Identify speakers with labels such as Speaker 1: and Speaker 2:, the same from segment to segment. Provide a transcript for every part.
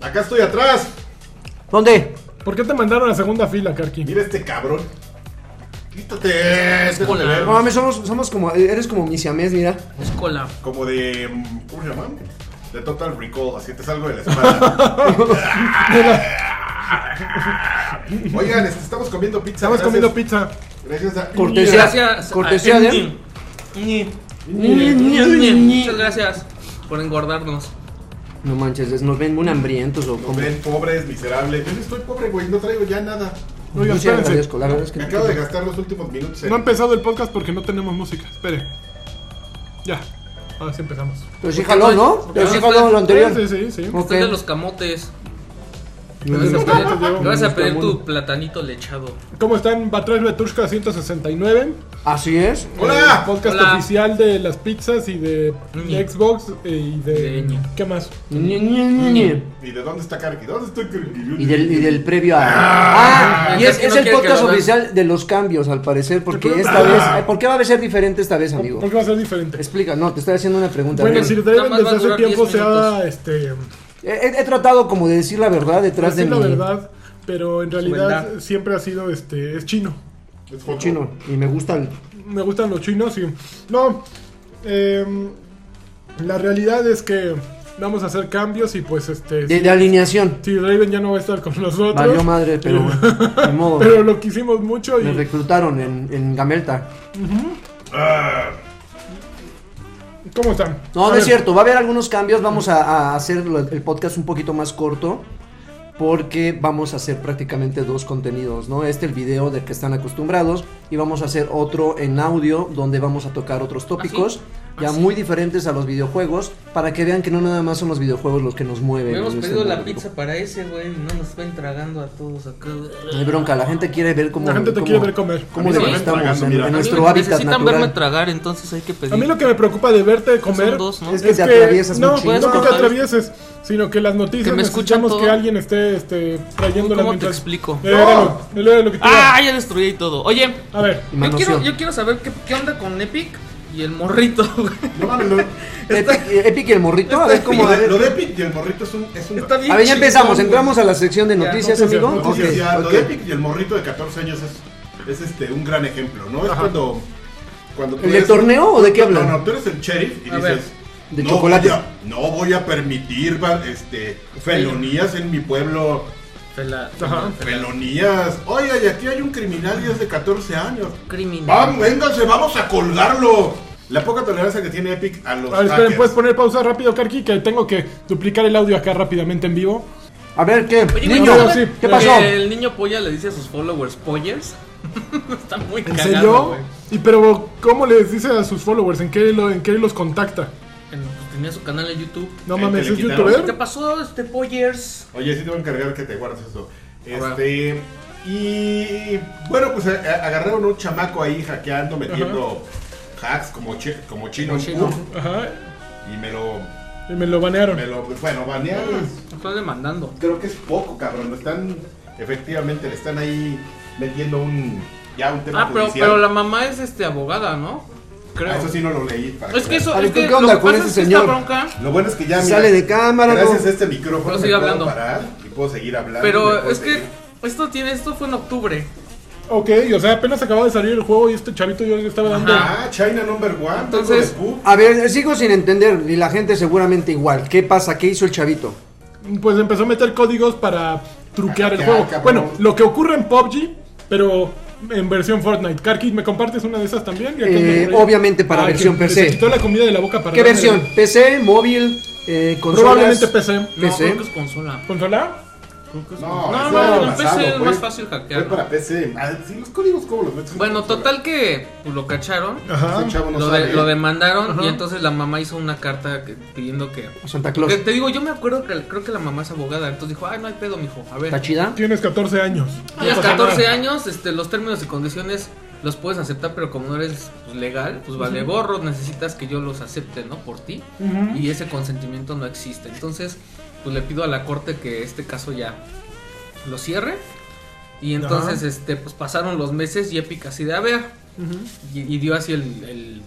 Speaker 1: Acá estoy atrás.
Speaker 2: ¿Dónde?
Speaker 3: ¿Por qué te mandaron a segunda fila, Karki?
Speaker 1: Mira este cabrón. Quítate. este Es como,
Speaker 4: cola.
Speaker 2: No mames, somos, somos como. Eres como mi siamés, mira.
Speaker 4: Es cola.
Speaker 1: como de. mm, ¿Cómo se llama? De Total Recall. Así te salgo de la espalda. Oigan, este, estamos comiendo pizza.
Speaker 3: Estamos
Speaker 1: gracias-
Speaker 3: comiendo pizza.
Speaker 1: Gracias a.
Speaker 2: Cortesía.
Speaker 4: Gracias.
Speaker 2: Cortesía
Speaker 4: a-
Speaker 2: de-
Speaker 4: Ñi. Ñi. Ñi. Muchas
Speaker 2: No
Speaker 4: gracias por engordarnos.
Speaker 2: manches, nos ven muy hambrientos o como.
Speaker 1: Ven, pobre es miserable. Yo no estoy pobre, güey. No traigo ya nada.
Speaker 2: Yo
Speaker 3: Oiga,
Speaker 2: sí
Speaker 3: espérense.
Speaker 2: agradezco, la verdad es que.
Speaker 1: Me acabo de gastar los últimos minutos en.
Speaker 3: No ha empezado el podcast porque no tenemos música. Espere. Ya. Ahora sí empezamos.
Speaker 2: Pero sí jaló, ¿no? Pero sí jaló lo anterior.
Speaker 3: Sí, sí, sí.
Speaker 2: Ok.
Speaker 4: Están Este de los camotes.
Speaker 3: Los
Speaker 4: Vas a
Speaker 3: camotes,
Speaker 4: pedir-
Speaker 3: Diego.
Speaker 4: Vas a pedir
Speaker 2: Camotes.
Speaker 4: tu platanito lechado.
Speaker 3: ¿Cómo están? Batrash Betushka 169.
Speaker 2: Así es.
Speaker 1: ¡Hola!
Speaker 3: El podcast
Speaker 4: Hola.
Speaker 3: oficial de las pizzas y de
Speaker 4: Ñi.
Speaker 3: Xbox eh, y de.
Speaker 4: De Ñi.
Speaker 3: ¿Qué más?
Speaker 2: Ñe, Ñe, Ñe, Ñe.
Speaker 1: ¿Y de dónde está Karki? ¿Dónde estoy
Speaker 2: Y del, y del previo a... Ah, y es,
Speaker 4: Karki
Speaker 2: es
Speaker 4: no
Speaker 2: el
Speaker 4: quiere que
Speaker 2: podcast
Speaker 4: lo vean.
Speaker 2: oficial de los cambios, al parecer, porque
Speaker 3: ¿Qué?
Speaker 2: esta vez... ay, ¿Por qué va a ser diferente esta vez, amigo?
Speaker 3: ¿Por qué va a ser diferente?
Speaker 2: Explica, no, te estoy haciendo una pregunta.
Speaker 3: Bueno,
Speaker 2: Ren.
Speaker 3: Sir
Speaker 4: Nada
Speaker 3: Draven
Speaker 4: más va a
Speaker 3: desde hace
Speaker 4: durar
Speaker 3: tiempo
Speaker 4: 10
Speaker 3: se ha este,
Speaker 2: He, he- he tratado como de decir la verdad detrás
Speaker 3: decir
Speaker 2: de
Speaker 3: la
Speaker 2: mi...
Speaker 3: verdad, pero en realidad
Speaker 4: verdad.
Speaker 3: siempre ha sido este es chino.
Speaker 2: el chino, y me gusta el...
Speaker 3: Me gustan los chinos y no. em, la realidad es que vamos a hacer cambios y pues este
Speaker 2: De, de alineación.
Speaker 3: Sir Draven ya no va a estar con nosotros.
Speaker 2: Valió madre, pero bueno, de modo.
Speaker 3: Pero lo quisimos mucho
Speaker 2: Me
Speaker 3: y
Speaker 2: reclutaron en, en Gamelta.
Speaker 1: Ah,
Speaker 3: ¿cómo están?
Speaker 2: No,
Speaker 3: A
Speaker 2: no
Speaker 3: ver,
Speaker 2: es cierto. Va a haber algunos cambios. Vamos a, a hacer lo- el podcast un poquito más corto. Porque vamos a hacer prácticamente dos contenidos, ¿no? Este el video del que están acostumbrados. Y vamos a hacer otro en audio donde vamos a tocar
Speaker 3: ¿Ah,
Speaker 2: otros tópicos. Ya
Speaker 4: Así.
Speaker 2: muy diferentes a los videojuegos. Para que vean que no nada más son los videojuegos los que nos mueven.
Speaker 4: Hemos
Speaker 2: en este
Speaker 4: pedido la
Speaker 2: mundo.
Speaker 4: pizza para ese, güey. No nos ven tragando a todos acá.
Speaker 2: No hay bronca, la gente quiere ver cómo.
Speaker 3: La gente te
Speaker 2: cómo-
Speaker 3: quiere ver comer.
Speaker 1: A
Speaker 2: Cómo
Speaker 1: mí
Speaker 2: le
Speaker 1: me ven
Speaker 2: estamos
Speaker 1: tragando,
Speaker 2: en,
Speaker 1: mira.
Speaker 2: en
Speaker 1: A mí
Speaker 2: nuestro hábitat
Speaker 4: Necesitan verme
Speaker 2: natural.
Speaker 4: tragar, entonces hay que pedir.
Speaker 3: A mí lo que me preocupa de verte
Speaker 4: Son
Speaker 3: comer
Speaker 4: dos, ¿no?
Speaker 2: Es que te atraviesas
Speaker 3: no,
Speaker 2: un chingo.
Speaker 3: no que te
Speaker 4: Cortar.
Speaker 3: atravieses, sino que las noticias
Speaker 4: Que me escuchan
Speaker 3: necesitamos
Speaker 4: todo.
Speaker 3: que alguien esté este, trayéndolas
Speaker 4: ¿Cómo te
Speaker 3: mientras-
Speaker 4: explico?
Speaker 3: Eh, Era lo, era lo que te iba.
Speaker 4: ¡Ah! Ya destruí todo. Oye,
Speaker 3: A ver,
Speaker 2: Y
Speaker 4: yo
Speaker 2: manoseo.
Speaker 4: quiero, yo quiero saber qué, qué onda con Epic y el morrito, güey.
Speaker 1: No mames, lo,
Speaker 2: Epic, Epic y el morrito, a ver cómo.
Speaker 1: lo
Speaker 2: A
Speaker 1: de,
Speaker 2: ver,
Speaker 1: lo de Epic y el morrito es un. Es un
Speaker 4: Está bien
Speaker 2: a ver, ya
Speaker 4: chingón,
Speaker 2: empezamos.
Speaker 4: güey.
Speaker 2: Entramos a la sección de
Speaker 4: Ya,
Speaker 2: noticias,
Speaker 3: noticias,
Speaker 2: amigo.
Speaker 1: Entonces,
Speaker 2: Ok,
Speaker 1: pues, ya, Lo
Speaker 2: ok.
Speaker 1: de Epic y el morrito de 14 años es, es este, un gran ejemplo, ¿no? Es
Speaker 3: Ajá.
Speaker 1: cuando. cuando tú
Speaker 2: ¿El del
Speaker 1: eres-
Speaker 2: torneo o de qué hablan?
Speaker 1: No, no, tú eres el sheriff y
Speaker 4: A
Speaker 1: dices.
Speaker 4: ver.
Speaker 2: De
Speaker 1: no
Speaker 2: chocolate.
Speaker 1: voy a- no voy a permitir va, este, felonías en mi pueblo.
Speaker 4: Fela-
Speaker 3: Ajá.
Speaker 4: fela-
Speaker 1: Felonías. Oye, y aquí hay un criminal y es de 14 años.
Speaker 4: Criminal.
Speaker 1: Vamos, vénganse, vamos a colgarlo. La poca tolerancia que tiene Epic a los.
Speaker 3: a ver, esperen, pues,
Speaker 1: hackers.
Speaker 3: ¿puedes poner pausa rápido, Karki? Que tengo que duplicar el audio acá rápidamente en vivo.
Speaker 2: A ver, ¿qué?
Speaker 4: Oye,
Speaker 2: Niño,
Speaker 3: güey, sí,
Speaker 2: ¿qué
Speaker 3: eh,
Speaker 2: pasó?
Speaker 4: que El niño polla le dice a sus followers pollers. Está muy
Speaker 3: ¿En
Speaker 4: cagado,
Speaker 3: serio?
Speaker 4: güey.
Speaker 3: ¿Y pero cómo les dice a sus followers? ¿En qué, lo- en qué los contacta?
Speaker 4: En- pues, tenía su canal de YouTube.
Speaker 3: No
Speaker 1: Eh,
Speaker 3: mames,
Speaker 1: que
Speaker 3: ¿es
Speaker 1: le quitaron.
Speaker 4: ¿Qué
Speaker 3: youtuber?
Speaker 4: pasó, este pollers?
Speaker 1: Oye, sí te voy a encargar que te guardes eso.
Speaker 4: Ahora.
Speaker 1: Este. Y bueno, pues a- a- agarraron un chamaco ahí hackeando, metiendo hacks como, chi- como chino.
Speaker 4: Como chino.
Speaker 1: Uh,
Speaker 3: Ajá,
Speaker 1: Y me lo.
Speaker 3: y me lo banearon.
Speaker 1: Me lo pues, bueno, banearon.
Speaker 4: Lo Estoy demandando.
Speaker 1: Creo que es poco, cabrón. Lo están. Efectivamente, le están ahí metiendo un. Ya un tema
Speaker 4: Ah, pero,
Speaker 1: judicial.
Speaker 4: pero la mamá es este abogada, ¿no? Creo.
Speaker 1: Ah, eso sí no lo leí. para
Speaker 4: Es que eso,
Speaker 2: A ver,
Speaker 4: es que
Speaker 2: ¿qué onda
Speaker 4: lo que
Speaker 2: con
Speaker 4: pasa
Speaker 2: ese
Speaker 4: es que
Speaker 2: señor?
Speaker 4: esta bronca.
Speaker 1: Lo bueno es que ya.
Speaker 2: Sale de cámara,
Speaker 1: Gracias
Speaker 2: ¿no?
Speaker 1: a este micrófono.
Speaker 4: Pero
Speaker 1: me
Speaker 4: sigue
Speaker 1: puedo
Speaker 4: hablando.
Speaker 1: parar y puedo seguir hablando. y me
Speaker 4: Pero
Speaker 1: puedo
Speaker 4: es que
Speaker 1: seguir-
Speaker 4: esto tiene, esto fue en octubre.
Speaker 3: Ok, o sea, apenas acaba de salir el juego y este chavito yo le estaba dando.
Speaker 4: Ajá.
Speaker 1: Ah, China number one.
Speaker 4: Entonces-
Speaker 1: tengo de Puck.
Speaker 2: A ver, sigo sin entender, y la gente seguramente igual. ¿Qué pasa? ¿Qué hizo el chavito?
Speaker 3: Pues empezó a meter códigos para truquear el
Speaker 1: Ah,
Speaker 3: juego.
Speaker 1: cabrón.
Speaker 3: Bueno, lo que ocurre en PUBG, pero en versión Fortnite. Karki, ¿me compartes una de esas también? Ya que
Speaker 2: Eh,
Speaker 3: ando por ahí.
Speaker 2: obviamente para
Speaker 3: Ah, que
Speaker 2: versión
Speaker 3: se
Speaker 2: PC.
Speaker 3: quitó la comida de la boca para
Speaker 2: ¿Qué
Speaker 3: darme-
Speaker 2: versión? ¿PC? ¿Móvil? Eh, ¿Consolas?
Speaker 3: Probablemente PC.
Speaker 4: No,
Speaker 2: PC.
Speaker 4: creo que es consola.
Speaker 3: ¿Consola?
Speaker 4: Creo que es
Speaker 1: No,
Speaker 4: consola. no,
Speaker 1: eso
Speaker 4: no,
Speaker 1: era
Speaker 4: en
Speaker 1: pasado,
Speaker 4: PC es
Speaker 1: fue-
Speaker 4: más fácil hackear.
Speaker 1: Fue para PC. Ah, sí, los códigos, ¿cómo los metes? en
Speaker 4: Bueno,
Speaker 1: consola?
Speaker 4: total que pues, lo cacharon.
Speaker 3: Ajá.
Speaker 1: Ese chavo no
Speaker 4: lo,
Speaker 1: sabe.
Speaker 4: de- lo demandaron
Speaker 3: Ajá.
Speaker 4: y entonces la mamá hizo una carta que- pidiendo que...
Speaker 2: Santa Claus.
Speaker 4: Porque te digo, yo me acuerdo que creo que la mamá es abogada, entonces dijo, ay, no hay pedo, mijo, a ver.
Speaker 2: ¿Está chida?
Speaker 3: Tienes 14 años.
Speaker 4: Tienes
Speaker 3: No pasa
Speaker 4: 14
Speaker 3: nada.
Speaker 4: años, este, los términos y condiciones los puedes aceptar, pero como no eres pues, legal, pues vale gorro, necesitas que yo los acepte, ¿no? Por ti.
Speaker 3: Ujú.
Speaker 4: Y ese consentimiento no existe. Entonces, pues le pido a la corte que este caso ya lo cierre. Y entonces,
Speaker 3: Ajá.
Speaker 4: este, pues pasaron los meses y Epic así de, a ver,
Speaker 3: Ujú.
Speaker 4: y, y dio así el, el-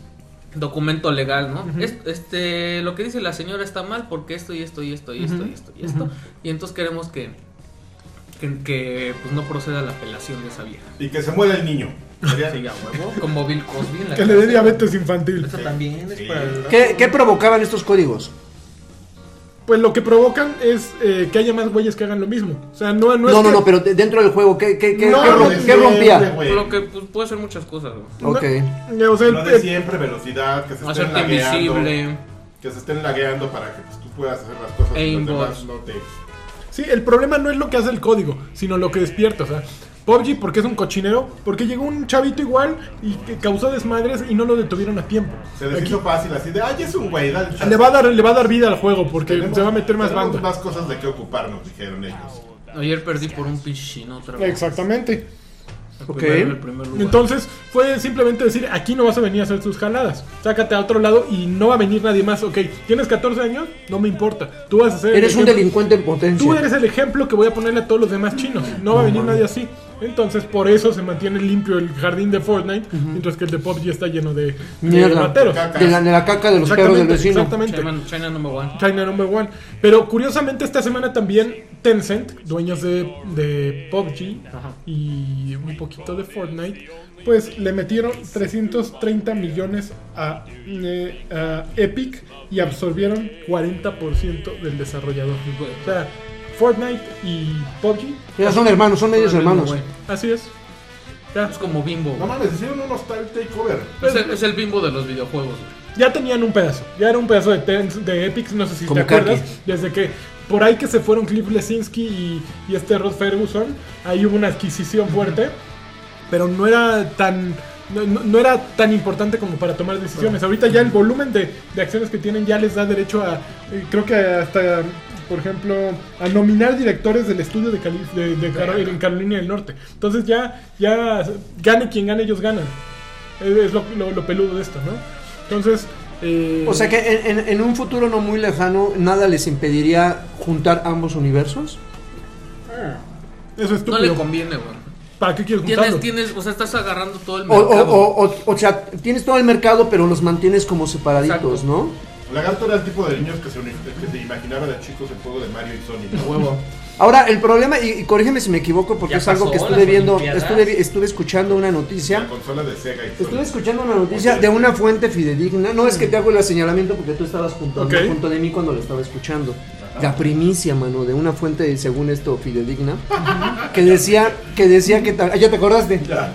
Speaker 4: documento legal, ¿no? Es- este, lo que dice la señora está mal porque esto y esto y esto y esto y esto y esto. Y entonces queremos que, que, que, pues no proceda la apelación de esa vieja.
Speaker 1: Y que se muera el niño. Sería-
Speaker 4: Sí, a huevo, como Bill Cosby en la
Speaker 3: Que le dé
Speaker 4: cárcel.
Speaker 3: diabetes infantil.
Speaker 4: Eso también es
Speaker 1: Sí.
Speaker 4: para el-
Speaker 2: ¿Qué, qué provocaban estos códigos?
Speaker 3: Pues lo que provocan es eh, que haya más güeyes que hagan lo mismo. O sea, no, no
Speaker 2: No,
Speaker 3: es
Speaker 2: no,
Speaker 3: que-
Speaker 2: no, pero de- dentro del juego, ¿qué, qué, qué,
Speaker 3: No,
Speaker 2: qué
Speaker 3: no,
Speaker 2: rom-
Speaker 1: de
Speaker 2: qué
Speaker 1: siempre,
Speaker 2: rompía?
Speaker 1: güey.
Speaker 4: Lo que pues, puede ser muchas cosas, güey.
Speaker 3: no-
Speaker 2: Ok.
Speaker 3: eh, o sea, el-
Speaker 1: Lo de
Speaker 3: el-
Speaker 1: siempre, velocidad, que se estén
Speaker 4: Hacerte
Speaker 1: lagueando.
Speaker 4: invisible.
Speaker 1: Que se estén lagueando para que pues, tú puedas hacer las cosas y los
Speaker 4: Aimbots.
Speaker 1: demás no te...
Speaker 3: sí, el problema no es lo que hace el código, sino lo que despierta. O sea, PUBG, porque es un cochinero? Porque llegó un chavito igual y que causó desmadres y no lo detuvieron a tiempo.
Speaker 1: Se les hizo fácil así de, ay, es un güey, dale
Speaker 3: Aquí le va a dar, le va a dar vida al juego porque
Speaker 1: Tenemos-
Speaker 3: se va a meter más
Speaker 1: tenemos
Speaker 3: banda.
Speaker 1: más cosas de qué ocuparnos, dijeron ellos.
Speaker 4: Ayer perdí por un pinche chino otra vez.
Speaker 3: Exactamente.
Speaker 4: El
Speaker 2: Ok.
Speaker 4: primero en el primer lugar.
Speaker 3: Entonces fue simplemente decir, aquí no vas a venir a hacer tus jaladas. Sácate a otro lado y no va a venir nadie más. Ok, tienes 14 años, no me importa. Tú vas a ser... el
Speaker 2: Eres un
Speaker 3: ejemplo.
Speaker 2: delincuente en
Speaker 3: Tú
Speaker 2: potencia.
Speaker 3: eres el ejemplo que voy a ponerle a todos los demás chinos. No va a venir nadie así. Entonces por eso se mantiene limpio el jardín de Fortnite, mientras que el de PUBG está lleno de, de
Speaker 2: Mierda.
Speaker 3: rateros.
Speaker 2: De la, de la caca de los perros del vecino.
Speaker 3: exactamente.
Speaker 4: China, China number one.
Speaker 3: China Number One. Pero curiosamente esta semana también Tencent, dueños de, de PUBG
Speaker 4: Ajá.
Speaker 3: y un poquito de Fortnite, pues le metieron 330 millones a, eh, a Epic y absorbieron 40% del desarrollador. O sea, Fortnite y PUBG,
Speaker 2: Ya son hermanos, son medios hermanos.
Speaker 4: Güey.
Speaker 3: así es. Ya,
Speaker 4: Es como bimbo.
Speaker 1: No
Speaker 4: güey.
Speaker 1: mames, hicieron unos tal takeover.
Speaker 4: Es el, es el bimbo de los videojuegos. güey.
Speaker 3: ya tenían un pedazo, ya era un pedazo de, Tencent- de Epic, no sé si
Speaker 2: Como
Speaker 3: te acuerdas,
Speaker 2: Kaki.
Speaker 3: desde que por ahí que se fueron Cliff Lesinski y, y este Rod Ferguson, ahí hubo una adquisición fuerte, pero no era tan no, no- no era tan importante como para tomar decisiones. Ahorita ya el volumen de, de acciones que tienen ya les da derecho a, eh, creo que hasta, por ejemplo, a nominar directores del estudio de, Cali- de- de Caro- en Carolina del Norte. Entonces ya, ya gane quien gane, ellos ganan. Es, es lo, lo- lo peludo de esto, ¿no? Entonces... eh,
Speaker 2: O sea que en, en- en un futuro no muy lejano, nada les impediría juntar ambos universos.
Speaker 3: Eso es
Speaker 4: No
Speaker 3: estúpido.
Speaker 4: le conviene, güey.
Speaker 3: ¿Para qué quieres juntarlo?
Speaker 4: Tienes, tienes, o sea, estás agarrando todo el
Speaker 2: O, o,
Speaker 4: mercado.
Speaker 2: o- o- o sea, tienes todo el mercado, pero los mantienes como separaditos,
Speaker 4: Exacto.
Speaker 2: ¿no?
Speaker 1: Lagarto era el tipo de niños que se, uni- que se imaginaba de chicos el juego de Mario y Sonic.
Speaker 4: A huevo.
Speaker 2: Ahora, el problema, y, y corrígeme si me equivoco, porque
Speaker 4: Ya
Speaker 2: es algo que
Speaker 4: pasó,
Speaker 2: estuve
Speaker 4: las
Speaker 2: viendo,
Speaker 4: Olimpiadas.
Speaker 2: estuve, vi- estuve escuchando una
Speaker 1: La
Speaker 2: noticia.
Speaker 1: consola de Sega y
Speaker 2: Estuve
Speaker 1: Sonic.
Speaker 2: escuchando una noticia de una fuente fidedigna. No es que te hago el señalamiento porque tú estabas junto, a mí-
Speaker 3: Ok.
Speaker 2: junto de mí cuando lo estaba escuchando. La primicia, mano, de una fuente, según esto, fidedigna, que decía que decía que ta- ah, ya te acordaste,
Speaker 1: Ya.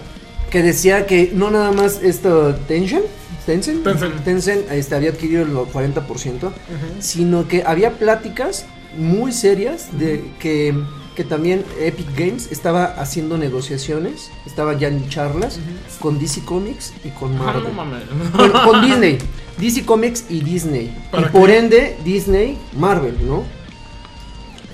Speaker 2: que decía que no nada más esto Tencent, Tencent,
Speaker 3: Tencent.
Speaker 2: Tencent, este, había adquirido el 40%, sino que había pláticas muy serias de que que también Epic Games estaba haciendo negociaciones, estaba ya en charlas con DC Comics y con
Speaker 4: Ah,
Speaker 2: Marvel
Speaker 4: no mames.
Speaker 2: con, con Disney. DC Comics y Disney.
Speaker 3: ¿Para
Speaker 2: y por ende, Disney, Marvel, ¿no?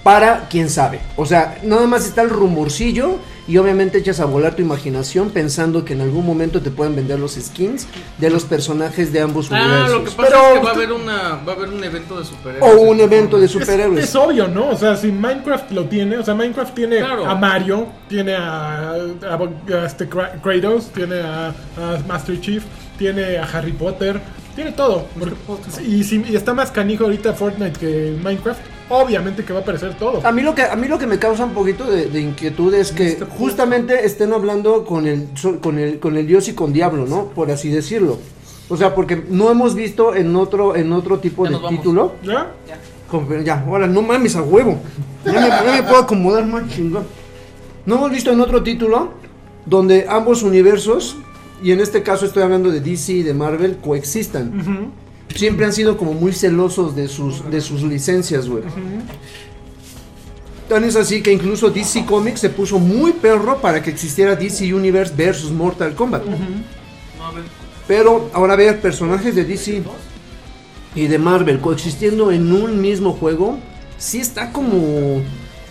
Speaker 2: Para quién sabe. O sea, nada más está el rumorcillo y obviamente echas a volar tu imaginación pensando que en algún momento te pueden vender los skins de los personajes de ambos
Speaker 4: Ah,
Speaker 2: universos.
Speaker 4: lo que pasa
Speaker 3: Pero
Speaker 4: es que va a
Speaker 3: usted-
Speaker 4: haber una, va a haber un evento de superhéroes.
Speaker 2: O un evento de
Speaker 3: Es-
Speaker 2: superhéroes.
Speaker 3: Es, obvio, ¿no? O sea, si Minecraft lo tiene, o sea, Minecraft tiene
Speaker 4: Claro.
Speaker 3: a Mario, tiene a, a- a este Kra- Kratos, tiene a, a Master Chief, tiene a Harry Potter, tiene todo. Porque- y si y está más canijo ahorita Fortnite que Minecraft, obviamente que va a aparecer todo.
Speaker 2: A mí lo que a mí lo que me causa un poquito de, de inquietud es que
Speaker 3: Mr. Popo.
Speaker 2: justamente estén hablando con el so- con el con el dios y con diablo, ¿no? Por así decirlo. O sea, porque no hemos visto en otro en otro tipo
Speaker 4: Ya
Speaker 2: de
Speaker 4: nos vamos.
Speaker 2: título.
Speaker 3: ¿Ya?
Speaker 2: Como- ya, ahora no mames a huevo. Ya me, ya me puedo acomodar más chingón. No hemos visto en otro título donde ambos universos y en este caso estoy hablando de DC y de Marvel coexistan.
Speaker 3: Ujú.
Speaker 2: Siempre han sido como muy celosos de sus, de sus licencias, güey. Tan es así que incluso DC Comics se puso muy perro para que existiera DC Universe versus Mortal Kombat. Pero ahora ver personajes de DC y de Marvel coexistiendo en un mismo juego, sí está como,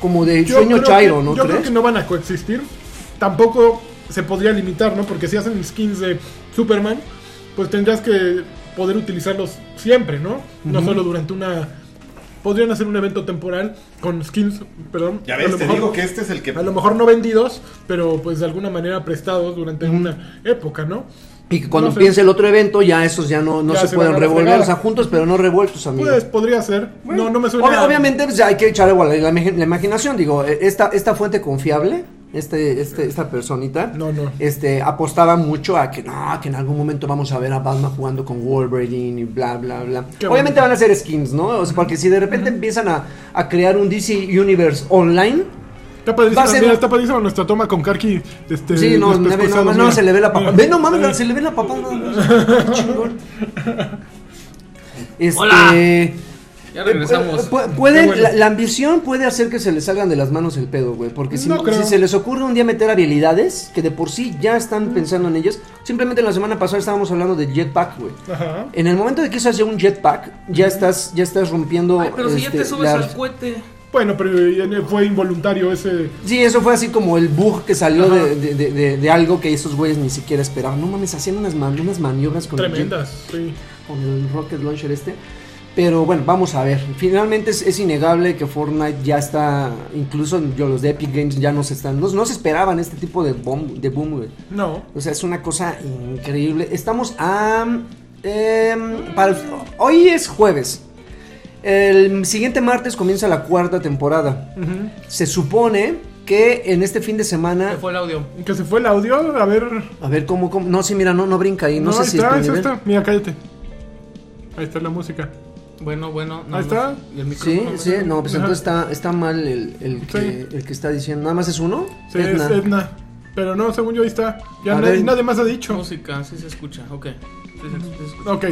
Speaker 2: como de
Speaker 3: Yo
Speaker 2: sueño
Speaker 3: creo
Speaker 2: chairo,
Speaker 3: que-
Speaker 2: ¿no
Speaker 3: Yo creo
Speaker 2: crees?
Speaker 3: que no van a coexistir. Tampoco se podría limitar, ¿no? Porque si hacen skins de Superman, pues tendrías que poder utilizarlos siempre, ¿no? No solo durante una. Podrían hacer un evento temporal con skins, perdón.
Speaker 1: Ya
Speaker 3: a
Speaker 1: ves,
Speaker 3: lo
Speaker 1: te
Speaker 3: mejor-
Speaker 1: digo que este es el que...
Speaker 3: a lo mejor no vendidos, pero pues de alguna manera prestados durante una época, ¿no?
Speaker 2: Y que cuando
Speaker 3: No sé.
Speaker 2: empiece el otro evento, ya esos ya no, no
Speaker 3: Ya
Speaker 2: se,
Speaker 3: se
Speaker 2: pueden
Speaker 3: van a la
Speaker 2: revolver,
Speaker 3: fregada.
Speaker 2: o sea, juntos, pero no revueltos, amigo.
Speaker 3: Pues podría ser. no, no me suena.
Speaker 2: Obvia- obviamente pues, ya hay que echar agua a la, la imagi- la imaginación, digo, eh, esta, esta fuente confiable, este, este, esta personita,
Speaker 3: No, no.
Speaker 2: este, apostaba mucho a que no, que en algún momento vamos a ver a Batman jugando con Wolverine y bla, bla, bla.
Speaker 3: Qué
Speaker 2: obviamente
Speaker 3: bonito.
Speaker 2: van a ser skins, ¿no? O sea, porque si de repente empiezan a, a crear un DC Universe online,
Speaker 3: Está padrísimo,
Speaker 2: Va a ser-
Speaker 3: mira, está padrísimo nuestra toma con Karki. Este,
Speaker 2: sí, no,
Speaker 3: los
Speaker 2: no, no,
Speaker 3: pescozados,
Speaker 2: no,
Speaker 3: mira.
Speaker 2: se le ve la papá.
Speaker 3: Mira.
Speaker 2: Ve, no mames, la- se le ve la papá. nada más. Qué chingón. Este...
Speaker 4: Hola. Ya regresamos.
Speaker 2: Eh, pu- pu- pueden-
Speaker 3: Qué bueno.
Speaker 2: la, la ambición puede hacer que se les salgan de las manos el pedo, güey. Porque si,
Speaker 3: No creo.
Speaker 2: si se les ocurre un día meter habilidades que de por sí ya están pensando en ellas, simplemente la semana pasada estábamos hablando de jetpack, güey.
Speaker 3: Ajá.
Speaker 2: En el momento de que usas ya un jetpack, ya estás, ya estás rompiendo.
Speaker 4: Ay, pero si ya
Speaker 2: este,
Speaker 4: te subes
Speaker 2: las-
Speaker 4: al cohete.
Speaker 3: Bueno, pero eh, fue involuntario ese.
Speaker 2: Sí, eso fue así como el bug que salió
Speaker 3: Ajá.
Speaker 2: de, de- de- de- de algo que esos güeyes ni siquiera esperaban. No mames, hacían unas, man- unas maniobras con el jet-
Speaker 3: Tremendas, sí.
Speaker 2: con el Rocket Launcher este. Pero bueno, vamos a ver. Finalmente es, es innegable que Fortnite ya está. Incluso yo, los de Epic Games ya no se están. No, no se esperaban este tipo de boom, de boom, güey.
Speaker 3: No.
Speaker 2: O sea, es una cosa increíble. Estamos a. em, para, hoy es jueves. El siguiente martes comienza la cuarta temporada. Se supone que en este fin de semana.
Speaker 4: Se fue el audio.
Speaker 3: Que se fue el audio, a ver. No,
Speaker 2: A ver cómo. cómo- no, sí, mira, no, no brinca ahí. No, sé
Speaker 3: ahí
Speaker 2: si
Speaker 3: está,
Speaker 2: es tu
Speaker 3: ahí
Speaker 2: nivel.
Speaker 3: está. Mira, cállate. Ahí está la música.
Speaker 4: Bueno, bueno. no,
Speaker 3: Ahí está.
Speaker 4: no. Y el
Speaker 2: Sí,
Speaker 4: micrófono.
Speaker 2: sí, no, pues
Speaker 3: Ajá.
Speaker 2: entonces está, está mal el, el que, el que está diciendo. ¿Nada más es uno?
Speaker 3: Sí,
Speaker 2: Edna.
Speaker 3: es Edna. Pero no, según yo ahí está. Ya
Speaker 2: A
Speaker 3: nadie,
Speaker 2: ver.
Speaker 3: nadie más ha dicho.
Speaker 4: Música, sí se escucha. Ok. Sí se, sí se escucha.
Speaker 3: Ok.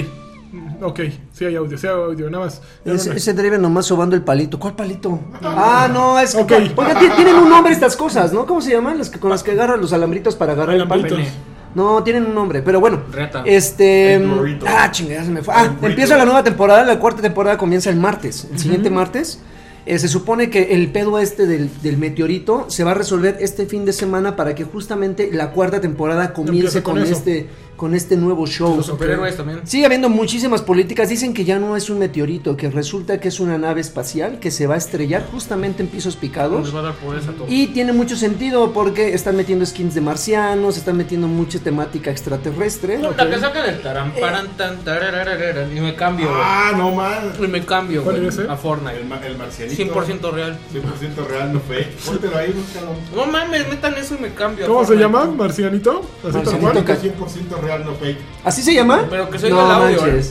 Speaker 3: Mm, Ok, sí hay audio, sí hay audio, nada más. Ya
Speaker 2: Ese,
Speaker 3: no-
Speaker 2: ese drive nomás sobando el palito. ¿Cuál palito? Ah, no, es que.
Speaker 3: Ok.
Speaker 2: Oiga, ti- tienen un nombre estas cosas, ¿no? ¿Cómo se llaman? Las que, con las que agarran los alambritos para agarrar el palito.
Speaker 3: Alambritos.
Speaker 2: No, tienen un nombre, pero bueno.
Speaker 4: Reata.
Speaker 2: Este.
Speaker 1: El burrito.
Speaker 2: Ah, chingada, se me fue. Ah,
Speaker 1: burrito.
Speaker 2: empieza la nueva temporada. La cuarta temporada comienza el martes. El siguiente martes. Eh, se supone que el pedo este del, del meteorito se va a resolver este fin de semana para que justamente la cuarta temporada comience
Speaker 3: Empieza con
Speaker 2: con,
Speaker 3: eso.
Speaker 2: este con este nuevo show.
Speaker 4: Los superhéroes también.
Speaker 2: Sigue habiendo muchísimas políticas. Dicen que ya no es un meteorito, que resulta que es una nave espacial que se va a estrellar justamente en pisos
Speaker 4: Nos
Speaker 2: picados.
Speaker 4: va a dar poderes a todos.
Speaker 2: Y tiene mucho sentido porque están metiendo skins de marcianos, están metiendo mucha temática extraterrestre.
Speaker 4: Puta, que sacan el
Speaker 2: Eh.
Speaker 4: taramparan tan tarararararan, y me cambio, güey.
Speaker 1: Ah, no más.
Speaker 4: Y me cambio,
Speaker 3: ¿Cuál
Speaker 4: güey,
Speaker 3: es ese?
Speaker 4: a
Speaker 1: El,
Speaker 4: Fortnite.
Speaker 1: ma- el marcianito.
Speaker 4: 100% real.
Speaker 1: 100% real, no fake. Póntelo ahí, búscalo.
Speaker 4: No mames, metan eso y me cambio. a
Speaker 3: ¿Cómo se
Speaker 4: Fortnite.
Speaker 3: llama? ¿Marcianito? Así tal
Speaker 2: Marcianito.
Speaker 3: cual.
Speaker 1: 100% real, no fake.
Speaker 2: ¿Así se llama?
Speaker 4: Pero que se oiga el audio, ¿eh?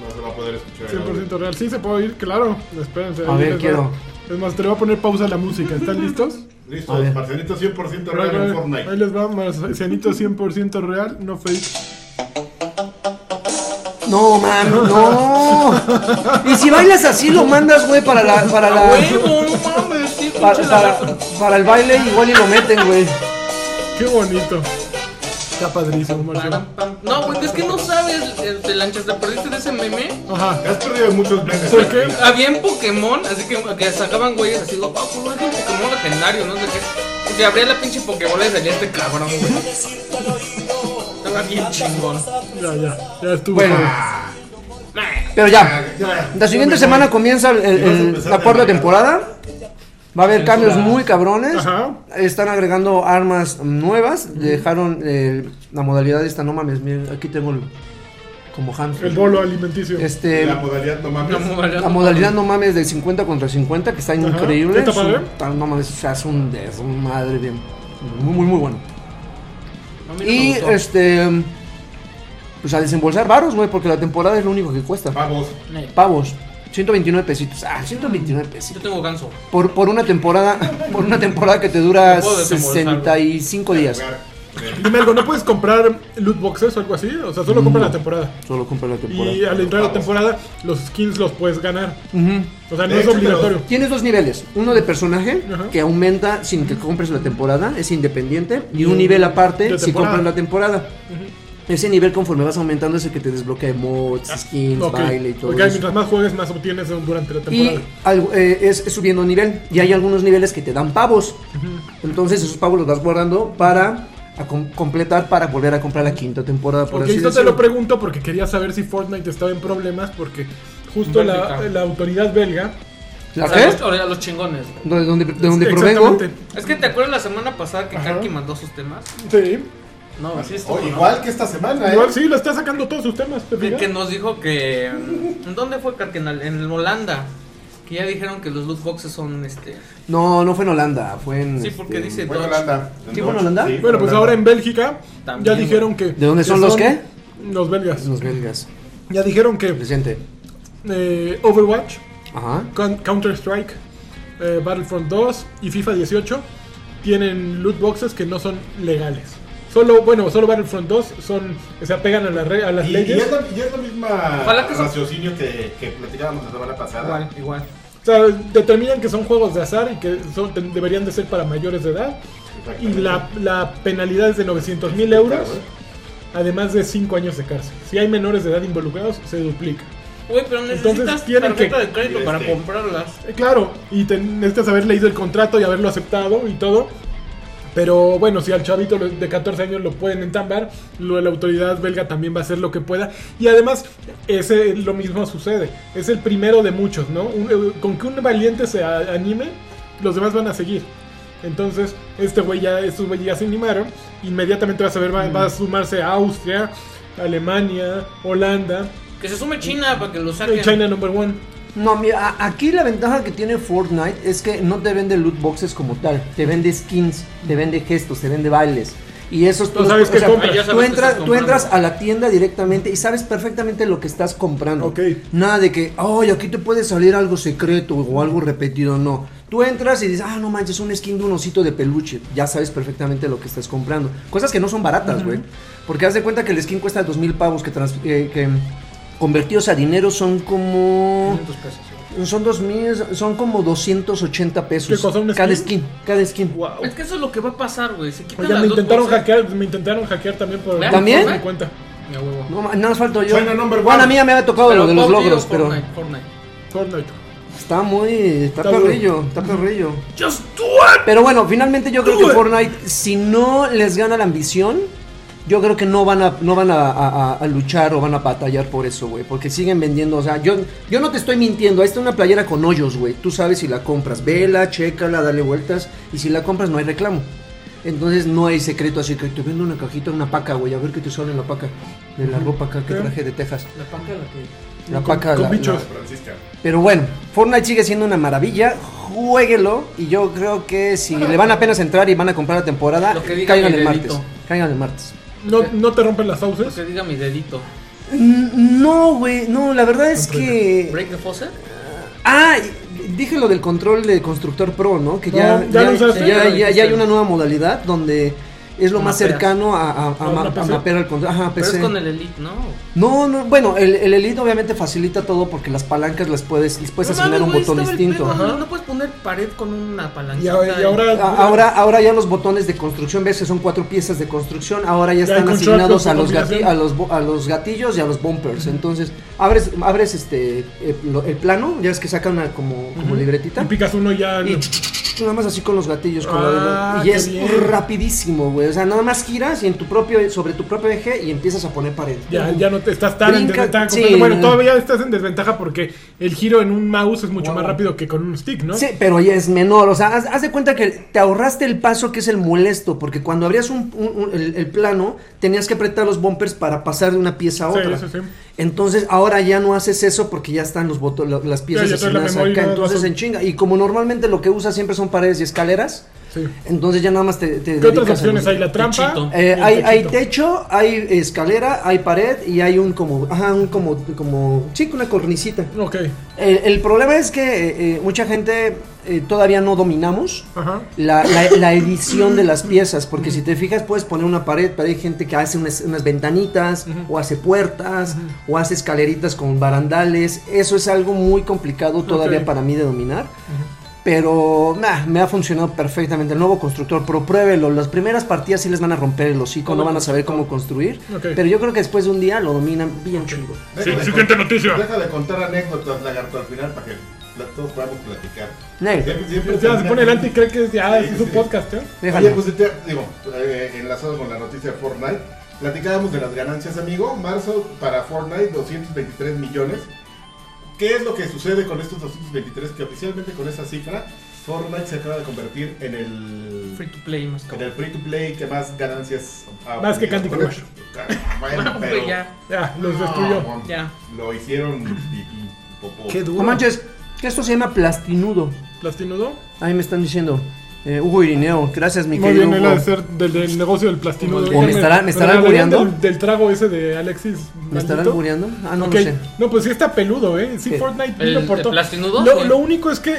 Speaker 1: No se va a poder escuchar. el audio.
Speaker 3: 100% real. Sí, se puede oír, claro. Espérense.
Speaker 2: A
Speaker 3: ahí
Speaker 2: ver,
Speaker 3: les va.
Speaker 2: quiero.
Speaker 3: Es más, te le voy a poner pausa a la música. ¿Están listos?
Speaker 1: Listo,
Speaker 2: A ver.
Speaker 1: marcianito 100%
Speaker 3: Ahí
Speaker 1: real en
Speaker 3: va- Ahí
Speaker 1: Fortnite.
Speaker 3: les va, Marcianito 100% real, no fake.
Speaker 2: No, man, no. Y si bailas así, lo mandas, güey, para la. Para
Speaker 4: A
Speaker 2: la
Speaker 4: huevo, no mames, sí,
Speaker 2: para,
Speaker 4: Ah, pinche
Speaker 2: para-
Speaker 4: lagarto.
Speaker 2: para el baile, igual y lo meten, güey.
Speaker 3: Qué bonito. Está padrísimo, Marcianito.
Speaker 4: Param, pam. No, güey, es que no sabes, eh, te lanchas, te perdiste de ese meme.
Speaker 3: Ajá.
Speaker 1: Te has perdido muchos meses.
Speaker 3: ¿Por qué?
Speaker 4: Había en Pokémon, así que, que sacaban güeyes así, digo, "Ah, pues, es un Pokémon legendario, no sé qué. Y te abría la pinche Pokébola y salía este cabrón, güey. Estaba bien chingón.
Speaker 3: Ya, ya. Ya estuvo.
Speaker 2: Bueno,
Speaker 4: Nah.
Speaker 2: pero ya.
Speaker 1: Ya,
Speaker 2: La siguiente semana comienza el- el-
Speaker 1: Ya vas a
Speaker 2: el-
Speaker 1: empezar
Speaker 2: la
Speaker 1: de
Speaker 2: cuarta
Speaker 1: agregar.
Speaker 2: temporada. Va a haber cambios muy cabrones.
Speaker 3: Ajá.
Speaker 2: Están agregando armas nuevas. Dejaron eh, la modalidad esta, no mames, miren, aquí tengo el, como Hans.
Speaker 3: El bolo alimenticio.
Speaker 2: Este,
Speaker 1: La
Speaker 2: la,
Speaker 1: modalidad no mames.
Speaker 4: No, modalidad.
Speaker 2: modalidad no mames de 50 contra 50 que está increíble.
Speaker 3: ¿Está
Speaker 2: Es un-
Speaker 3: padre?
Speaker 2: está- no mames, se hace un desmadre bien. Muy, muy, muy bueno.
Speaker 4: A mí no me
Speaker 2: Y
Speaker 4: gustó.
Speaker 2: este, pues a desembolsar varos, güey, porque la temporada es lo único que cuesta.
Speaker 1: Vamos.
Speaker 4: Nah.
Speaker 2: Pavos, 129 pesitos. Ah, 129 pesitos.
Speaker 4: Yo tengo ganso.
Speaker 2: Por, por una temporada, por una temporada que te dura
Speaker 4: Te puedo desembolsar, güey.
Speaker 2: 65 días.
Speaker 1: jugar. Eh,
Speaker 3: Dime algo, ¿no puedes comprar loot boxes o algo así? O sea, solo compra la temporada.
Speaker 2: Solo compra la temporada.
Speaker 3: Y al entrar a la temporada, los skins los puedes ganar.
Speaker 2: Ujú.
Speaker 3: O sea,
Speaker 1: De
Speaker 3: no es
Speaker 1: hecho, te los-
Speaker 3: obligatorio.
Speaker 2: Tienes dos niveles, uno de personaje
Speaker 3: Ajá.
Speaker 2: que aumenta sin que compres la temporada, es independiente, y un nivel aparte
Speaker 3: de
Speaker 2: si
Speaker 3: temporada.
Speaker 2: compras la temporada. Ese nivel conforme vas aumentando es el que te desbloquea emotes, skins,
Speaker 3: Ah, Ok.
Speaker 2: baile y todo
Speaker 3: Ok,
Speaker 2: eso.
Speaker 3: mientras más juegues, más obtienes durante la
Speaker 2: Y
Speaker 3: temporada.
Speaker 2: al- eh, es, es subiendo nivel. Y hay algunos niveles que te dan pavos. Entonces esos pavos los vas guardando para a com- completar, para volver a comprar la quinta temporada. Por
Speaker 3: Ok,
Speaker 2: así
Speaker 3: esto te
Speaker 2: decirlo.
Speaker 3: lo pregunto porque quería saber si Fortnite estaba en problemas porque justo la,
Speaker 4: Bélgica.
Speaker 3: la autoridad belga...
Speaker 2: ¿La
Speaker 4: A
Speaker 2: qué?
Speaker 4: los- A los chingones, güey.
Speaker 2: ¿De donde, de donde provengo?
Speaker 3: Exactamente.
Speaker 4: Es que te acuerdas la semana pasada que
Speaker 3: Ajá.
Speaker 4: Karki mandó sus temas.
Speaker 3: Sí.
Speaker 4: No, sí estuvo,
Speaker 1: O
Speaker 4: ¿no?
Speaker 1: Oh, igual que esta semana, ¿eh?
Speaker 3: Igual sí, le está sacando todos sus temas. ¿te
Speaker 4: Que,
Speaker 3: fijas?
Speaker 4: que nos dijo que. mm, ¿Dónde fue Cardenal? En Holanda. Que ya dijeron que los loot boxes son este.
Speaker 2: No, no fue en Holanda, fue en.
Speaker 4: Sí, porque
Speaker 2: este,
Speaker 4: dice
Speaker 1: Fue en
Speaker 4: Dodge.
Speaker 1: Holanda.
Speaker 2: ¿Sí fue en Holanda?
Speaker 1: Sí, fue
Speaker 3: Bueno, pues
Speaker 1: Holanda.
Speaker 3: ahora en Bélgica
Speaker 4: También,
Speaker 3: ya
Speaker 4: güey.
Speaker 3: dijeron que...
Speaker 2: ¿De dónde
Speaker 3: que
Speaker 2: son los qué?
Speaker 3: Los belgas.
Speaker 2: Los belgas.
Speaker 3: Ya dijeron que
Speaker 2: Presente.
Speaker 3: eh, Overwatch,
Speaker 2: Ajá.
Speaker 3: Con- Counter-Strike, eh, Battlefront 2 y FIFA 18 tienen loot boxes que no son legales. Solo, bueno, solo Battlefront 2 son, se apegan a, la re- a las
Speaker 1: Y, y
Speaker 3: leyes.
Speaker 1: es la, y es la misma
Speaker 4: Ojalá que eso-
Speaker 1: raciocinio que, que platicábamos la semana pasada.
Speaker 4: Igual, igual.
Speaker 3: O sea, determinan que son juegos de azar y que son- te- deberían de ser para mayores de edad. Y
Speaker 1: Exactamente.
Speaker 3: la, la penalidad es de 900 mil euros, además de 5 años de cárcel. Si hay menores de edad involucrados, se duplica.
Speaker 4: Güey, pero necesitas
Speaker 3: Entonces, tienen
Speaker 4: tarjeta
Speaker 3: que-
Speaker 4: de crédito para
Speaker 1: Este.
Speaker 4: comprarlas.
Speaker 3: Eh, Claro, y te- necesitas haber leído el contrato y haberlo aceptado y todo. Pero bueno, si al chavito lo- de 14 años lo pueden entambar, lo, la autoridad belga también va a hacer lo que pueda. Y además, ese, lo mismo sucede. Es el primero de muchos, ¿no? Un- eh, con que un valiente se a- anime, los demás van a seguir. Entonces, este güey ya, estos güeyes ya se animaron. Inmediatamente vas a ver, va, va a sumarse a Austria, Alemania, Holanda,
Speaker 4: Que se sume China para que lo
Speaker 3: eh,
Speaker 4: saquen.
Speaker 3: China number one.
Speaker 2: No, mira, a- aquí la ventaja que tiene Fortnite es que no te vende loot boxes como tal, te vende skins, te vende gestos, te vende bailes. Y eso es
Speaker 3: Tú sabes qué compras.
Speaker 4: Ah, ya sabes
Speaker 2: tú,
Speaker 4: qué
Speaker 2: entras,
Speaker 4: estás
Speaker 2: tú entras
Speaker 4: comprando.
Speaker 2: a la tienda directamente y sabes perfectamente lo que estás comprando.
Speaker 3: Ok.
Speaker 2: Nada de que, ay, aquí te puede salir algo secreto o algo repetido, no. Tú entras y dices, ah, no manches, un skin de un osito de peluche. Ya sabes perfectamente lo que estás comprando. Cosas que no son baratas, güey. Porque haz de cuenta que el skin cuesta dos mil pavos que, trans- eh, que convertidos a dinero son como...
Speaker 4: 500 pesos.
Speaker 2: Son 2000, son como 280 pesos.
Speaker 3: ¿Qué cosa, un
Speaker 2: Cada
Speaker 3: skin?
Speaker 2: skin, cada skin.
Speaker 3: Wow.
Speaker 4: Es que eso es lo que va a pasar, güey. Se quitan
Speaker 3: Oye,
Speaker 4: las
Speaker 3: me
Speaker 4: loot
Speaker 3: intentaron
Speaker 4: boxes.
Speaker 3: hackear, me intentaron hackear también por
Speaker 2: ¿También?
Speaker 3: por mi cuenta.
Speaker 4: Ya, huevo.
Speaker 2: No, ma- nada más falto yo.
Speaker 1: China number one.
Speaker 2: Bueno, a mí ya me había tocado
Speaker 4: Pero
Speaker 2: lo de los
Speaker 4: PUBG o
Speaker 2: logros, pero
Speaker 4: Fortnite, Fortnite.
Speaker 3: Fortnite.
Speaker 2: está muy. Está,
Speaker 3: Está
Speaker 2: perrillo, está perrillo.
Speaker 4: Just do it.
Speaker 2: Pero bueno, finalmente yo creo
Speaker 4: Tú,
Speaker 2: que
Speaker 4: eh.
Speaker 2: Fortnite, si no les gana la ambición, yo creo que no van a, no van a, a- a- a luchar o van a batallar por eso, güey. Porque siguen vendiendo, o sea, yo, yo no te estoy mintiendo. Ahí está una playera con hoyos, güey. Tú sabes si la compras. Vela, chécala, dale vueltas. Y si la compras, no hay reclamo. Entonces no hay secreto así que te vendo una cajita, una paca, güey. A ver qué te sale en la paca. De la ropa acá que
Speaker 3: Sí.
Speaker 2: traje de Texas.
Speaker 4: La panca la que.
Speaker 2: La
Speaker 3: Con-
Speaker 2: paca,
Speaker 3: con
Speaker 2: la-
Speaker 3: bichos.
Speaker 2: la-
Speaker 1: Francisca.
Speaker 2: pero bueno, Fortnite sigue siendo una maravilla. Jueguelo. Y yo creo que si le van apenas a entrar y van a comprar la temporada,
Speaker 4: Lo que diga
Speaker 2: caigan
Speaker 4: mi
Speaker 2: el
Speaker 4: dedito.
Speaker 2: martes. Caigan el martes.
Speaker 3: No, no te rompen las
Speaker 4: Lo
Speaker 3: sauces.
Speaker 4: que diga mi dedito.
Speaker 2: N- Mm, No, güey, no, la verdad es que.
Speaker 4: Break the faucet.
Speaker 2: Ah, y- dije lo del control de Constructor Pro, ¿no? Que ya,
Speaker 3: No, ya lo usaste.
Speaker 2: ya-
Speaker 4: Ya lo
Speaker 2: ya- ya
Speaker 4: dijiste.
Speaker 2: hay una nueva modalidad donde es lo más
Speaker 4: Mapeas.
Speaker 2: cercano a, a, a
Speaker 3: A una
Speaker 2: ma- a
Speaker 3: PC.
Speaker 2: mapear el control. Ajá,
Speaker 4: Pero es
Speaker 2: PC.
Speaker 4: con el Elite, ¿no?
Speaker 2: No, no, bueno, el, el Elite obviamente facilita todo porque las palancas las puedes, les puedes
Speaker 4: No
Speaker 2: asignar
Speaker 4: mames,
Speaker 2: un
Speaker 4: güey,
Speaker 2: botón
Speaker 4: estaba el
Speaker 2: distinto.
Speaker 4: pedo,
Speaker 2: Ajá.
Speaker 4: No, no puedes poner pared con una palanca.
Speaker 3: Y ahora- y ahora-
Speaker 2: A- Ahora, ahora ya los botones de construcción, ves que son cuatro piezas de construcción, ahora ya
Speaker 3: Ya
Speaker 2: están
Speaker 3: con
Speaker 2: asignados
Speaker 3: shortcuts
Speaker 2: a
Speaker 3: de
Speaker 2: los, gati-
Speaker 3: combinación.
Speaker 2: a, los, bo- a los gatillos y a los bumpers. Entonces, abres, abres este eh, lo- el plano, ya es que saca una como, como
Speaker 3: Y
Speaker 2: libretita.
Speaker 3: picas uno y ya.
Speaker 2: Y
Speaker 3: lo-
Speaker 2: nada más así con los gatillos. con la-
Speaker 3: Ah,
Speaker 2: y
Speaker 3: qué
Speaker 2: es
Speaker 3: bien.
Speaker 2: rapidísimo, güey. O sea, nada más giras y en tu propio, sobre tu propio eje y empiezas a poner pared.
Speaker 3: Ya, ya no te estás tan en
Speaker 2: uh, Brinca-
Speaker 3: desventaja.
Speaker 2: sí.
Speaker 3: completa. Bueno, todavía estás en desventaja porque el giro en un mouse es mucho
Speaker 2: Wow.
Speaker 3: más rápido que con un stick, ¿no?
Speaker 2: Sí, pero ya es menor. O sea, haz, haz de cuenta que te ahorraste el paso que es el molesto, porque cuando abrías un, un- un- el, el plano, tenías que apretar los bumpers para pasar de una pieza a
Speaker 3: Sí,
Speaker 2: otra.
Speaker 3: sí, sí.
Speaker 2: Entonces, ahora ya no haces eso porque ya están los botones, las piezas
Speaker 3: ya traes la
Speaker 2: asignadas
Speaker 3: memoria y
Speaker 2: acá.
Speaker 3: no las
Speaker 2: Entonces,
Speaker 3: son-
Speaker 2: en chinga. Y como normalmente lo que usas siempre son paredes y escaleras,
Speaker 3: Sí.
Speaker 2: entonces ya nada más te. te
Speaker 3: ¿Qué otras
Speaker 2: dedicas a
Speaker 3: opciones
Speaker 2: los-
Speaker 3: hay? La trampa.
Speaker 4: Techito.
Speaker 2: Eh,
Speaker 3: y el
Speaker 2: hay, hay
Speaker 3: techito.
Speaker 2: techo, hay escalera, hay pared y hay un como. Ajá, un como. como sí, una cornicita.
Speaker 3: Ok.
Speaker 2: El, el problema es que eh, eh, mucha gente eh, todavía no dominamos
Speaker 3: Ajá.
Speaker 2: la, la- la edición de las piezas, porque si te fijas puedes poner una pared, pero hay gente que hace unas, unas ventanitas, o hace puertas, o hace escaleritas con barandales. Eso es algo muy complicado todavía
Speaker 3: Ok.
Speaker 2: para mí de dominar. Pero nah, me ha funcionado perfectamente el nuevo constructor, pero pruébelo. Las primeras partidas sí les van a romper el hocico, no van a saber cómo construir.
Speaker 3: Ok.
Speaker 2: Pero yo creo que después de un día lo dominan bien chido.
Speaker 1: Deja de
Speaker 3: siguiente
Speaker 1: con-
Speaker 3: noticia.
Speaker 1: Deja de contar anécdotas, lagarto, al final para que la- todos podamos platicar.
Speaker 2: Nel.
Speaker 1: Siempre- siempre
Speaker 3: O sea, se
Speaker 1: termina-
Speaker 3: pone el anti y cree que es, ya,
Speaker 1: Sí,
Speaker 3: es un
Speaker 1: sí.
Speaker 3: podcast, ¿eh?
Speaker 2: Déjalo.
Speaker 1: Oye, pues te- digo, eh, enlazado con la noticia de Fortnite, platicábamos de las ganancias, amigo. Marzo para Fortnite, 223 millones. ¿Qué es lo que sucede con estos 223? Que oficialmente con esa cifra, Fortnite se acaba de convertir en el
Speaker 4: free to play más
Speaker 1: En el
Speaker 4: cabrón.
Speaker 1: free to play que más ganancias. ha
Speaker 3: Más que
Speaker 1: obtenido.
Speaker 3: Candy Crush.
Speaker 1: Bueno,
Speaker 4: No,
Speaker 1: pero-
Speaker 4: güey, pues ya.
Speaker 3: Ya, los
Speaker 1: No,
Speaker 3: destruyó.
Speaker 2: Ah,
Speaker 1: mon,
Speaker 4: Ya.
Speaker 1: Lo hicieron pipí, popó.
Speaker 2: No manches, que esto se llama plastinudo.
Speaker 3: ¿Plastinudo?
Speaker 2: Ahí me están diciendo. eh, Hugo Irineo, gracias mi
Speaker 3: Muy
Speaker 2: querido
Speaker 3: bien, él
Speaker 2: Hugo.
Speaker 3: ha de ser del, del negocio del plastinudo.
Speaker 4: O me
Speaker 3: Déjame-
Speaker 2: estará- me estará
Speaker 3: hablarían
Speaker 2: albureando.
Speaker 3: Del, del trago ese de Alexis.
Speaker 2: ¿Me estarán
Speaker 3: maldito.
Speaker 2: muriendo? Ah, no,
Speaker 3: Ok.
Speaker 2: no sé.
Speaker 3: No, pues sí está peludo, ¿eh? Sí,
Speaker 2: ¿Qué?
Speaker 3: Fortnite
Speaker 4: ¿El-
Speaker 3: vino por
Speaker 4: el
Speaker 3: todo.
Speaker 4: plastinudo?
Speaker 3: Lo,
Speaker 4: Sí.
Speaker 3: lo único es que,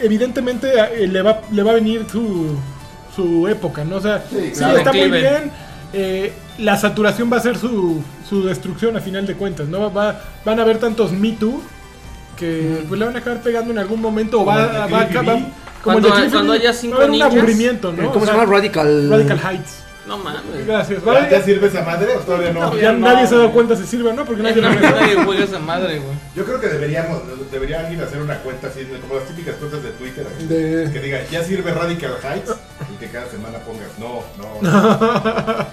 Speaker 3: evidentemente, eh, le va, le va a venir su, su época, ¿no? O sea, sí,
Speaker 1: claro.
Speaker 3: está muy
Speaker 4: Declive.
Speaker 3: bien. eh, la saturación va a ser su, su destrucción a final de cuentas, ¿no? Va, van a haber tantos Me Too que pues, le van a acabar pegando en algún momento o
Speaker 1: Como el de
Speaker 3: va, va,
Speaker 1: Cliffy
Speaker 3: va-
Speaker 1: B.
Speaker 3: como el de
Speaker 4: Cuando-
Speaker 3: Cliffy
Speaker 4: cuando
Speaker 3: B,
Speaker 4: haya
Speaker 3: va a
Speaker 4: cinco
Speaker 3: haber un
Speaker 4: ninjas.
Speaker 3: aburrimiento, ¿no?
Speaker 2: Eh, ¿Cómo
Speaker 3: O
Speaker 2: se
Speaker 3: sea,
Speaker 2: llama? Radical.
Speaker 3: Radical Heights.
Speaker 4: No mames.
Speaker 3: Gracias. va a
Speaker 1: ¿Ya,
Speaker 3: haber-
Speaker 1: ya sirve esa madre o todavía no?
Speaker 3: ya
Speaker 4: no.
Speaker 3: nadie se ha dado cuenta si sirve o no, porque nadie lo
Speaker 4: Nadie juega esa madre, güey.
Speaker 1: Yo creo que deberíamos, debería alguien hacer una cuenta así, como las típicas cuentas de Twitter, así,
Speaker 3: De-
Speaker 1: que diga, ya sirve Radical Heights y que cada semana pongas, no, no. no.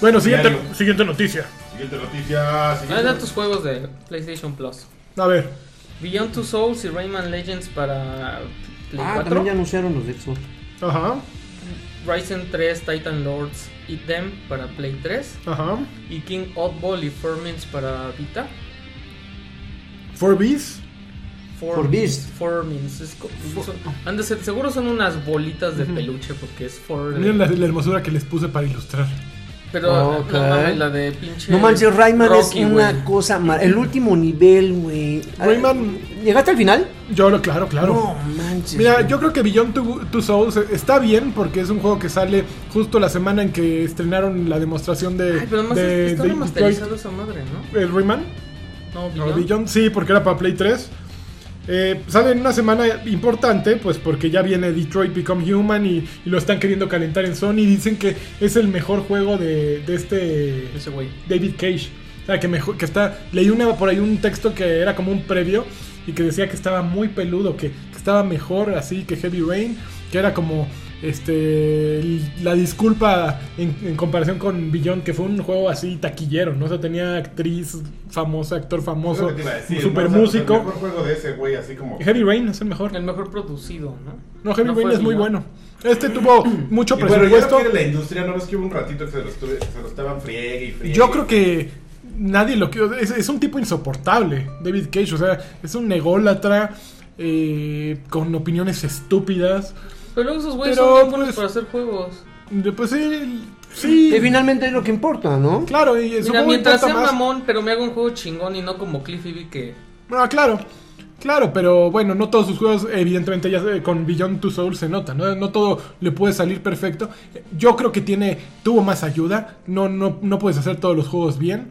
Speaker 3: Bueno, siguiente,
Speaker 1: Diario.
Speaker 3: siguiente noticia.
Speaker 1: Siguiente noticia,
Speaker 4: Ah,
Speaker 1: siguiente.
Speaker 4: da tus juegos de PlayStation Plus.
Speaker 3: A ver,
Speaker 4: Beyond Two Souls y Rayman Legends para Play
Speaker 2: Ah,
Speaker 4: 4.
Speaker 2: también ya anunciaron los de Xbox.
Speaker 3: ajá,
Speaker 4: Ryzen 3, Titan Lords y Them para Play 3.
Speaker 3: ajá.
Speaker 4: Y King Oddball y Fermins para Vita.
Speaker 3: Four Bs.
Speaker 2: Forbis.
Speaker 4: Formins. Es co- son- han de ser- seguro son unas bolitas de peluche porque es for.
Speaker 3: Miren la, la hermosura que les puse para ilustrar.
Speaker 4: Pero
Speaker 2: Ok.
Speaker 4: no mames, la de pinche.
Speaker 2: No manches, Rayman
Speaker 4: Rocky,
Speaker 2: es
Speaker 4: güey.
Speaker 2: una cosa mar... El último nivel, güey. Ah,
Speaker 3: Rayman-
Speaker 2: ¿Llegaste al final?
Speaker 3: Yo lo, claro, claro.
Speaker 2: No manches.
Speaker 3: Mira,
Speaker 2: güey.
Speaker 3: yo creo que Beyond Two, Two Souls eh, está bien porque es un juego que sale justo la semana en que estrenaron la demostración de.
Speaker 4: Ay, pero además
Speaker 3: de-
Speaker 4: es- está
Speaker 3: de
Speaker 4: remasterizado esa madre, ¿no?
Speaker 3: Detroit. ¿El Rayman?
Speaker 4: No,
Speaker 3: No,
Speaker 4: Beyond.
Speaker 3: Beyond, sí, porque era para Play 3. Eh, sale en una semana importante, pues porque ya viene Detroit Become Human y, y lo están queriendo calentar en Sony. Dicen que es el mejor juego de, de este.
Speaker 4: Ese güey.
Speaker 3: David Cage. O sea, que, mejor, que está. Leí una, por ahí un texto que era como un previo y que decía que estaba muy peludo, que, que estaba mejor así que Heavy Rain, que era como este la disculpa en, en comparación con Beyond, que fue un juego así taquillero, ¿no? O sea, tenía actriz famosa, actor
Speaker 1: Es lo
Speaker 3: famoso,
Speaker 1: que te iba a decir,
Speaker 3: super
Speaker 1: ¿no? O sea, pues, El
Speaker 3: músico.
Speaker 1: mejor juego de ese güey, así como.
Speaker 3: Heavy Rain es el mejor.
Speaker 4: El mejor producido, ¿no?
Speaker 3: No, Heavy
Speaker 4: No
Speaker 3: Rain
Speaker 4: fue
Speaker 3: es muy
Speaker 4: Beyond.
Speaker 3: bueno. Este tuvo mucho
Speaker 1: Y bueno, ya
Speaker 3: presupuesto.
Speaker 1: no quiere la industria, no es que hubo un ratito que se lo, estuve- se lo estaban friegue y friegue.
Speaker 3: Yo creo que nadie lo quiere. Es, es un tipo insoportable, David Cage. O sea, es un ególatra eh, con opiniones estúpidas.
Speaker 4: Pero luego esos güeyes
Speaker 3: Pero,
Speaker 4: son bien buenos
Speaker 3: pues,
Speaker 4: para hacer juegos.
Speaker 3: De- Pues sí, sí.
Speaker 2: Que finalmente es lo que importa, ¿no?
Speaker 3: Claro, y
Speaker 4: Mira,
Speaker 3: supongo que
Speaker 4: mientras sea
Speaker 3: importa más.
Speaker 4: mamón, pero me haga un juego chingón y no como Cliffy B que.
Speaker 3: Ah, claro. Claro, pero bueno, no todos sus juegos, evidentemente, ya eh, con Beyond Two Souls se nota, ¿no? No todo le puede salir perfecto. Eh, Yo creo que tiene, tuvo más ayuda. No, no, no puedes hacer todos los juegos bien.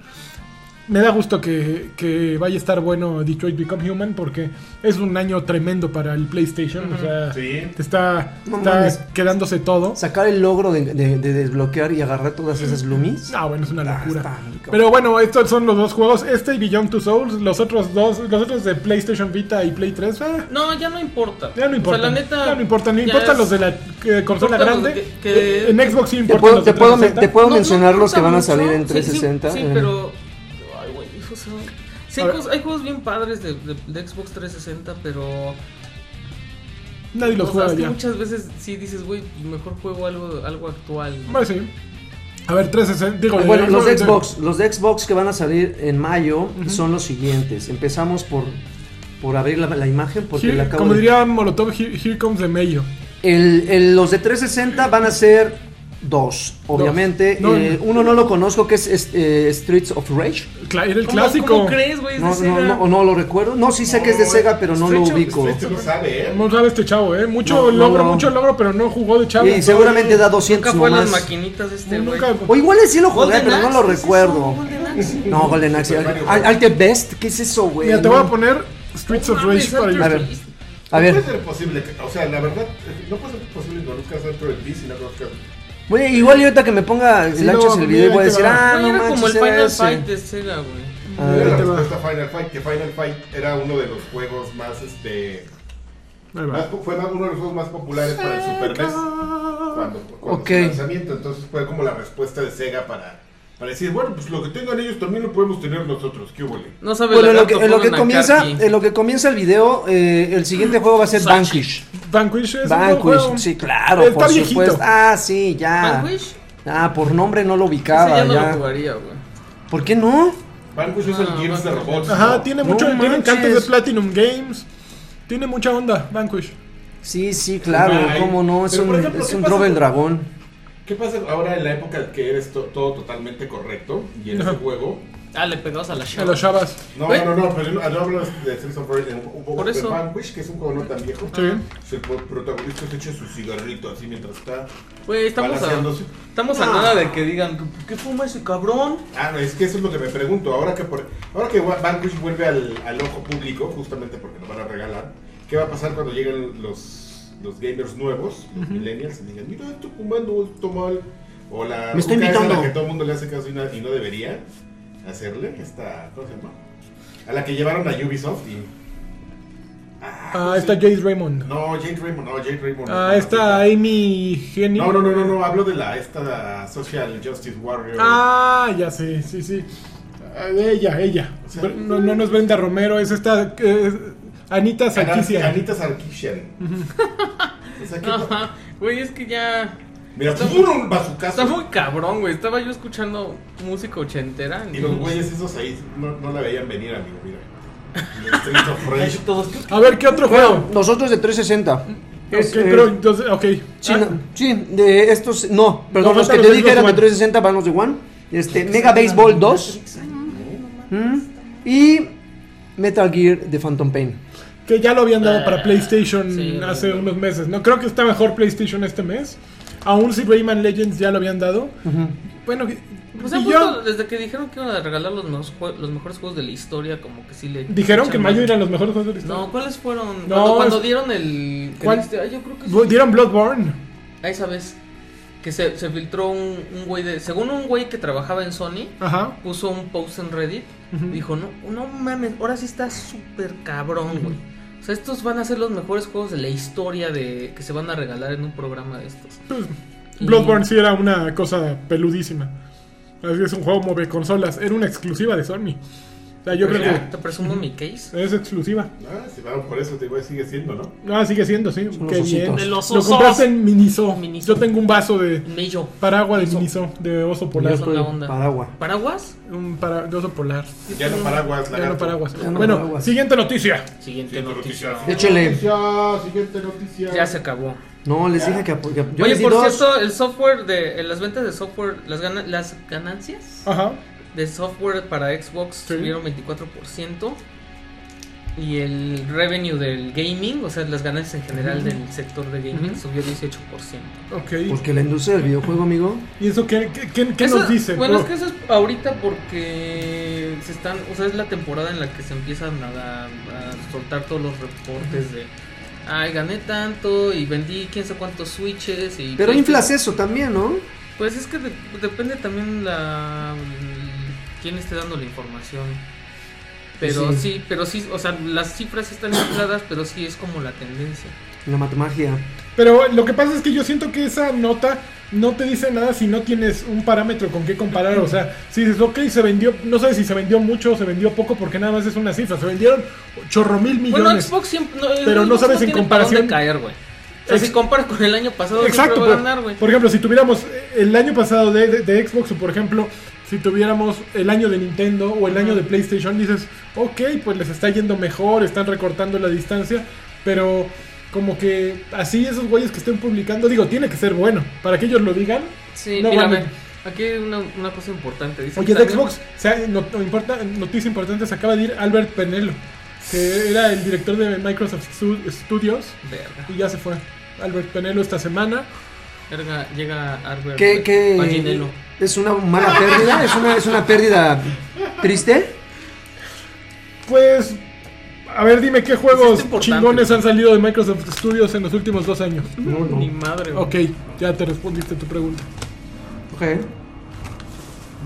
Speaker 3: Me da gusto que, que vaya a estar bueno Detroit Become Human porque es un año tremendo para el PlayStation. O sea,
Speaker 1: Sí.
Speaker 3: te está,
Speaker 2: No
Speaker 3: está
Speaker 2: mames.
Speaker 3: quedándose todo.
Speaker 2: Sacar el logro de, de- de desbloquear y agarrar todas esas lumis.
Speaker 3: Ah, bueno, es una
Speaker 2: Ah,
Speaker 3: locura.
Speaker 2: está rico.
Speaker 3: Pero bueno, estos son los dos juegos, este y Beyond Two Souls. Los otros dos, los otros de PlayStation Vita y Play 3, ah,
Speaker 4: No, ya no importa.
Speaker 3: Ya no importa.
Speaker 4: O sea, la neta.
Speaker 3: ya no importa. No
Speaker 4: ya
Speaker 3: importan
Speaker 4: es-
Speaker 3: los de la eh, consola
Speaker 4: importan los
Speaker 3: grande. Eh,
Speaker 4: que- que-
Speaker 3: en Xbox sí
Speaker 2: Te
Speaker 3: importan
Speaker 2: puedo,
Speaker 3: los
Speaker 2: te
Speaker 3: de
Speaker 2: puedo, men-
Speaker 3: 360.
Speaker 2: te puedo
Speaker 4: No, no
Speaker 2: mencionar los
Speaker 4: importa
Speaker 2: que van a
Speaker 4: mucho.
Speaker 2: salir en
Speaker 4: Sí, sí,
Speaker 2: 360.
Speaker 4: Sí,
Speaker 2: eh.
Speaker 4: pero. Ay, güey, o sea, sí, hay,
Speaker 3: A ver.
Speaker 4: juegos, hay juegos bien padres de, de- de Xbox 360, pero.
Speaker 3: Nadie los
Speaker 4: o sea,
Speaker 3: juega
Speaker 4: es que
Speaker 3: ya.
Speaker 4: muchas veces sí dices, güey, mejor juego algo, algo actual. ¿no?
Speaker 3: Bueno, sí. A ver, 360. Digo, de
Speaker 2: Ah, Bueno, los de
Speaker 3: de-
Speaker 2: Xbox, los de Xbox que van a salir en mayo son los siguientes. Empezamos por, por abrir la, la imagen porque
Speaker 3: Here-
Speaker 2: la acabo
Speaker 3: como
Speaker 2: de-
Speaker 3: diría Molotov, here, here comes the mayo.
Speaker 2: El- el- los de 360 van a ser dos, obviamente.
Speaker 3: No,
Speaker 2: Eh,
Speaker 3: no.
Speaker 2: Uno no lo conozco que es, es, eh, Streets of Rage.
Speaker 3: Cla- era el
Speaker 4: ¿Cómo-
Speaker 3: clásico.
Speaker 4: ¿Cómo crees, güey? Es de
Speaker 2: No, no,
Speaker 4: Sega.
Speaker 2: no, o no lo recuerdo. No, sí sé que es de
Speaker 1: No,
Speaker 2: Sega, pero no lo
Speaker 4: Streets of-
Speaker 2: ubico.
Speaker 1: Este no sabe, ¿eh?
Speaker 3: No sabe este chavo, ¿eh? Mucho
Speaker 2: No, no,
Speaker 3: logro,
Speaker 2: no.
Speaker 3: mucho logro, pero no jugó de chavo.
Speaker 2: Y seguramente da 200
Speaker 4: Nunca fue a las
Speaker 2: nomás.
Speaker 4: maquinitas este, güey.
Speaker 3: Nunca-
Speaker 2: O igual sí lo jugué,
Speaker 4: Golden
Speaker 2: pero no
Speaker 4: Axe,
Speaker 2: lo
Speaker 4: ¿qué es eso?
Speaker 2: recuerdo.
Speaker 4: Golden Axe.
Speaker 2: No, Golden Axe.
Speaker 1: Super Mario
Speaker 2: Al-
Speaker 1: Bros.
Speaker 2: Alter Best, ¿qué es eso, güey?
Speaker 3: Mira, te voy a
Speaker 2: No.
Speaker 3: poner Streets of
Speaker 4: Mames,
Speaker 3: Rage para
Speaker 4: Arthur
Speaker 2: A ver.
Speaker 4: Fist.
Speaker 2: A
Speaker 1: No
Speaker 2: ver,
Speaker 1: puede ser posible, que- o sea, la verdad, eh, no puede ser posible que conozcas Arthur el Beast y no conozcas.
Speaker 2: güey, igual y ahorita que me ponga el
Speaker 3: Sí,
Speaker 2: ancho
Speaker 3: no,
Speaker 2: el video
Speaker 3: mira,
Speaker 2: voy a
Speaker 3: ahí te
Speaker 2: decir, ah,
Speaker 3: va.
Speaker 4: Güey,
Speaker 2: no
Speaker 4: era como el
Speaker 2: manches,
Speaker 4: Final
Speaker 2: era ese.
Speaker 4: Fight de Sega, güey.
Speaker 2: A
Speaker 1: Era
Speaker 2: ver,
Speaker 1: la
Speaker 3: ahí te va.
Speaker 1: respuesta a Final Fight, que Final Fight era uno de los juegos más, este.
Speaker 3: Ahí
Speaker 1: más
Speaker 3: va.
Speaker 1: po- fue más- uno de los juegos más populares para el Super NES. Cuando, cuando
Speaker 2: Ok.
Speaker 1: su lanzamiento, entonces fue como la respuesta de Sega para. Para decir, bueno, pues lo que tengan ellos también lo podemos tener nosotros. ¿Qué huele?
Speaker 4: No sabe
Speaker 2: Bueno, en lo, que,
Speaker 4: lagarto,
Speaker 2: en lo que
Speaker 4: pongan a
Speaker 2: comienza,
Speaker 4: Karki.
Speaker 2: en lo que comienza el video, eh, el siguiente juego va a ser Vanquish.
Speaker 3: Vanquish es un buen
Speaker 2: Vanquish,
Speaker 3: juego.
Speaker 2: sí, claro,
Speaker 3: Está
Speaker 2: por
Speaker 3: viejito.
Speaker 2: supuesto. Ah, sí, ya.
Speaker 4: Vanquish,
Speaker 2: Ah, por nombre no lo
Speaker 4: ese
Speaker 2: ubicaba,
Speaker 4: ya no
Speaker 2: ya.
Speaker 4: lo jugaría, güey.
Speaker 2: ¿Por qué no?
Speaker 1: Vanquish es
Speaker 4: Ah,
Speaker 1: el Gears de
Speaker 4: Vanquish.
Speaker 1: robots.
Speaker 3: Ajá,
Speaker 1: ¿no?
Speaker 3: tiene
Speaker 2: No
Speaker 3: mucho, tiene
Speaker 2: manches.
Speaker 3: encantos de Platinum Games. Tiene mucha onda, Vanquish.
Speaker 2: Sí, sí, claro,
Speaker 1: Ay,
Speaker 2: cómo no, es
Speaker 1: pero
Speaker 2: un,
Speaker 1: por ejemplo,
Speaker 2: es
Speaker 1: ¿qué
Speaker 2: un
Speaker 1: pasa
Speaker 2: Drove el
Speaker 1: con-
Speaker 2: Dragón.
Speaker 1: ¿Qué pasa ahora en la época que eres to- todo totalmente correcto y en ese juego?
Speaker 4: Ah, le pegabas a la chava.
Speaker 3: A los Shabas.
Speaker 1: No,
Speaker 4: Güey.
Speaker 1: no, no, pero yo no, yo hablo de Streets of Rage, un poco
Speaker 4: ¿Eh? Por
Speaker 1: de
Speaker 4: eso.
Speaker 1: Vanquish, que es un juego no tan viejo.
Speaker 3: Sí.
Speaker 1: El pro- protagonista se echa su cigarrito así mientras está
Speaker 4: Güey, estamos a,
Speaker 1: balanceándose.
Speaker 4: estamos
Speaker 2: Ah.
Speaker 4: a nada de que digan, ¿qué fuma ese cabrón?
Speaker 1: Ah, no, es que eso es lo que me pregunto. Ahora que por, ahora que Vanquish vuelve al, al ojo público, justamente porque lo van a regalar, ¿qué va a pasar cuando lleguen los, los gamers nuevos, los millennials, y digan, mira, estoy fumando esto mal? O la
Speaker 2: Me está
Speaker 1: ruca esa a
Speaker 2: invitando.
Speaker 1: la que todo el mundo le hace caso y no, y no debería hacerle, esta, ¿cómo se llama? A la que llevaron a Ubisoft y...
Speaker 3: Ah,
Speaker 1: ¿cómo
Speaker 3: está
Speaker 1: se-
Speaker 3: Jace Raymond.
Speaker 1: No, Jade Raymond, no, Jade Raymond.
Speaker 3: Ah,
Speaker 1: no,
Speaker 3: está
Speaker 1: no,
Speaker 3: Amy Hennig.
Speaker 1: No, no, no, no, no, hablo de la, esta Social Justice Warrior.
Speaker 3: Ah, ya sé, sí, sí. Ah, Ella, ella.
Speaker 1: Sí.
Speaker 3: Pero No, no nos Brenda Romero, es esta eh, Anita Sarkisian.
Speaker 1: Anita Sarkisian. O sea, ¿qué pa-
Speaker 4: Ajá, güey, es que ya...
Speaker 1: Mira,
Speaker 4: Está-
Speaker 1: puro un
Speaker 4: Está
Speaker 1: bazucazo.
Speaker 4: muy cabrón, güey. Estaba yo escuchando música ochentera.
Speaker 1: Y los güeyes esos ahí no, no la veían venir, amigo, mira. Los Streets of Rage.
Speaker 4: Todos...
Speaker 3: A ver, ¿qué otro juego?
Speaker 2: Nosotros de 360. Es,
Speaker 1: este,
Speaker 3: Ok,
Speaker 2: eh,
Speaker 3: pero entonces, ok.
Speaker 2: sí,
Speaker 3: Ah,
Speaker 2: no, sí, de estos, no, perdón,
Speaker 3: No,
Speaker 2: los que
Speaker 3: faltan
Speaker 2: te
Speaker 3: los
Speaker 2: dije
Speaker 3: de
Speaker 2: eran de
Speaker 3: Xbox
Speaker 2: 360, van los de One. Este, Mega Baseball 2 ¿m? y Metal Gear de Phantom Pain.
Speaker 3: Que ya lo habían dado
Speaker 1: Ah,
Speaker 3: para PlayStation
Speaker 4: sí, ya lo
Speaker 3: hace
Speaker 4: habían dado.
Speaker 3: unos meses, ¿no? Creo que está mejor PlayStation este mes. Aún si Rayman Legends ya lo habían dado.
Speaker 2: Ujú.
Speaker 3: Bueno, que-
Speaker 4: Pues han
Speaker 3: y
Speaker 4: puesto-
Speaker 3: yo-
Speaker 4: desde que dijeron que iban a regalar los, mejores jue- los mejores juegos de la historia, como que sí le...
Speaker 3: dijeron que
Speaker 4: echan
Speaker 3: en mayo
Speaker 4: ganas.
Speaker 3: eran los mejores juegos de la historia.
Speaker 4: No, ¿cuáles fueron?
Speaker 3: No,
Speaker 4: cuando, cuando
Speaker 3: es-
Speaker 4: dieron el... que
Speaker 3: ¿Cuál?
Speaker 4: dijiste, "Ay, yo creo que...
Speaker 3: Bu- Dieron Bloodborne.
Speaker 4: A esa vez que se, se filtró un, un güey de... Según un güey que trabajaba en Sony,
Speaker 3: Ajá.
Speaker 4: puso un post en Reddit.
Speaker 3: Ujú.
Speaker 4: Dijo, no, no mames, ahora sí está súper cabrón, güey. O sea, estos van a ser los mejores juegos de la historia de que se van a regalar en un programa de estos.
Speaker 3: Pues,
Speaker 4: Y-
Speaker 3: Bloodborne sí era una cosa peludísima. Así es un juego move consolas. Era una exclusiva de Sony. O sea, yo
Speaker 4: Pero
Speaker 3: creo
Speaker 4: Pues ya, Te presumo mi case.
Speaker 3: que es exclusiva.
Speaker 1: Ah, si vamos por eso, te digo, sigue siendo, ¿no?
Speaker 3: Ah, sigue siendo, sí.
Speaker 2: Son
Speaker 3: Qué
Speaker 2: los
Speaker 3: bien.
Speaker 2: ositos. De
Speaker 4: los
Speaker 3: Lo
Speaker 4: osos.
Speaker 3: compraste en Miniso.
Speaker 4: Miniso.
Speaker 3: Yo tengo un vaso de
Speaker 4: Mello.
Speaker 3: paraguas de
Speaker 4: Oso.
Speaker 3: Miniso, de oso
Speaker 4: Por la
Speaker 3: polar.
Speaker 2: Yo soy
Speaker 4: onda.
Speaker 2: Paragua.
Speaker 4: ¿Paraguas?
Speaker 3: Un para, de oso polar.
Speaker 1: Ya no paraguas,
Speaker 3: Ya no
Speaker 1: lagarto.
Speaker 3: paraguas.
Speaker 2: Ya no
Speaker 3: bueno,
Speaker 2: paraguas.
Speaker 3: siguiente noticia.
Speaker 4: Siguiente
Speaker 1: Siguiente
Speaker 4: noticia.
Speaker 1: noticia.
Speaker 2: Échele.
Speaker 1: Noticia, siguiente noticia.
Speaker 4: Ya se acabó.
Speaker 2: No, les
Speaker 1: Ya.
Speaker 2: dije que, que- yo
Speaker 4: Oye,
Speaker 2: les di
Speaker 4: por
Speaker 2: dos.
Speaker 4: cierto, el software de eh, las ventas de software, las gana- las ganancias
Speaker 3: Ajá.
Speaker 4: de software para Xbox
Speaker 3: Sí.
Speaker 4: subieron 24% y el revenue del gaming, o sea, las ganancias en general del sector de gaming
Speaker 3: Ujú.
Speaker 4: subió 18%.
Speaker 3: Ok.
Speaker 2: Porque la industria del videojuego, amigo.
Speaker 3: ¿Y eso qué, qué, qué- qué
Speaker 4: Eso-
Speaker 3: nos dice?
Speaker 4: Bueno,
Speaker 3: Oh,
Speaker 4: es que eso es ahorita porque se están, o sea, es la temporada en la que se empiezan a, a soltar todos los reportes de, ay, gané tanto y vendí quién sabe cuántos switches y
Speaker 2: Pero
Speaker 4: PlayStation-
Speaker 2: inflas eso también, ¿no?
Speaker 4: Pues es que de- depende también la mm, quién esté dando la información. Pero
Speaker 2: Sí.
Speaker 4: sí. pero sí, o sea, las cifras están infladas, pero sí es como la tendencia.
Speaker 2: La matemagia.
Speaker 3: Pero lo que pasa es que yo siento que esa nota no te dice nada si no tienes un parámetro con qué comparar. O sea, si dices, ok, se vendió, no sé si se vendió mucho o se vendió poco porque nada más es una cifra. Se vendieron chorro mil
Speaker 4: Bueno,
Speaker 3: millones.
Speaker 4: Xbox siempre no,
Speaker 3: Pero no
Speaker 4: Xbox
Speaker 3: sabes en
Speaker 4: tiene para dónde
Speaker 3: comparación-
Speaker 4: caer, güey. O sea,
Speaker 3: Ex-
Speaker 4: si comparas con el año pasado,
Speaker 3: Exacto,
Speaker 4: Exacto, va a
Speaker 3: pero,
Speaker 4: ganar, güey.
Speaker 3: por ejemplo, si tuviéramos eh, el año pasado de, de- de Xbox o por ejemplo, si tuviéramos el año de Nintendo o el año de PlayStation, dices, ok, pues les está yendo mejor, están recortando la distancia, pero como que así esos güeyes que estén publicando, digo, tiene que ser bueno, para que ellos lo digan.
Speaker 4: Sí,
Speaker 3: No,
Speaker 4: mira,
Speaker 3: mames.
Speaker 4: ve, aquí hay una, una cosa importante. Dice
Speaker 3: Oye, de
Speaker 4: también-
Speaker 3: Xbox, o sea, no- no importa, noticia importante, se acaba de ir Albert Penelo, que era el director de Microsoft Stu- Studios,
Speaker 4: Verga,
Speaker 3: y ya se fue. Albert Penelo esta semana.
Speaker 4: verga, llega Albert
Speaker 2: ¿Qué, qué-
Speaker 4: Paginello.
Speaker 2: ¿Es una mala pérdida? ¿Es una, es una pérdida triste?
Speaker 3: Pues, a ver, dime qué
Speaker 4: Esto es
Speaker 3: juegos
Speaker 4: importante.
Speaker 3: chingones han salido de Microsoft Studios en los últimos dos años.
Speaker 2: No,
Speaker 4: Ni madre, güey.
Speaker 3: Ok, ya te respondiste tu pregunta.
Speaker 2: Ok.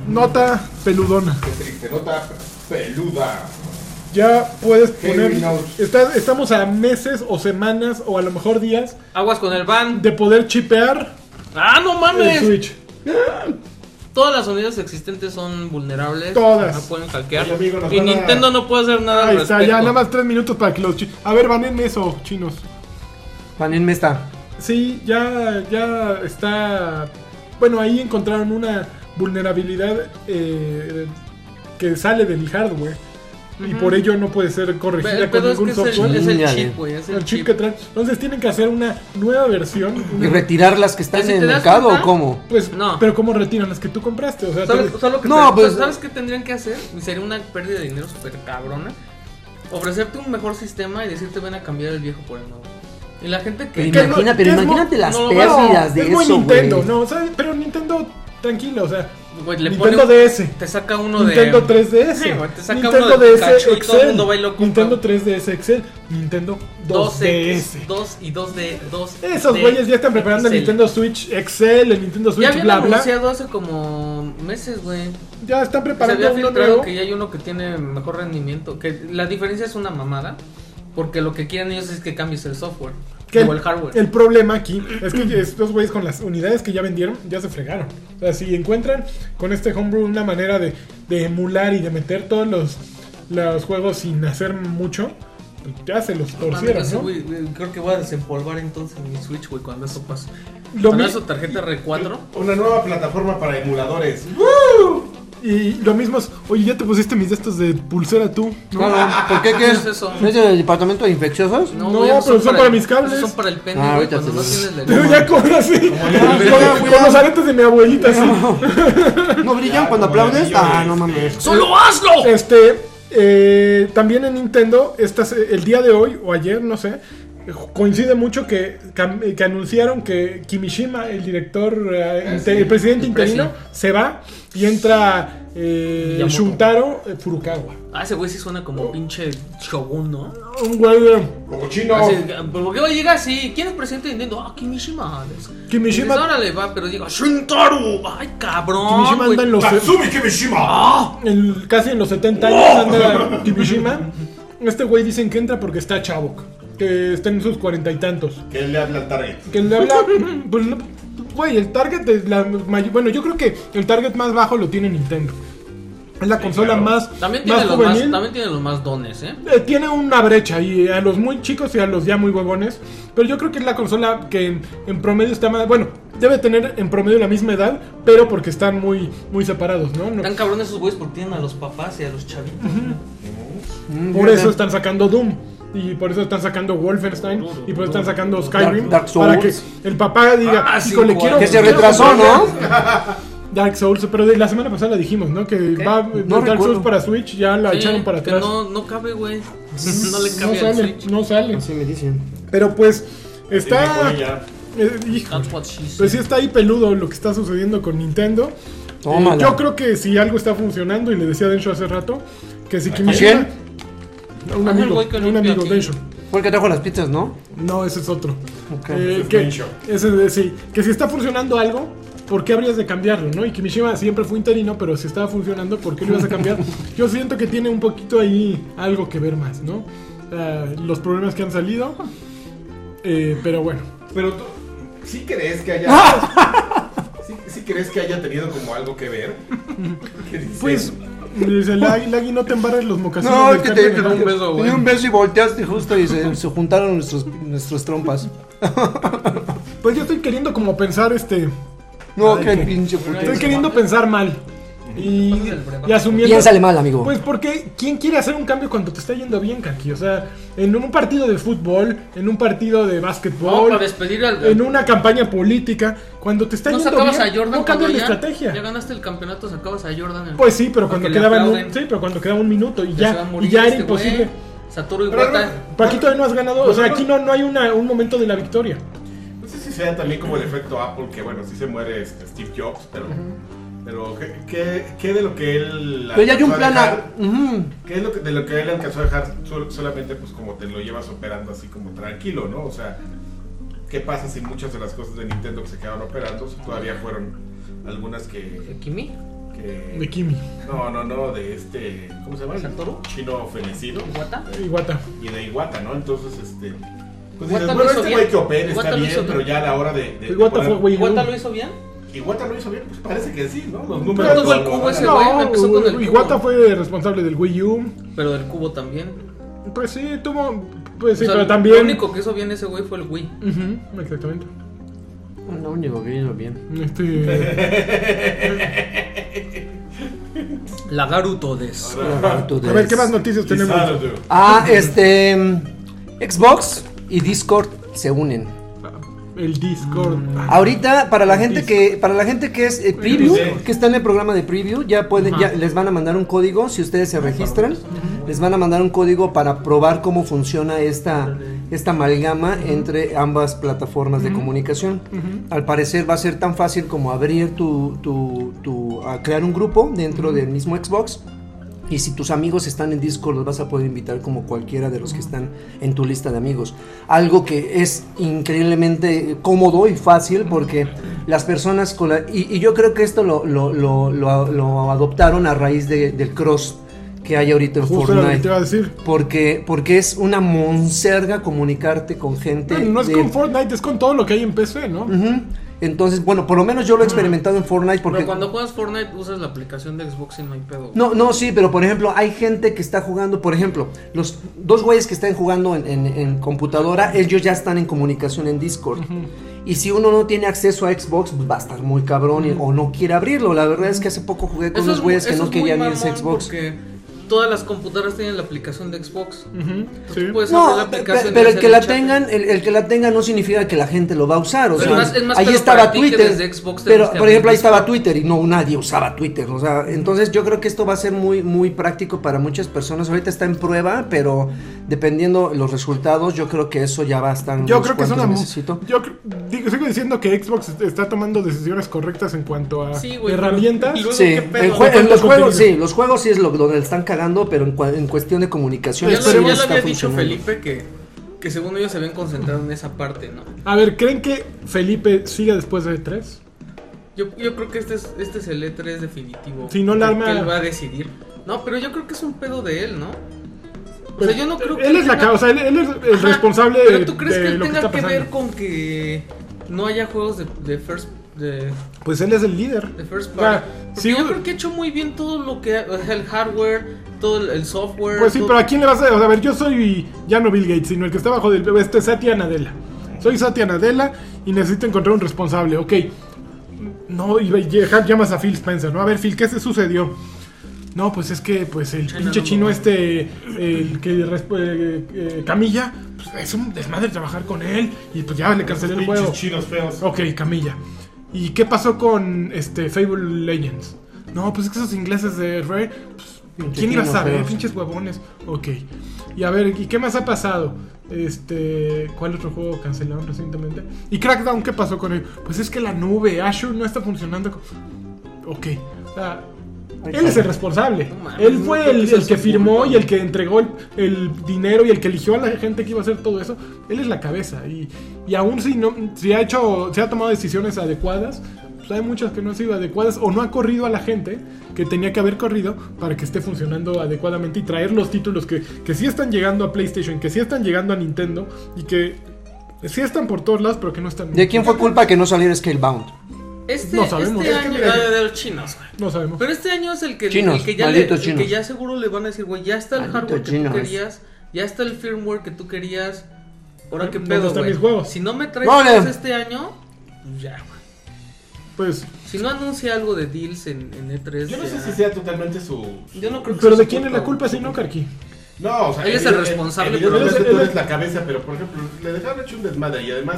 Speaker 3: Nota peludona.
Speaker 1: Qué triste, nota peluda.
Speaker 3: Ya puedes
Speaker 1: Heavy
Speaker 3: poner.
Speaker 1: notes.
Speaker 3: Está- estamos a meses o semanas o a lo mejor días
Speaker 4: Aguas con el van.
Speaker 3: de poder chipear
Speaker 4: ¡Ah, no
Speaker 3: el
Speaker 4: mames!
Speaker 3: Switch.
Speaker 4: Todas las unidades existentes son vulnerables.
Speaker 3: Todas.
Speaker 4: No pueden hackear.
Speaker 1: Oye, amigo, nos
Speaker 4: y
Speaker 1: van a-
Speaker 4: Nintendo no puede hacer nada. al
Speaker 3: Ahí está,
Speaker 4: respecto.
Speaker 3: ya nada más tres minutos para que los chinos. A ver, banenme eso, chinos.
Speaker 2: Panenme esta.
Speaker 3: Sí, ya, ya está. Bueno, ahí encontraron una vulnerabilidad eh, que sale del hardware. Y
Speaker 4: Ujú.
Speaker 3: por ello no puede ser corregida
Speaker 4: Pero,
Speaker 3: con
Speaker 4: es que
Speaker 3: ningún
Speaker 4: es el,
Speaker 3: software.
Speaker 4: es el
Speaker 2: Niñale.
Speaker 4: chip, güey. Es
Speaker 3: El chip que trae. Entonces tienen que hacer una nueva versión.
Speaker 2: ¿Y
Speaker 3: una-
Speaker 2: retirar las que están
Speaker 4: Pues, si
Speaker 2: en
Speaker 4: te
Speaker 2: el
Speaker 4: das
Speaker 2: mercado
Speaker 4: cuenta-
Speaker 2: o cómo?
Speaker 3: Pues,
Speaker 4: No.
Speaker 3: pero ¿cómo retiran las que tú compraste? O sea,
Speaker 4: ¿Sabes,
Speaker 3: te-
Speaker 4: o sea, lo que
Speaker 2: No,
Speaker 4: tendrían-
Speaker 2: pues-
Speaker 4: ¿sabes qué tendrían que hacer? Y Sería una pérdida de dinero súper cabrona. Ofrecerte un mejor sistema y decirte ven a cambiar el viejo por el nuevo. Y la gente que...
Speaker 2: Pero,
Speaker 3: que
Speaker 2: imagina- pero
Speaker 3: no- que es
Speaker 2: imagínate
Speaker 3: mo-
Speaker 2: las
Speaker 4: no,
Speaker 2: pérdidas de
Speaker 3: es muy
Speaker 2: eso,
Speaker 3: Nintendo,
Speaker 2: güey.
Speaker 3: no, ¿sabes? Pero Nintendo, tranquilo, o sea,
Speaker 4: güey, le pone
Speaker 3: Nintendo
Speaker 4: un-
Speaker 3: DS.
Speaker 4: Te saca uno de...
Speaker 3: Nintendo 3DS,
Speaker 4: Sí, güey, te saca
Speaker 3: Nintendo
Speaker 4: uno de
Speaker 3: DS
Speaker 4: Pikachu y todo el
Speaker 3: Excel,
Speaker 4: mundo va y lo compra.
Speaker 3: Nintendo 3DS Excel, Nintendo 2DS.
Speaker 4: 2X, 2 y 2D, 2
Speaker 3: Esos güeyes ya están preparando el Nintendo Switch Excel, el Nintendo
Speaker 4: Ya
Speaker 3: Switch,
Speaker 4: habían
Speaker 3: bla, bla.
Speaker 4: anunciado hace como meses, güey.
Speaker 3: Ya están
Speaker 4: Se
Speaker 3: preparando
Speaker 4: había
Speaker 3: uno
Speaker 4: filtrado
Speaker 3: nuevo.
Speaker 4: que ya hay uno que tiene mejor rendimiento. Que la diferencia es una mamada. Porque lo que quieren ellos es que cambies el software.
Speaker 3: Que
Speaker 4: o el hardware.
Speaker 3: el problema aquí es que estos güeyes con las unidades que ya vendieron ya se fregaron. O sea, si encuentran con este homebrew una manera de, de emular y de meter todos los, los juegos sin hacer mucho, pues ya se los
Speaker 4: Mami,
Speaker 3: torcieron,
Speaker 4: ese
Speaker 3: ¿no?
Speaker 4: güey, eh, creo que voy a desempolvar entonces mi Switch, güey, cuando eso pase.
Speaker 3: Lo
Speaker 4: cuando
Speaker 3: mi-
Speaker 4: eso tarjeta R4.
Speaker 1: Una nueva plataforma para emuladores.
Speaker 3: ¡Uh! Y lo mismo es, oye, ya te pusiste mis de estos de pulsera tú. ¿no?
Speaker 2: Claro, ¿por qué? ¿Qué
Speaker 4: ¿Qué
Speaker 2: es?
Speaker 4: es eso?
Speaker 2: ¿No es del departamento de infecciosos?
Speaker 3: No,
Speaker 4: güey, esos
Speaker 3: pero son para mis
Speaker 4: el-
Speaker 3: cables.
Speaker 4: esos Son para el pene,
Speaker 2: Ah,
Speaker 4: güey,
Speaker 2: ahorita
Speaker 4: cuando
Speaker 2: se
Speaker 4: no
Speaker 2: los-
Speaker 4: tienes la
Speaker 3: Pero ya con así, con, con los aretes de mi abuelita, así.
Speaker 2: ¿No brillan cuando aplaudes? Ah, no mames.
Speaker 4: ¡Solo hazlo!
Speaker 3: Este, eh, también en Nintendo, esta se- el día de hoy o ayer, no sé, coincide mucho que, cam- que anunciaron que Kimishima, el director, eh,
Speaker 4: Ah,
Speaker 3: inte-
Speaker 4: sí,
Speaker 3: el presidente
Speaker 4: el presi.
Speaker 3: interino, se va y entra eh,
Speaker 4: Miyamoto.
Speaker 3: Shuntaro eh, Furukawa.
Speaker 4: Ah, ese güey sí suena
Speaker 3: Oh.
Speaker 4: como pinche shogun, ¿no?
Speaker 3: Un güey eh, de-
Speaker 1: Como chino.
Speaker 3: Oh.
Speaker 4: Así, ¿Pero por qué va a llegar así? ¿Quién es presidente de Nintendo? Ah, Kimishima.
Speaker 3: Kimishima-
Speaker 4: Dices, órale, va, pero digo, ¡Shuntaro! ¡Ay, cabrón!
Speaker 3: Kimishima
Speaker 4: Ah, güey!
Speaker 3: anda en los,
Speaker 1: Tatsumi Kimishima.
Speaker 3: en- casi en los 70
Speaker 4: Oh.
Speaker 3: años anda Kimishima. Este güey dicen que entra porque está chavo, que está en sus cuarenta y tantos.
Speaker 1: Que le habla al Target.
Speaker 3: Que le habla. Pues, no, güey, el target es la mayor. Bueno, yo creo que el target más bajo lo tiene Nintendo. Es la consola
Speaker 1: claro.
Speaker 3: más,
Speaker 4: También tiene,
Speaker 3: más
Speaker 4: los más,
Speaker 3: juvenil.
Speaker 4: también tiene los más dones, ¿eh?
Speaker 3: Eh, tiene una brecha ahí eh, a los muy chicos y a los ya muy huevones. Pero yo creo que es la consola que en, en promedio está más. Bueno, debe tener en promedio la misma edad, pero porque están muy, muy separados, ¿no? No-
Speaker 4: Están cabrones esos güeyes porque tienen a los papás y a los chavitos.
Speaker 2: Mm,
Speaker 3: Por
Speaker 2: ya
Speaker 3: eso
Speaker 2: sé.
Speaker 3: están sacando Doom. Y por eso están sacando Wolfenstein. Y por eso están sacando Skyrim.
Speaker 2: Dark Souls.
Speaker 3: para que el papá diga,
Speaker 4: Ah, sí,
Speaker 3: "Hijo, le
Speaker 4: güey.
Speaker 3: quiero.
Speaker 2: Que se
Speaker 3: quiero
Speaker 2: retrasó,
Speaker 3: comprarle
Speaker 2: ¿no?
Speaker 3: Dark Souls, pero de la semana pasada dijimos, ¿no? Que va Dark
Speaker 2: recuerdo.
Speaker 3: Souls para Switch, ya la
Speaker 4: Sí,
Speaker 3: echaron para
Speaker 4: que
Speaker 3: atrás.
Speaker 4: No, no cabe, güey. No le
Speaker 3: No
Speaker 4: cabe al
Speaker 3: sale,
Speaker 4: Switch.
Speaker 3: no sale.
Speaker 2: Así me dicen.
Speaker 3: Pero pues está
Speaker 1: Está.
Speaker 3: eh, hijo,
Speaker 4: That's what she said.
Speaker 3: pues sí está ahí peludo lo que está sucediendo con Nintendo.
Speaker 2: Tómala.
Speaker 3: Eh, yo creo que si algo está funcionando y le decía a Densho hace rato que si
Speaker 2: quién?
Speaker 3: Kimishima A un
Speaker 4: Ah, el
Speaker 3: amigo,
Speaker 4: güey que
Speaker 3: un
Speaker 4: limpia
Speaker 3: amigo
Speaker 4: aquí.
Speaker 3: Densho.
Speaker 2: Fue el que trajo las pizzas, ¿no?
Speaker 3: No, ese es otro.
Speaker 2: Ok.
Speaker 3: Eh,
Speaker 1: Ese es
Speaker 3: que,
Speaker 1: Densho.
Speaker 3: ese de- sí, que si está funcionando algo, ¿por qué habrías de cambiarlo? ¿no? Y Kimishima siempre fue interino, pero si estaba funcionando, ¿por qué lo ibas a cambiar? Yo siento que tiene un poquito ahí algo que ver más, ¿no? Eh, los problemas que han salido. eh, pero bueno.
Speaker 1: Pero tú, ¿sí crees que haya. ¿sí, sí crees que haya tenido como algo que ver? ¿Qué dices?
Speaker 3: Pues, dice, Lagui, Lagui, no te embarres los mocasines.
Speaker 2: No,
Speaker 3: del
Speaker 2: es que
Speaker 3: Carmen
Speaker 2: te,
Speaker 3: Hernández".
Speaker 4: un beso,
Speaker 2: te
Speaker 4: güey.
Speaker 2: di un beso y volteaste justo y se, se juntaron nuestros, nuestros trompas.
Speaker 3: Pues yo estoy queriendo como pensar este...
Speaker 2: No,
Speaker 3: Ay,
Speaker 2: qué
Speaker 3: qué-
Speaker 2: pinche puto.
Speaker 3: Estoy queriendo pensar mal. Y, y asumiendo...
Speaker 2: Piénsale mal, amigo.
Speaker 3: Pues porque ¿quién quiere hacer un cambio cuando te está yendo bien, Kaki? O sea, en un partido de fútbol, en un partido de
Speaker 4: No,
Speaker 3: básquetbol,
Speaker 4: para despedir al.
Speaker 3: en una campaña política, cuando te está
Speaker 4: no
Speaker 3: yendo
Speaker 4: sacabas
Speaker 3: bien,
Speaker 4: a Jordan
Speaker 3: no
Speaker 4: cuando
Speaker 3: cambias la
Speaker 4: ya,
Speaker 3: estrategia.
Speaker 4: ya ganaste el campeonato, sacabas a Jordan. el-
Speaker 3: Pues sí, pero
Speaker 4: Porque
Speaker 3: cuando
Speaker 4: le
Speaker 3: quedaban un,
Speaker 4: aplauden.
Speaker 3: sí, pero cuando quedaba un minuto y
Speaker 4: que se va a
Speaker 3: ya, y
Speaker 4: morir
Speaker 3: ya era
Speaker 4: este güey. Pues
Speaker 3: imposible.
Speaker 4: Satoru
Speaker 1: Pero,
Speaker 4: Iwata.
Speaker 3: Para aquí todavía no has ganado, o sea, aquí no, no hay una, un momento de la victoria.
Speaker 1: No sé si sea también como el efecto Apple, que bueno, sí se muere este Steve Jobs, pero. Pero, ¿qué, qué, qué de lo que él.
Speaker 2: Pero ya hay un
Speaker 1: alcanzó a
Speaker 2: plan a...
Speaker 1: dejar?
Speaker 2: Ujú.
Speaker 1: ¿Qué es lo que, de lo que él alcanzó a dejar? Sol- solamente, pues, como te lo llevas operando así como tranquilo, ¿no? O sea, ¿qué pasa si muchas de las cosas de Nintendo que se quedaron operando si todavía fueron algunas que.
Speaker 4: Kimi.
Speaker 1: que-
Speaker 3: De Kimi,
Speaker 1: No, no, no, de este. ¿Cómo se llama? El
Speaker 4: ¿Satoru?
Speaker 1: Chino fenecido.
Speaker 4: Iwata.
Speaker 3: Iwata.
Speaker 1: y de Iguata, ¿no? Entonces, este. Pues
Speaker 4: Iwata
Speaker 1: dices,
Speaker 4: lo
Speaker 1: bueno,
Speaker 4: hizo
Speaker 1: este güey
Speaker 4: bien.
Speaker 1: que opere está
Speaker 4: Iwata lo
Speaker 1: bien,
Speaker 4: hizo
Speaker 1: pero
Speaker 4: bien.
Speaker 1: ya a la hora de. de- de
Speaker 3: Iwata
Speaker 1: poner-
Speaker 3: fue Wii U.
Speaker 4: Iwata lo hizo bien.
Speaker 1: Iguata lo hizo bien, pues parece que sí, ¿no? Los
Speaker 4: Pero
Speaker 1: números.
Speaker 4: tuvo el
Speaker 1: lo
Speaker 4: cubo ese
Speaker 1: avalaron.
Speaker 4: güey, empezó con el cubo.
Speaker 3: Iwata fue responsable del Wii U.
Speaker 4: Pero del cubo también.
Speaker 3: Pues sí, tuvo. Pues sí,
Speaker 4: O sea,
Speaker 3: pero también.
Speaker 4: Lo único que hizo bien ese güey fue el Wii.
Speaker 3: Ujú, exactamente.
Speaker 2: Lo único que hizo bien.
Speaker 3: Este.
Speaker 4: La Garutodes.
Speaker 3: A ver, ¿qué más noticias tenemos?
Speaker 1: Quizá, yo-
Speaker 2: Ah, este. mm, Xbox y Discord se unen.
Speaker 3: El Discord. Ah,
Speaker 2: Ahorita, para la gente que, para la gente que es eh, preview,
Speaker 1: Discord.
Speaker 2: que está en el programa de preview, ya pueden, ya
Speaker 4: Ajá.
Speaker 2: les van a mandar un código si ustedes se registran. Les van a mandar un código para probar cómo funciona esta, esta amalgama entre ambas plataformas de comunicación. Al parecer va a ser tan fácil como abrir tu, tu, tu- a crear un grupo dentro del mismo Xbox. Y si tus amigos están en Discord, los vas a poder invitar como cualquiera de los que están en tu lista de amigos. Algo que es increíblemente cómodo y fácil porque las personas con la... Y, y yo creo que esto lo, lo, lo- lo- lo adoptaron a raíz de- del cross que hay ahorita en
Speaker 3: Justo era lo que te
Speaker 2: Fortnite.
Speaker 3: iba a decir.
Speaker 2: Porque, porque es una monserga comunicarte con gente.
Speaker 3: Bueno, no es
Speaker 2: de-
Speaker 3: con Fortnite, es con todo lo que hay en PC, ¿no?
Speaker 2: Ujú. Entonces, bueno, por lo menos yo lo he experimentado en Fortnite porque...
Speaker 4: Pero cuando juegas Fortnite usas la aplicación de Xbox y no hay pedo.
Speaker 2: No, no, sí, pero por ejemplo, hay gente que está jugando, por ejemplo, los dos güeyes que están jugando en, en- en computadora, ellos ya están en comunicación en Discord. Y si uno no tiene acceso a Xbox, pues va a estar muy cabrón y- o no quiere abrirlo. La verdad es que hace poco jugué con unos
Speaker 4: es-
Speaker 2: güeyes que
Speaker 4: eso
Speaker 2: no
Speaker 4: es muy
Speaker 2: querían irse a
Speaker 4: mamón
Speaker 2: Xbox.
Speaker 4: Porque todas las computadoras tienen la aplicación de Xbox.
Speaker 3: Ujú,
Speaker 4: Entonces,
Speaker 3: sí.
Speaker 4: tú puedes
Speaker 2: No,
Speaker 4: abrir la
Speaker 2: pe-
Speaker 4: aplicación
Speaker 2: pe-
Speaker 4: y
Speaker 2: pero el
Speaker 4: hacer
Speaker 2: que la
Speaker 4: chat.
Speaker 2: tengan, el, el que la tenga no significa que la gente lo va a usar, o
Speaker 4: Pero
Speaker 2: sea,
Speaker 4: es más- es más
Speaker 2: ahí
Speaker 4: pedo
Speaker 2: estaba
Speaker 4: para ti que
Speaker 2: Twitter,
Speaker 4: desde Xbox tengas
Speaker 2: pero
Speaker 4: que
Speaker 2: por ejemplo ahí
Speaker 4: abrir
Speaker 2: estaba
Speaker 4: Discord.
Speaker 2: Twitter y no nadie usaba Twitter, o sea, entonces yo creo que esto va a ser muy muy práctico para muchas personas. Ahorita está en prueba, pero dependiendo los resultados, yo creo que eso ya va a estar. en
Speaker 3: Yo
Speaker 2: unos
Speaker 3: creo que es
Speaker 2: cuantos
Speaker 3: una. mu-
Speaker 2: mesecito.
Speaker 3: Yo cre- digo, sigo diciendo que Xbox está tomando decisiones correctas en cuanto a
Speaker 4: Sí, güey,
Speaker 3: herramientas.
Speaker 4: pero- y luego-
Speaker 2: Sí,
Speaker 4: ¿qué pedo?
Speaker 2: en, jue-
Speaker 3: ¿De
Speaker 2: en los
Speaker 3: cuánto
Speaker 2: juegos sí,
Speaker 3: contenido?
Speaker 2: los juegos sí es lo donde le están cagando, pero en, cua- en cuestión de comunicación
Speaker 4: Ya
Speaker 2: sí
Speaker 4: lo, ya lo
Speaker 2: está
Speaker 4: había dicho
Speaker 2: funcionando.
Speaker 4: Felipe que, que según ellos se habían concentrado en esa parte, ¿no?
Speaker 3: A ver, ¿creen que Felipe siga después de E3?
Speaker 4: Yo, yo creo que este es, este es el E3 definitivo.
Speaker 3: Si no, la
Speaker 4: que-
Speaker 3: arma-
Speaker 4: que él va a decidir. No, pero yo creo que es un pedo de él, ¿no? O sea, yo no creo que.
Speaker 3: Él es la
Speaker 4: tenga-
Speaker 3: causa, él, él es el
Speaker 4: Ajá,
Speaker 3: responsable
Speaker 4: Pero tú crees
Speaker 3: de
Speaker 4: que él
Speaker 3: lo que
Speaker 4: tenga
Speaker 3: está
Speaker 4: que,
Speaker 3: pasando.
Speaker 4: ver con que no haya juegos de, de first. De,
Speaker 3: Pues él es el líder.
Speaker 4: de first
Speaker 3: O sea,
Speaker 4: party. Porque
Speaker 3: sí,
Speaker 4: yo creo que ha hecho muy bien todo lo que. o sea, el hardware, todo el, el software.
Speaker 3: Pues sí,
Speaker 4: todo-
Speaker 3: pero ¿a quién le vas a.? o sea, a ver, yo soy ya no Bill Gates, sino el que está bajo del. Este es Satya Nadella. Soy Satya Nadella y necesito encontrar un responsable. Ok. No, y ve- lle- llamas a Phil Spencer, ¿no? A ver, Phil, ¿qué se sucedió? No, pues es que pues el
Speaker 4: China
Speaker 3: pinche
Speaker 4: no
Speaker 3: chino
Speaker 4: lo-
Speaker 3: este, el que resp- eh, eh, Camilla, pues es un desmadre trabajar con él y pues ya le cancelé el
Speaker 1: Pinches
Speaker 3: juego.
Speaker 1: chinos feos.
Speaker 4: Oh,
Speaker 3: Ok, Camilla. ¿Y qué pasó con este Fable Legends? No, pues es que esos ingleses de Rare, pues,
Speaker 2: Pinche
Speaker 3: ¿quién iba a
Speaker 2: chinos
Speaker 3: saber?
Speaker 2: feos.
Speaker 3: Pinches huevones. Ok. Y a ver, ¿y qué más ha pasado? Este, ¿cuál otro juego cancelaron recientemente? ¿Y Crackdown qué pasó con él? Pues es que la nube Azure no está funcionando. con- Ok. O sea,
Speaker 2: Ay,
Speaker 3: él es el
Speaker 2: cabrón.
Speaker 3: responsable.
Speaker 4: No mames,
Speaker 3: Él
Speaker 4: no
Speaker 3: fue
Speaker 4: creo que
Speaker 3: el,
Speaker 4: sea
Speaker 3: el que
Speaker 4: su
Speaker 3: firmó
Speaker 4: culpa.
Speaker 3: y el que entregó el, el dinero y el que eligió a la gente que iba a hacer todo eso. Él es la cabeza. Y, y aún si no si ha hecho, si ha tomado decisiones adecuadas, pues hay muchas que no han sido adecuadas o no ha corrido a la gente que tenía que haber corrido para que esté funcionando adecuadamente y traer los títulos que, que sí están llegando a PlayStation, que sí están llegando a Nintendo y que sí están por todos lados, pero que no están.
Speaker 2: ¿De quién fue culpa que no saliera Scalebound?
Speaker 4: Este,
Speaker 3: No sabemos.
Speaker 4: este
Speaker 3: Es que
Speaker 4: año.
Speaker 1: mira,
Speaker 4: ah,
Speaker 1: yo-
Speaker 4: de los chinos, güey.
Speaker 3: No sabemos.
Speaker 4: Pero este año es el que,
Speaker 2: Chinos,
Speaker 4: el que, ya, le-
Speaker 2: malditos
Speaker 4: el que
Speaker 2: chinos.
Speaker 4: ya seguro le van a decir, güey, ya está el
Speaker 2: Malditos
Speaker 4: hardware que
Speaker 2: chinos.
Speaker 4: tú querías, ya está el firmware que tú querías. Ahora qué
Speaker 3: ¿Dónde
Speaker 4: pedo,
Speaker 3: están
Speaker 4: güey.
Speaker 3: mis juegos?
Speaker 4: Si no me traes
Speaker 2: Vale.
Speaker 4: cosas este año, pues ya, güey.
Speaker 3: Pues.
Speaker 4: Si no anuncia algo de deals en, en E3,
Speaker 1: Yo no sé
Speaker 4: ya-
Speaker 1: si sea totalmente su.
Speaker 4: Yo no creo que
Speaker 3: Pero
Speaker 4: sea
Speaker 3: de
Speaker 4: su
Speaker 3: quién es la culpa si no, Karki.
Speaker 1: No, o sea,
Speaker 4: Él es el
Speaker 1: evidente-
Speaker 4: responsable,
Speaker 1: evidentemente
Speaker 3: pero-
Speaker 1: tú
Speaker 3: Él es-
Speaker 1: eres la cabeza, pero por ejemplo, le dejaron hecho un desmadre y además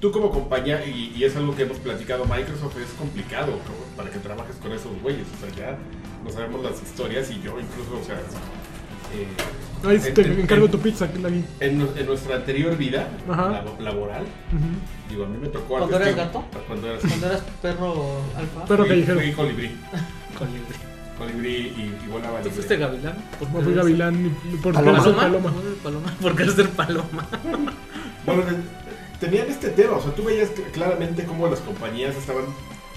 Speaker 1: tú como compañía y, y es algo que hemos platicado Microsoft es complicado cabrón, para que trabajes con esos güeyes, o sea, ya no sabemos las historias y yo incluso, o sea, eh,
Speaker 3: Ahí
Speaker 1: en-
Speaker 3: te
Speaker 1: en-
Speaker 3: encargo
Speaker 1: en-
Speaker 3: tu pizza, que la vi.
Speaker 1: en, nu- en nuestra anterior vida
Speaker 3: Ajá.
Speaker 1: labo- laboral,
Speaker 3: Ujú.
Speaker 1: digo, a mí me tocó
Speaker 4: ¿Cuando
Speaker 1: antes
Speaker 4: eras
Speaker 1: que-
Speaker 4: gato?
Speaker 1: Cuando eras
Speaker 4: Cuando eras perro alfa,
Speaker 3: Pero que
Speaker 1: fui-
Speaker 3: dijeron.
Speaker 1: fui colibrí,
Speaker 4: colibrí.
Speaker 1: colibrí y, y volaba
Speaker 4: ¿Tú
Speaker 1: libre.
Speaker 4: fuiste gavilán? ¿Por
Speaker 3: No
Speaker 4: qué
Speaker 3: fui
Speaker 4: eres-
Speaker 3: gavilán ni por
Speaker 2: Paloma.
Speaker 3: ser
Speaker 4: ¿Paloma?
Speaker 3: paloma.
Speaker 4: No, paloma. ¿Por qué eres el paloma?
Speaker 1: Bueno, te- tenían este tema, o sea, tú veías cl- claramente cómo las compañías estaban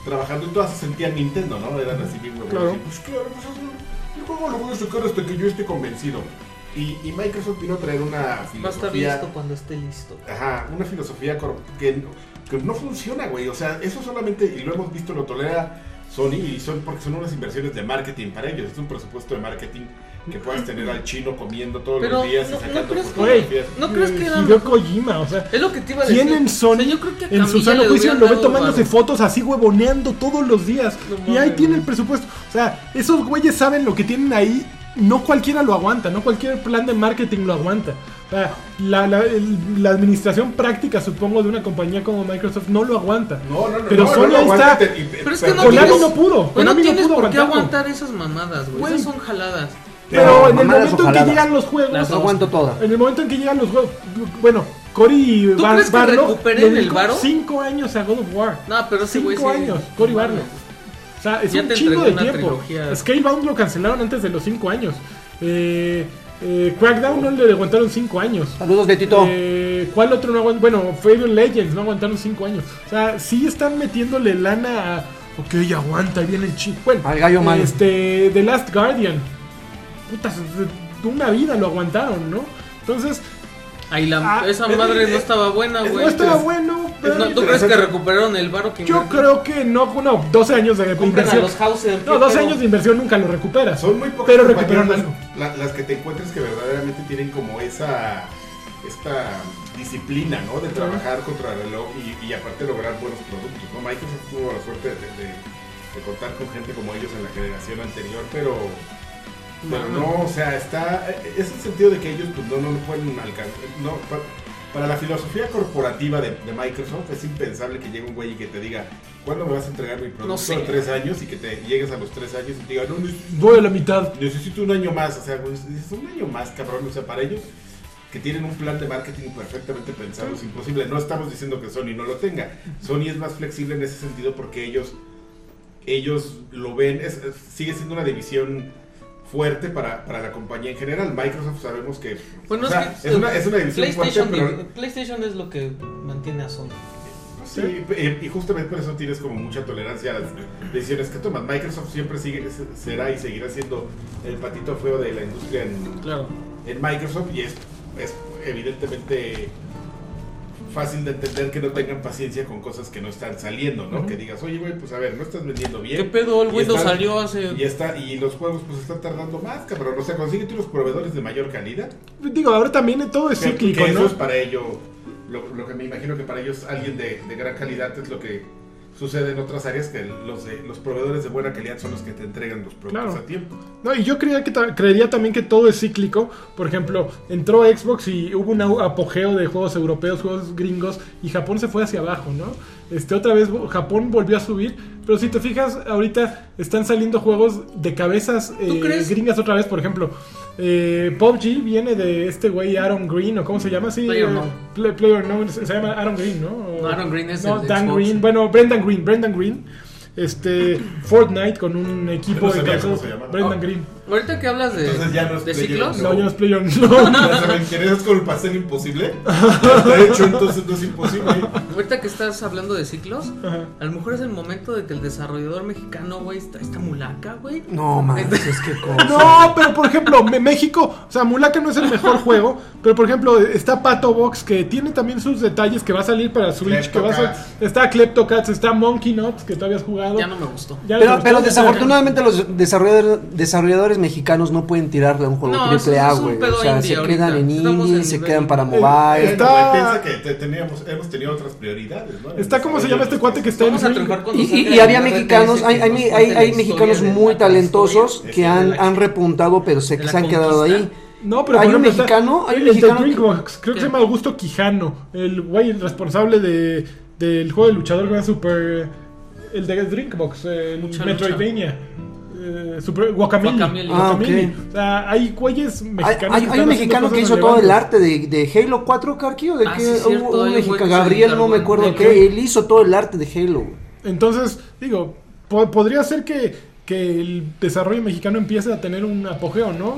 Speaker 1: trabajando y todas se sentían Nintendo, ¿no? Eran así bien huevones.
Speaker 3: Claro.
Speaker 1: Pues claro, pues es un- el juego lo voy a sacar hasta que yo esté convencido. Y, y Microsoft vino a traer una
Speaker 4: Va a estar
Speaker 1: filosofía.
Speaker 4: listo cuando esté listo.
Speaker 1: Ajá, una filosofía cor- que no, que no funciona, güey. O sea, eso solamente, y lo hemos visto, lo tolera Sony, y son porque son unas inversiones de marketing para ellos. Es un presupuesto de marketing que puedas tener al chino comiendo todos
Speaker 4: Pero
Speaker 1: los días
Speaker 4: no-
Speaker 1: y
Speaker 4: no
Speaker 1: sacando
Speaker 4: crees que-
Speaker 1: fotografías.
Speaker 4: ¿No crees que era-
Speaker 3: Hideo Kojima, o sea,
Speaker 4: Es lo que te iba a decir.
Speaker 3: ¿Quién en Sony,
Speaker 4: O sea, yo creo que a
Speaker 3: en su
Speaker 4: Camilla
Speaker 3: sano
Speaker 4: le
Speaker 3: juicio
Speaker 4: hubieran
Speaker 3: lo ve
Speaker 4: dado
Speaker 3: tomándose
Speaker 4: varo.
Speaker 3: fotos así huevoneando todos los días?
Speaker 4: No
Speaker 3: y ahí
Speaker 4: mames.
Speaker 3: tiene el presupuesto. O sea, esos güeyes saben lo que tienen ahí. No cualquiera lo aguanta, no cualquier plan de marketing lo aguanta. O sea, la, la- el- la administración práctica, supongo, de una compañía como Microsoft no lo aguanta.
Speaker 1: No, no, no.
Speaker 3: Pero
Speaker 1: no, este
Speaker 3: Sony
Speaker 1: no,
Speaker 3: ahí está.
Speaker 1: aguántate, y-
Speaker 4: Pero
Speaker 1: pero
Speaker 4: es que no
Speaker 3: Konami
Speaker 4: tienes-
Speaker 3: no pudo.
Speaker 4: Bueno,
Speaker 3: Konami no
Speaker 4: tienes
Speaker 3: pudo
Speaker 4: por qué
Speaker 3: aguantarlo.
Speaker 4: aguantar esas mamadas, güey.
Speaker 3: Güey.
Speaker 4: Esas son jaladas.
Speaker 3: Pero en el
Speaker 2: mamadas
Speaker 3: momento en que
Speaker 2: ojalá.
Speaker 3: llegan los juegos,
Speaker 4: Las
Speaker 2: No aguanto todas.
Speaker 3: En el momento en que llegan los juegos, bueno, Cory
Speaker 4: ¿Tú
Speaker 3: Bar
Speaker 4: crees que
Speaker 3: Barlog
Speaker 4: recuperen
Speaker 3: le
Speaker 4: el
Speaker 3: dedicó
Speaker 4: varo?
Speaker 3: cinco años a God of War.
Speaker 4: No, pero ese güey
Speaker 3: cinco
Speaker 4: sí-
Speaker 3: años, Cory Barlog. O sea, es
Speaker 4: Ya
Speaker 3: un
Speaker 4: te entregó
Speaker 3: chingo de
Speaker 4: una
Speaker 3: tiempo.
Speaker 4: trilogía.
Speaker 3: Scalebound lo cancelaron antes de los cinco años. Eh, eh, Crackdown no le aguantaron cinco años.
Speaker 2: Saludos, Betito.
Speaker 3: Eh, ¿Cuál otro no aguantó? Bueno, Fable Legends no aguantaron cinco años. O sea, sí están metiéndole lana a. Ok, aguanta, ahí viene el chico. Bueno,
Speaker 2: Al gallo malo.
Speaker 3: Este, The Last Guardian. Putas, de- de una vida lo aguantaron, ¿no? Entonces,
Speaker 4: Ay, la,
Speaker 3: Ah,
Speaker 4: esa
Speaker 1: pero-
Speaker 4: madre no estaba buena,
Speaker 1: es-
Speaker 4: güey.
Speaker 3: no estaba
Speaker 1: pues,
Speaker 3: bueno, pero.
Speaker 4: No, ¿Tú crees que recuperaron el varo que
Speaker 3: Yo
Speaker 4: invirtieron?
Speaker 3: creo que no, bueno, 12 años de
Speaker 4: Compren a
Speaker 3: inversión.
Speaker 4: los houses.
Speaker 3: No, 12 años de inversión nunca lo recuperas.
Speaker 1: Son muy pocas
Speaker 3: Pero
Speaker 1: compañías
Speaker 3: recuperaron
Speaker 1: las-
Speaker 3: algo.
Speaker 1: la- las que te encuentres que verdaderamente tienen como esa esta disciplina, ¿no? De trabajar contra el reloj y, y aparte lograr buenos productos, ¿no? Microsoft tuvo la suerte de, de- de contar con gente como ellos en la generación anterior, pero, pero no, o sea, está... Es el sentido de que ellos pues, no, no pueden alcanzar... No, pa- para la filosofía corporativa de, de Microsoft es impensable que llegue un güey y que te diga, ¿cuándo me vas a entregar mi producto?
Speaker 4: sé.
Speaker 1: En tres años y que te llegues a los tres años y te diga, no, no, es-
Speaker 3: Voy a la mitad.
Speaker 1: Necesito un año más, o sea, güey, es un año más, cabrón. O sea, para ellos que tienen un plan de marketing perfectamente pensado, es imposible. No estamos diciendo que Sony no lo tenga. Sony es más flexible en ese sentido porque ellos, ellos lo ven, es- es- sigue siendo una división fuerte para, para la compañía en general. Microsoft sabemos que,
Speaker 4: Bueno,
Speaker 1: o sea,
Speaker 4: es
Speaker 1: es,
Speaker 4: que
Speaker 1: una, es una división fuerte,
Speaker 4: PlayStation,
Speaker 1: pero
Speaker 4: PlayStation es lo que mantiene a Sony.
Speaker 1: Sí, eh, y justamente por eso tienes como mucha tolerancia a las decisiones que toman. Microsoft siempre sigue, será y seguirá siendo el patito feo de la industria en,
Speaker 4: Claro.
Speaker 1: en Microsoft y es, es evidentemente fácil de entender que no tengan paciencia con cosas que no están saliendo, ¿no?
Speaker 3: Ujú.
Speaker 1: Que digas, oye, güey, pues a ver, no estás vendiendo bien.
Speaker 4: ¿Qué pedo? El
Speaker 1: Y
Speaker 4: Windows
Speaker 1: están-
Speaker 4: salió hace...
Speaker 1: Y, está, y los juegos pues están tardando más, cabrón. O sea, consigue tú los proveedores de mayor calidad.
Speaker 3: Digo, ahora también todo es
Speaker 1: Que-
Speaker 3: cíclico,
Speaker 1: que eso
Speaker 3: ¿no?
Speaker 1: es para ello, lo, lo que me imagino que para ellos alguien de, de gran calidad es lo que sucede en otras áreas, que los, de- los proveedores de buena calidad son los que te entregan los productos
Speaker 3: Claro.
Speaker 1: a tiempo.
Speaker 3: No, y yo creía que ta- creería también que todo es cíclico. Por ejemplo, entró Xbox y hubo un au- apogeo de juegos europeos, juegos gringos, y Japón se fue hacia abajo, ¿no? Este, otra vez vo- Japón volvió a subir, pero si te fijas, ahorita están saliendo juegos de cabezas eh,
Speaker 4: crees?
Speaker 3: gringas otra vez, por ejemplo. Eh, PUBG viene de este güey Aaron Green, o cómo se llama, sí.
Speaker 4: Player
Speaker 3: eh,
Speaker 4: Unknown.
Speaker 3: Pla- Player Unknown, se se llama Aaron Green, ¿no? O-
Speaker 4: No, Aaron Green es
Speaker 3: no,
Speaker 4: el de
Speaker 3: Dan
Speaker 4: Xbox.
Speaker 3: Green, bueno, Brendan Green, Brendan Green. Este, Fortnite con un
Speaker 1: Yo
Speaker 3: equipo
Speaker 1: no
Speaker 3: de
Speaker 1: sabía cómo
Speaker 3: calzados.
Speaker 1: se llamaba.
Speaker 3: Brendan
Speaker 4: Oh.
Speaker 3: Green.
Speaker 4: Ahorita que hablas de,
Speaker 1: Entonces ya no es
Speaker 4: de
Speaker 1: Play
Speaker 4: ciclos,
Speaker 1: uno.
Speaker 3: No, yo no es Play On. No.
Speaker 1: Ya saben, ¿Quieres con el pastel imposible? Está hecho, entonces no es imposible.
Speaker 4: ahorita que estás hablando de ciclos,
Speaker 3: Ajá.
Speaker 4: a lo mejor es el momento de que el desarrollador mexicano, güey, está esta mulaca, güey.
Speaker 2: No, mames, es que cosa.
Speaker 3: No, pero por ejemplo, me- México, o sea, Mulaka no es el mejor juego, pero por ejemplo, está Pato Box que tiene también sus detalles que va a salir para Switch, que va a sal-
Speaker 1: Kleptocats.
Speaker 3: está Kleptocats, está Monkey Nuts que todavía has jugado.
Speaker 4: Ya no me gustó.
Speaker 3: Ya
Speaker 2: Pero,
Speaker 3: no-
Speaker 2: pero
Speaker 3: ya-
Speaker 2: desafortunadamente los desarrolladores, desarrolladores mexicanos no pueden tirarle a un juego
Speaker 4: No, eso
Speaker 2: triple A,
Speaker 4: es un
Speaker 2: güey.
Speaker 4: pedo
Speaker 2: O sea,
Speaker 4: indie
Speaker 2: se quedan
Speaker 4: ahorita.
Speaker 2: en
Speaker 4: Estamos
Speaker 2: indie,
Speaker 4: en
Speaker 2: se
Speaker 4: nivel
Speaker 2: quedan para
Speaker 3: indie.
Speaker 2: mobile.
Speaker 3: Está-
Speaker 1: Bueno, güey, piensa que te- teníamos, hemos tenido otras prioridades, ¿no?
Speaker 3: Está como se llama este cuate que está en
Speaker 4: Vamos a triunfar con
Speaker 2: Y, y- y había mexicanos, hay, hay- hay- hay mexicanos muy talentosos
Speaker 1: historia
Speaker 2: que
Speaker 1: de
Speaker 2: han,
Speaker 4: la-
Speaker 2: han repuntado, pero se,
Speaker 4: de la
Speaker 2: se han quedado
Speaker 4: conquista.
Speaker 2: ahí.
Speaker 3: No, pero
Speaker 2: hay
Speaker 3: por
Speaker 2: un
Speaker 3: ejemplo, está-
Speaker 2: mexicano, hay un
Speaker 3: el de
Speaker 2: mexicano
Speaker 3: Drinkbox, creo que se llama Augusto Quijano, el güey el responsable de del juego de luchador gran super el de Drinkbox, el
Speaker 4: Mucha
Speaker 3: Metroidvania. eh, Super, Guacamole.
Speaker 4: Guacamole.
Speaker 2: Ah,
Speaker 3: Guacamole.
Speaker 2: ok.
Speaker 3: O sea, hay güeyes
Speaker 2: Hay,
Speaker 3: mexicanos.
Speaker 2: hay-
Speaker 3: que
Speaker 2: hay un
Speaker 3: están haciendo
Speaker 2: mexicano que
Speaker 3: cosas
Speaker 2: hizo todo el
Speaker 3: relevantes.
Speaker 2: arte de, de Halo 4, Carqui, o de
Speaker 4: Ah,
Speaker 2: qué?
Speaker 4: sí, es cierto,
Speaker 2: un, un
Speaker 4: hay un güey
Speaker 2: mexicano,
Speaker 4: que se
Speaker 2: Gabriel,
Speaker 4: dedica
Speaker 2: no
Speaker 4: al
Speaker 2: me
Speaker 4: buen-
Speaker 2: acuerdo
Speaker 4: del
Speaker 2: qué,
Speaker 4: Halo.
Speaker 2: él hizo todo el arte de Halo. güey.
Speaker 3: Entonces, digo, po- podría ser que, que el desarrollo mexicano empiece a tener un apogeo, ¿no?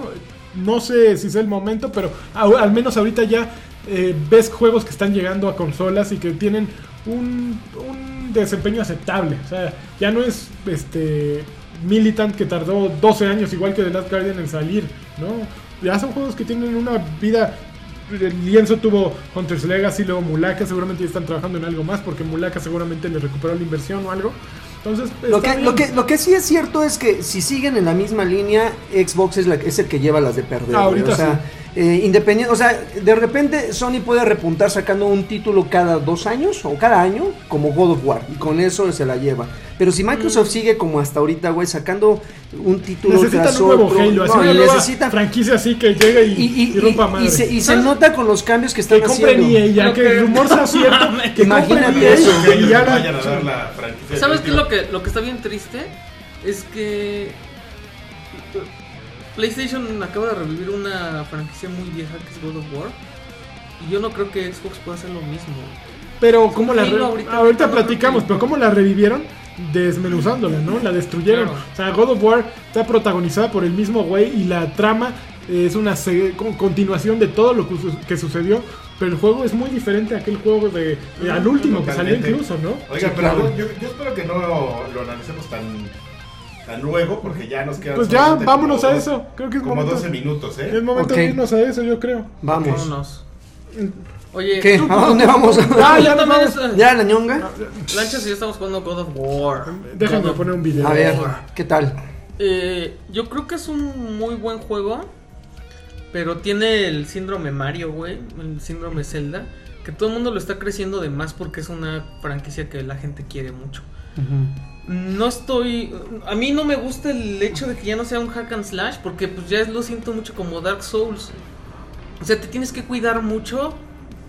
Speaker 3: No sé si es el momento, pero au- al menos ahorita ya eh, ves juegos que están llegando a consolas y que tienen un, un desempeño aceptable. O sea, ya no es este Militant que tardó 12 años igual que The Last Guardian en salir, ¿no? Ya son juegos que tienen una vida. El lienzo tuvo Hunter's Legacy, luego Mulaka. Seguramente ya están trabajando en algo más porque Mulaka seguramente le recuperó la inversión o algo. Entonces,
Speaker 2: Lo
Speaker 3: está
Speaker 2: que, lo,
Speaker 3: bien.
Speaker 2: que, lo que sí es cierto es que si siguen en la misma línea, Xbox es, la, es el que lleva las de perder.
Speaker 3: Ah,
Speaker 2: güey.
Speaker 3: ahorita
Speaker 2: o sea, eh, independiente, o sea, de repente Sony puede repuntar sacando un título cada dos años o cada año, como God of War, y con eso se la lleva. Pero si
Speaker 3: Mm.
Speaker 2: Microsoft sigue como hasta ahorita, güey, sacando un título
Speaker 3: necesitan
Speaker 2: tras
Speaker 3: un nuevo
Speaker 2: otro,
Speaker 3: Halo, así
Speaker 2: no,
Speaker 3: una
Speaker 2: y
Speaker 3: nueva
Speaker 2: necesitan-
Speaker 3: franquicia así que llegue y,
Speaker 2: y, y-
Speaker 3: y rompa
Speaker 2: y- y
Speaker 3: madre.
Speaker 2: se, y se
Speaker 3: Ah,
Speaker 2: nota con los cambios que están
Speaker 3: que compren E
Speaker 2: haciendo.
Speaker 3: EA, ya
Speaker 4: Pero
Speaker 3: que
Speaker 4: que-
Speaker 3: el rumor sea cierto, que
Speaker 2: Imagínate
Speaker 3: compren EA
Speaker 2: eso.
Speaker 1: Que ellos
Speaker 3: eh, y
Speaker 1: no
Speaker 3: hagan-
Speaker 1: vayan a dar la franquicia.
Speaker 4: ¿Sabes qué es lo
Speaker 1: definitiva.
Speaker 4: que, lo que está bien triste? Es que PlayStation acaba de revivir una franquicia muy vieja que es God of War. Y yo no creo que Xbox pueda hacer lo mismo.
Speaker 3: Pero cómo la
Speaker 4: Sí, no,
Speaker 3: re-
Speaker 4: Pues ahorita-
Speaker 3: ahorita,
Speaker 4: ahorita no creo
Speaker 3: platicamos,
Speaker 4: que-
Speaker 3: pero cómo la revivieron desmenuzándola, ¿no? La destruyeron.
Speaker 4: Claro.
Speaker 3: O sea, God of War está protagonizada por el mismo güey y la trama es una se- con- continuación de todo lo que, su- que sucedió, pero el juego es muy diferente a aquel juego de, de- al último que salió
Speaker 1: Totalmente. ¿Eh?
Speaker 3: incluso, ¿no?
Speaker 1: Oiga,
Speaker 2: Sí,
Speaker 1: pero
Speaker 2: claro.
Speaker 1: yo, yo espero que no lo, lo analicemos tan, tan luego porque ya nos quedan.
Speaker 3: Pues ya,
Speaker 1: solamente
Speaker 3: vámonos
Speaker 1: como
Speaker 3: a
Speaker 1: dos-
Speaker 3: eso. Creo que es
Speaker 1: Como
Speaker 3: momento,
Speaker 1: 12 minutos,
Speaker 3: es
Speaker 1: ¿eh?
Speaker 3: momento
Speaker 2: Ok.
Speaker 3: de irnos a eso, yo creo.
Speaker 2: Vamos.
Speaker 4: Vámonos. Oye,
Speaker 2: ¿Qué? ¿A dónde vamos?
Speaker 3: Ah,
Speaker 4: yo
Speaker 3: ya nos
Speaker 4: también
Speaker 3: vamos.
Speaker 4: estoy-
Speaker 2: ¿Ya la ñonga?
Speaker 4: Lanchas y yo estamos jugando God of War. God
Speaker 3: Déjame
Speaker 4: of-
Speaker 3: poner un video.
Speaker 2: A ver, ¿qué tal?
Speaker 4: Eh, yo creo que es un muy buen juego. Pero tiene el síndrome Mario, güey. El síndrome Zelda. Que todo el mundo lo está creciendo de más porque es una franquicia que la gente quiere mucho. No estoy. A mí no me gusta el hecho de que ya no sea un hack and slash. Porque pues ya lo siento mucho como Dark Souls. O sea, te tienes que cuidar mucho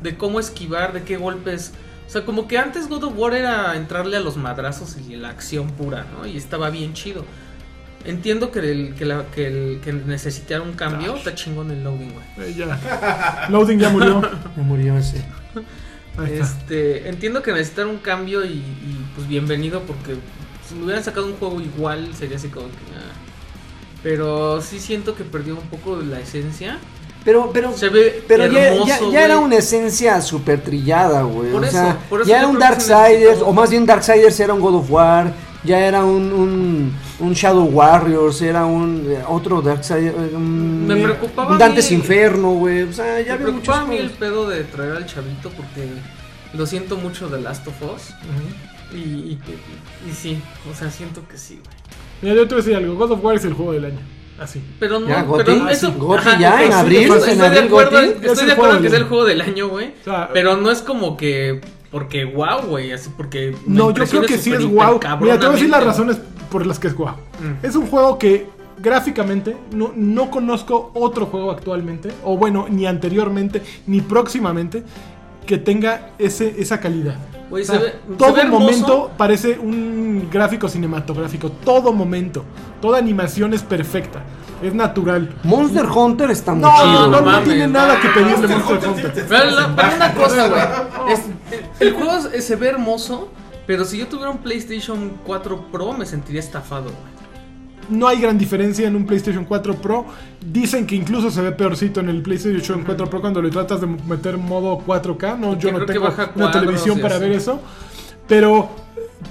Speaker 4: de cómo esquivar, de qué golpes. O sea, como que antes God of War era entrarle a los madrazos y la acción pura, ¿no? Y estaba bien chido. Entiendo que, el, que, la- que, el- que necesitar un cambio. Está chingón el loading, güey.
Speaker 3: Eh, ya. Loading ya murió.
Speaker 2: Me murió ese.
Speaker 3: Ahí está.
Speaker 4: Este, entiendo que necesitar un cambio y, y, pues bienvenido porque si me hubieran sacado un juego igual sería así como que... ah. Pero sí siento que perdió un poco de la esencia.
Speaker 2: Pero, pero,
Speaker 4: Se ve
Speaker 2: pero ya,
Speaker 4: hermoso,
Speaker 2: ya- ya
Speaker 4: güey.
Speaker 2: era una esencia súper trillada, güey.
Speaker 4: Por
Speaker 2: o
Speaker 4: eso,
Speaker 2: sea,
Speaker 4: por eso
Speaker 2: ya
Speaker 4: yo
Speaker 2: era un
Speaker 4: creo que se
Speaker 2: Darksiders,
Speaker 4: necesitaba-
Speaker 2: o más bien Darksiders era un God of War, ya era un, un, un Shadow Warriors, era un eh, otro Darksiders. eh, un-
Speaker 4: Me preocupaba
Speaker 2: un Dante's
Speaker 4: a mí-
Speaker 2: Inferno, güey. O sea, ya
Speaker 4: me
Speaker 2: había muchos
Speaker 4: preocupaba a mí el
Speaker 2: juegos.
Speaker 4: pedo de traer al chavito porque lo siento mucho de Last of Us. Y, y, y- y sí, o sea, siento que sí, güey.
Speaker 3: Mira, yo te voy a decir algo. God of War es el juego del año. Así.
Speaker 4: Pero no,
Speaker 2: Ya, Goti,
Speaker 4: pero
Speaker 2: ah,
Speaker 4: eso...
Speaker 2: sí, Goti, ya,
Speaker 4: ok,
Speaker 2: en
Speaker 4: sí,
Speaker 2: abril,
Speaker 4: estoy,
Speaker 2: en
Speaker 4: estoy de
Speaker 2: abril,
Speaker 4: acuerdo,
Speaker 2: Goti.
Speaker 3: Es
Speaker 4: estoy
Speaker 3: el
Speaker 4: de
Speaker 3: juego
Speaker 4: acuerdo que
Speaker 3: del
Speaker 4: es el
Speaker 3: año.
Speaker 4: juego del año, güey.
Speaker 3: O sea,
Speaker 4: Pero no es como que. Porque wow, güey. Así porque. me
Speaker 3: No, yo creo
Speaker 4: impresiona
Speaker 3: que sí
Speaker 4: súper,
Speaker 3: es
Speaker 4: hiper
Speaker 3: guau. Mira, te voy a decir las
Speaker 4: cabronamente.
Speaker 3: razones por las que es guau.
Speaker 4: Mm.
Speaker 3: Es un juego que gráficamente no, no conozco otro juego actualmente, o bueno, ni anteriormente, ni próximamente, que tenga ese, esa calidad.
Speaker 4: Güey,
Speaker 3: O sea,
Speaker 4: se ve- se
Speaker 3: todo
Speaker 4: ve hermoso.
Speaker 3: momento parece un gráfico cinematográfico. Todo momento. Toda animación es perfecta. Es natural.
Speaker 2: Monster Hunter está muy
Speaker 3: No,
Speaker 2: chido.
Speaker 3: no, no,
Speaker 2: güey.
Speaker 4: mames.
Speaker 3: tiene nada que pedirle
Speaker 1: Monster
Speaker 3: Monster
Speaker 1: Hunter
Speaker 3: Hunter.
Speaker 1: siempre
Speaker 4: Pero,
Speaker 2: Mm.
Speaker 4: la- pero una cosa, güey. es- el juego es- se ve hermoso. Pero si yo tuviera un PlayStation 4 Pro, me sentiría estafado, güey.
Speaker 3: No hay gran diferencia en un PlayStation 4 Pro. Dicen que incluso se ve peorcito en el PlayStation 4 Pro cuando le tratas de meter modo 4K. No, yo
Speaker 4: creo
Speaker 3: no
Speaker 4: que
Speaker 3: tengo
Speaker 4: baja
Speaker 3: una
Speaker 4: cuadros
Speaker 3: televisión
Speaker 4: y
Speaker 3: para
Speaker 4: así.
Speaker 3: ver eso. Pero,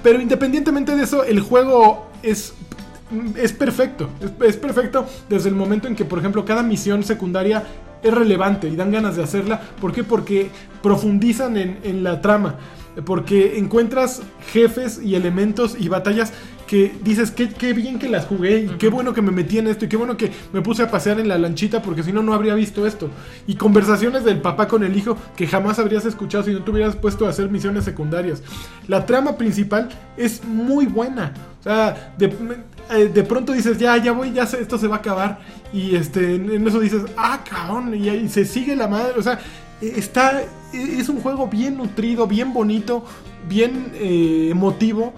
Speaker 3: pero independientemente de eso, el juego es, es perfecto. Es, es perfecto desde el momento en que, por ejemplo, cada misión secundaria es relevante y dan ganas de hacerla. ¿Por qué? Porque profundizan en, en la trama. Porque encuentras jefes y elementos y batallas que dices, qué, qué bien que las jugué y qué bueno que me metí en esto y qué bueno que me puse a pasear en la lanchita porque si no, no habría visto esto. Y conversaciones del papá con el hijo que jamás habrías escuchado si no te hubieras puesto a hacer misiones secundarias. La trama principal es muy buena. O sea, de, eh, de pronto dices, ya, ya voy, ya sé, esto se va a acabar. Y este, en en eso dices, ah, cabrón, y ahí se sigue la madre. O sea, eh, está, eh, es un juego bien nutrido, bien bonito, bien eh, emotivo.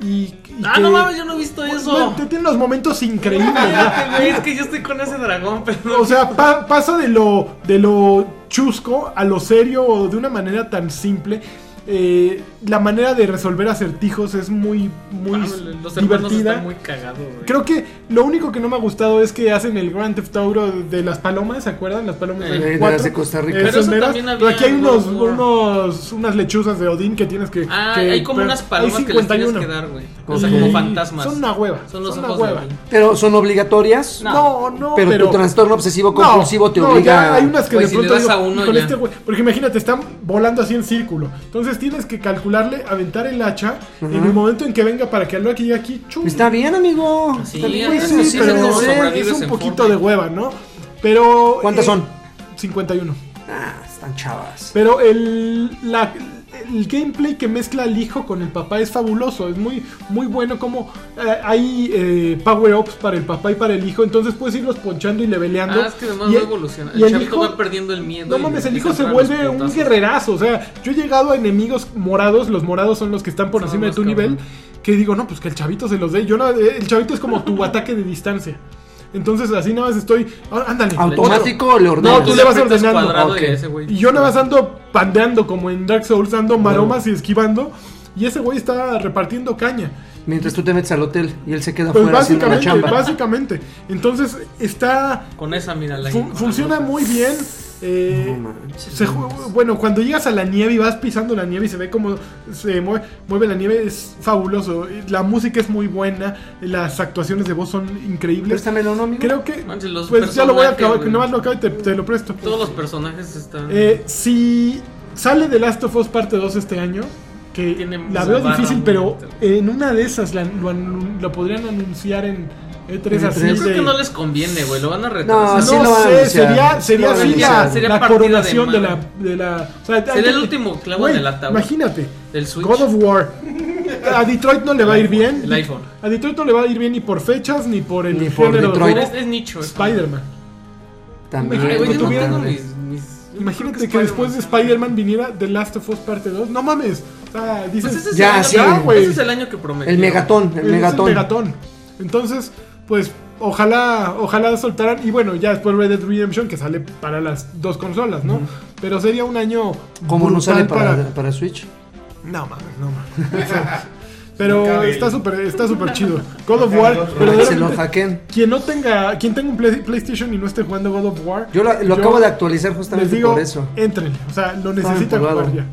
Speaker 3: Y, y
Speaker 4: Ah,
Speaker 3: que-
Speaker 4: no mames, yo no he visto eso.
Speaker 3: Güey, te tiene los momentos increíbles.
Speaker 4: Cállate,
Speaker 3: ¿verdad?
Speaker 4: güey, es que yo estoy con ese dragón, pero.
Speaker 3: O sea, pa- pasa de lo, de lo chusco a lo serio o de una manera tan simple. eh, la manera de resolver acertijos es muy, muy
Speaker 4: Pablo, Ah, los hermanos
Speaker 3: divertida.
Speaker 4: están muy cagados, güey.
Speaker 3: Creo que lo único que no me ha gustado es que hacen el Grand Theft Auto de las palomas, ¿se acuerdan? Las palomas
Speaker 4: Eh,
Speaker 3: del
Speaker 4: de
Speaker 2: las
Speaker 3: cuatro,
Speaker 2: de Costa Rica.
Speaker 3: eh,
Speaker 2: Pero
Speaker 4: eso
Speaker 3: sombreras.
Speaker 4: también había
Speaker 3: Pero aquí hay
Speaker 4: en
Speaker 3: unos,
Speaker 4: World War.
Speaker 3: unos, unas lechuzas de Odín que tienes que...
Speaker 4: Ah,
Speaker 3: que
Speaker 4: hay como
Speaker 3: per-
Speaker 4: unas
Speaker 3: hay
Speaker 4: palomas que les tienes
Speaker 3: 51.
Speaker 4: que dar, güey.
Speaker 2: Como
Speaker 4: O sea,
Speaker 3: Y
Speaker 4: como fantasmas.
Speaker 3: Son una hueva.
Speaker 4: Son los
Speaker 3: una
Speaker 4: ojos de
Speaker 3: hueva.
Speaker 4: Odín.
Speaker 2: Pero son obligatorias.
Speaker 4: No,
Speaker 3: No, no,
Speaker 2: pero, tu trastorno obsesivo
Speaker 3: No,
Speaker 2: compulsivo te
Speaker 3: no,
Speaker 2: obliga
Speaker 3: ya
Speaker 2: a...
Speaker 3: hay unas que
Speaker 4: Güey,
Speaker 3: de
Speaker 4: si le
Speaker 3: pronto
Speaker 4: das
Speaker 3: digo,
Speaker 4: a uno,
Speaker 3: "Híjole,
Speaker 4: ya".
Speaker 3: este güey", porque imagínate, están volando así en círculo. Entonces tienes que calcularle, aventar el hacha en el momento en que venga para que al que llegue aquí, chum.
Speaker 2: Está bien, amigo.
Speaker 4: Sí,
Speaker 2: Está bien,
Speaker 3: Güey,
Speaker 4: así
Speaker 3: sí,
Speaker 4: es
Speaker 3: pero
Speaker 4: como
Speaker 3: es-
Speaker 4: sobrevives
Speaker 3: es un
Speaker 4: en
Speaker 3: poquito
Speaker 4: Fortnite.
Speaker 3: de hueva, ¿no? Pero
Speaker 2: ¿Cuántas
Speaker 3: eh,
Speaker 2: son?
Speaker 3: 51.
Speaker 2: Ah, están chavas.
Speaker 3: Pero el, la- el gameplay que mezcla al hijo con el papá es fabuloso. Es muy, muy bueno como eh, hay eh, power-ups para el papá y para el hijo. Entonces puedes irlos ponchando y leveleando.
Speaker 4: Ah, es que además
Speaker 3: Y
Speaker 4: no
Speaker 3: el-
Speaker 4: evoluciona.
Speaker 3: y
Speaker 4: El,
Speaker 3: el
Speaker 4: chavito
Speaker 3: hijo-
Speaker 4: va perdiendo el miedo.
Speaker 3: No
Speaker 4: y
Speaker 3: mames,
Speaker 4: le
Speaker 3: el hijo se
Speaker 4: empieza a entrar
Speaker 3: vuelve
Speaker 4: los
Speaker 3: un
Speaker 4: putazos.
Speaker 3: guerrerazo. O sea, yo he llegado a enemigos morados, los morados son los que están por
Speaker 4: Son
Speaker 3: encima de
Speaker 4: los
Speaker 3: tu
Speaker 4: cabrón.
Speaker 3: nivel, que digo, no, pues que el chavito se los dé. Yo no, eh, el chavito es como tu ataque de distancia. Entonces así nada más estoy, ah, ándale.
Speaker 2: Automático le ordenas.
Speaker 3: No, tú le vas
Speaker 4: aprietas
Speaker 3: ordenando.
Speaker 4: cuadrado y
Speaker 2: Ok.
Speaker 4: ese güey-
Speaker 3: otro. Y yo nada más ando pandeando como en Dark Souls, ando maromas y esquivando. Y ese güey está repartiendo caña.
Speaker 2: Mientras tú te metes al hotel y él se queda
Speaker 3: Pues
Speaker 2: fuera haciendo la
Speaker 3: básicamente,
Speaker 2: chamba.
Speaker 3: básicamente. Entonces está...
Speaker 4: Con esa, mira, la
Speaker 3: fun- funciona muy bien. Eh,
Speaker 2: No manches.
Speaker 3: se ju- bueno, cuando llegas a la nieve y vas pisando la nieve y se ve cómo se mue- mueve, la nieve, es fabuloso. La música es muy buena, las actuaciones de voz son increíbles.
Speaker 2: Préstamelo, ¿no, amigo?
Speaker 3: Creo que.
Speaker 4: Manches, los
Speaker 3: Pues ya lo voy a acabar,
Speaker 4: personajes,
Speaker 3: nada más lo acabo y te, te lo presto.
Speaker 4: Todos los personajes están.
Speaker 3: Eh, si sale The Last of Us parte 2 este año, que
Speaker 4: Tiene
Speaker 3: la
Speaker 4: mucha
Speaker 3: veo
Speaker 4: barra,
Speaker 3: difícil,
Speaker 4: muy
Speaker 3: pero
Speaker 4: bonita.
Speaker 3: en una de esas la, lo, anun- lo podrían anunciar en E3
Speaker 2: En
Speaker 3: así.
Speaker 2: E3.
Speaker 4: Yo creo
Speaker 3: de-
Speaker 4: que no les conviene, güey. Lo van a
Speaker 2: No,
Speaker 4: retrasar.
Speaker 2: sí lo
Speaker 3: no
Speaker 2: van a
Speaker 3: sé,
Speaker 2: anunciar.
Speaker 3: sería,
Speaker 2: Sí
Speaker 3: sería
Speaker 2: lo van a
Speaker 3: así
Speaker 2: anunciar.
Speaker 3: la,
Speaker 4: Sería
Speaker 3: la
Speaker 4: partida de
Speaker 3: coronación de, la,
Speaker 4: mano.
Speaker 3: de la. o sea, hay
Speaker 4: Sería el
Speaker 3: que-
Speaker 4: último clavo en el ataúd.
Speaker 3: Imagínate,
Speaker 4: Del Switch.
Speaker 3: God of War. A Detroit no le va a ir bien.
Speaker 4: El iPhone.
Speaker 3: A Detroit no le va a ir bien ni por fechas, ni por el
Speaker 2: Ni por
Speaker 3: género de
Speaker 2: Detroit.
Speaker 3: juego.
Speaker 4: Es, es nicho. es-
Speaker 3: Spider-Man.
Speaker 2: También.
Speaker 4: Ay, güey, yo no
Speaker 3: Tuvieron
Speaker 4: tengo
Speaker 2: totalmente.
Speaker 4: mis- mis- yo
Speaker 3: Imagínate
Speaker 4: creo Pues
Speaker 3: que, después de Spider-Man viniera The Last of Us parte 2. No mames. O sea, dices,
Speaker 4: Pues ese es
Speaker 2: Ya,
Speaker 4: el año
Speaker 2: sí,
Speaker 4: que-
Speaker 3: güey.
Speaker 4: Ese es el año que prometió.
Speaker 2: El megatón,
Speaker 3: es
Speaker 2: el megatón.
Speaker 3: Entonces, pues ojalá ojalá soltaran y bueno, ya después Red Dead Redemption que sale para las dos consolas, ¿no? Pero sería un año
Speaker 2: Como no
Speaker 3: brutal
Speaker 2: sale para, para Switch.
Speaker 3: No mames, no mames.
Speaker 1: Me
Speaker 3: Pero
Speaker 1: cabe
Speaker 3: está
Speaker 1: el-
Speaker 3: súper está súper chido. God of
Speaker 1: Me cabe el
Speaker 3: War,
Speaker 1: otro.
Speaker 2: Para que se lo
Speaker 3: verdaderamente,
Speaker 2: hackeen.
Speaker 3: quien no tenga quien tenga un Play- PlayStation y no esté jugando God of War,
Speaker 2: Yo la- lo acabo de actualizar justamente
Speaker 3: les digo, eh,
Speaker 2: por eso.
Speaker 3: Entren, o sea, lo necesitan
Speaker 2: empolvado.
Speaker 3: jugar ya.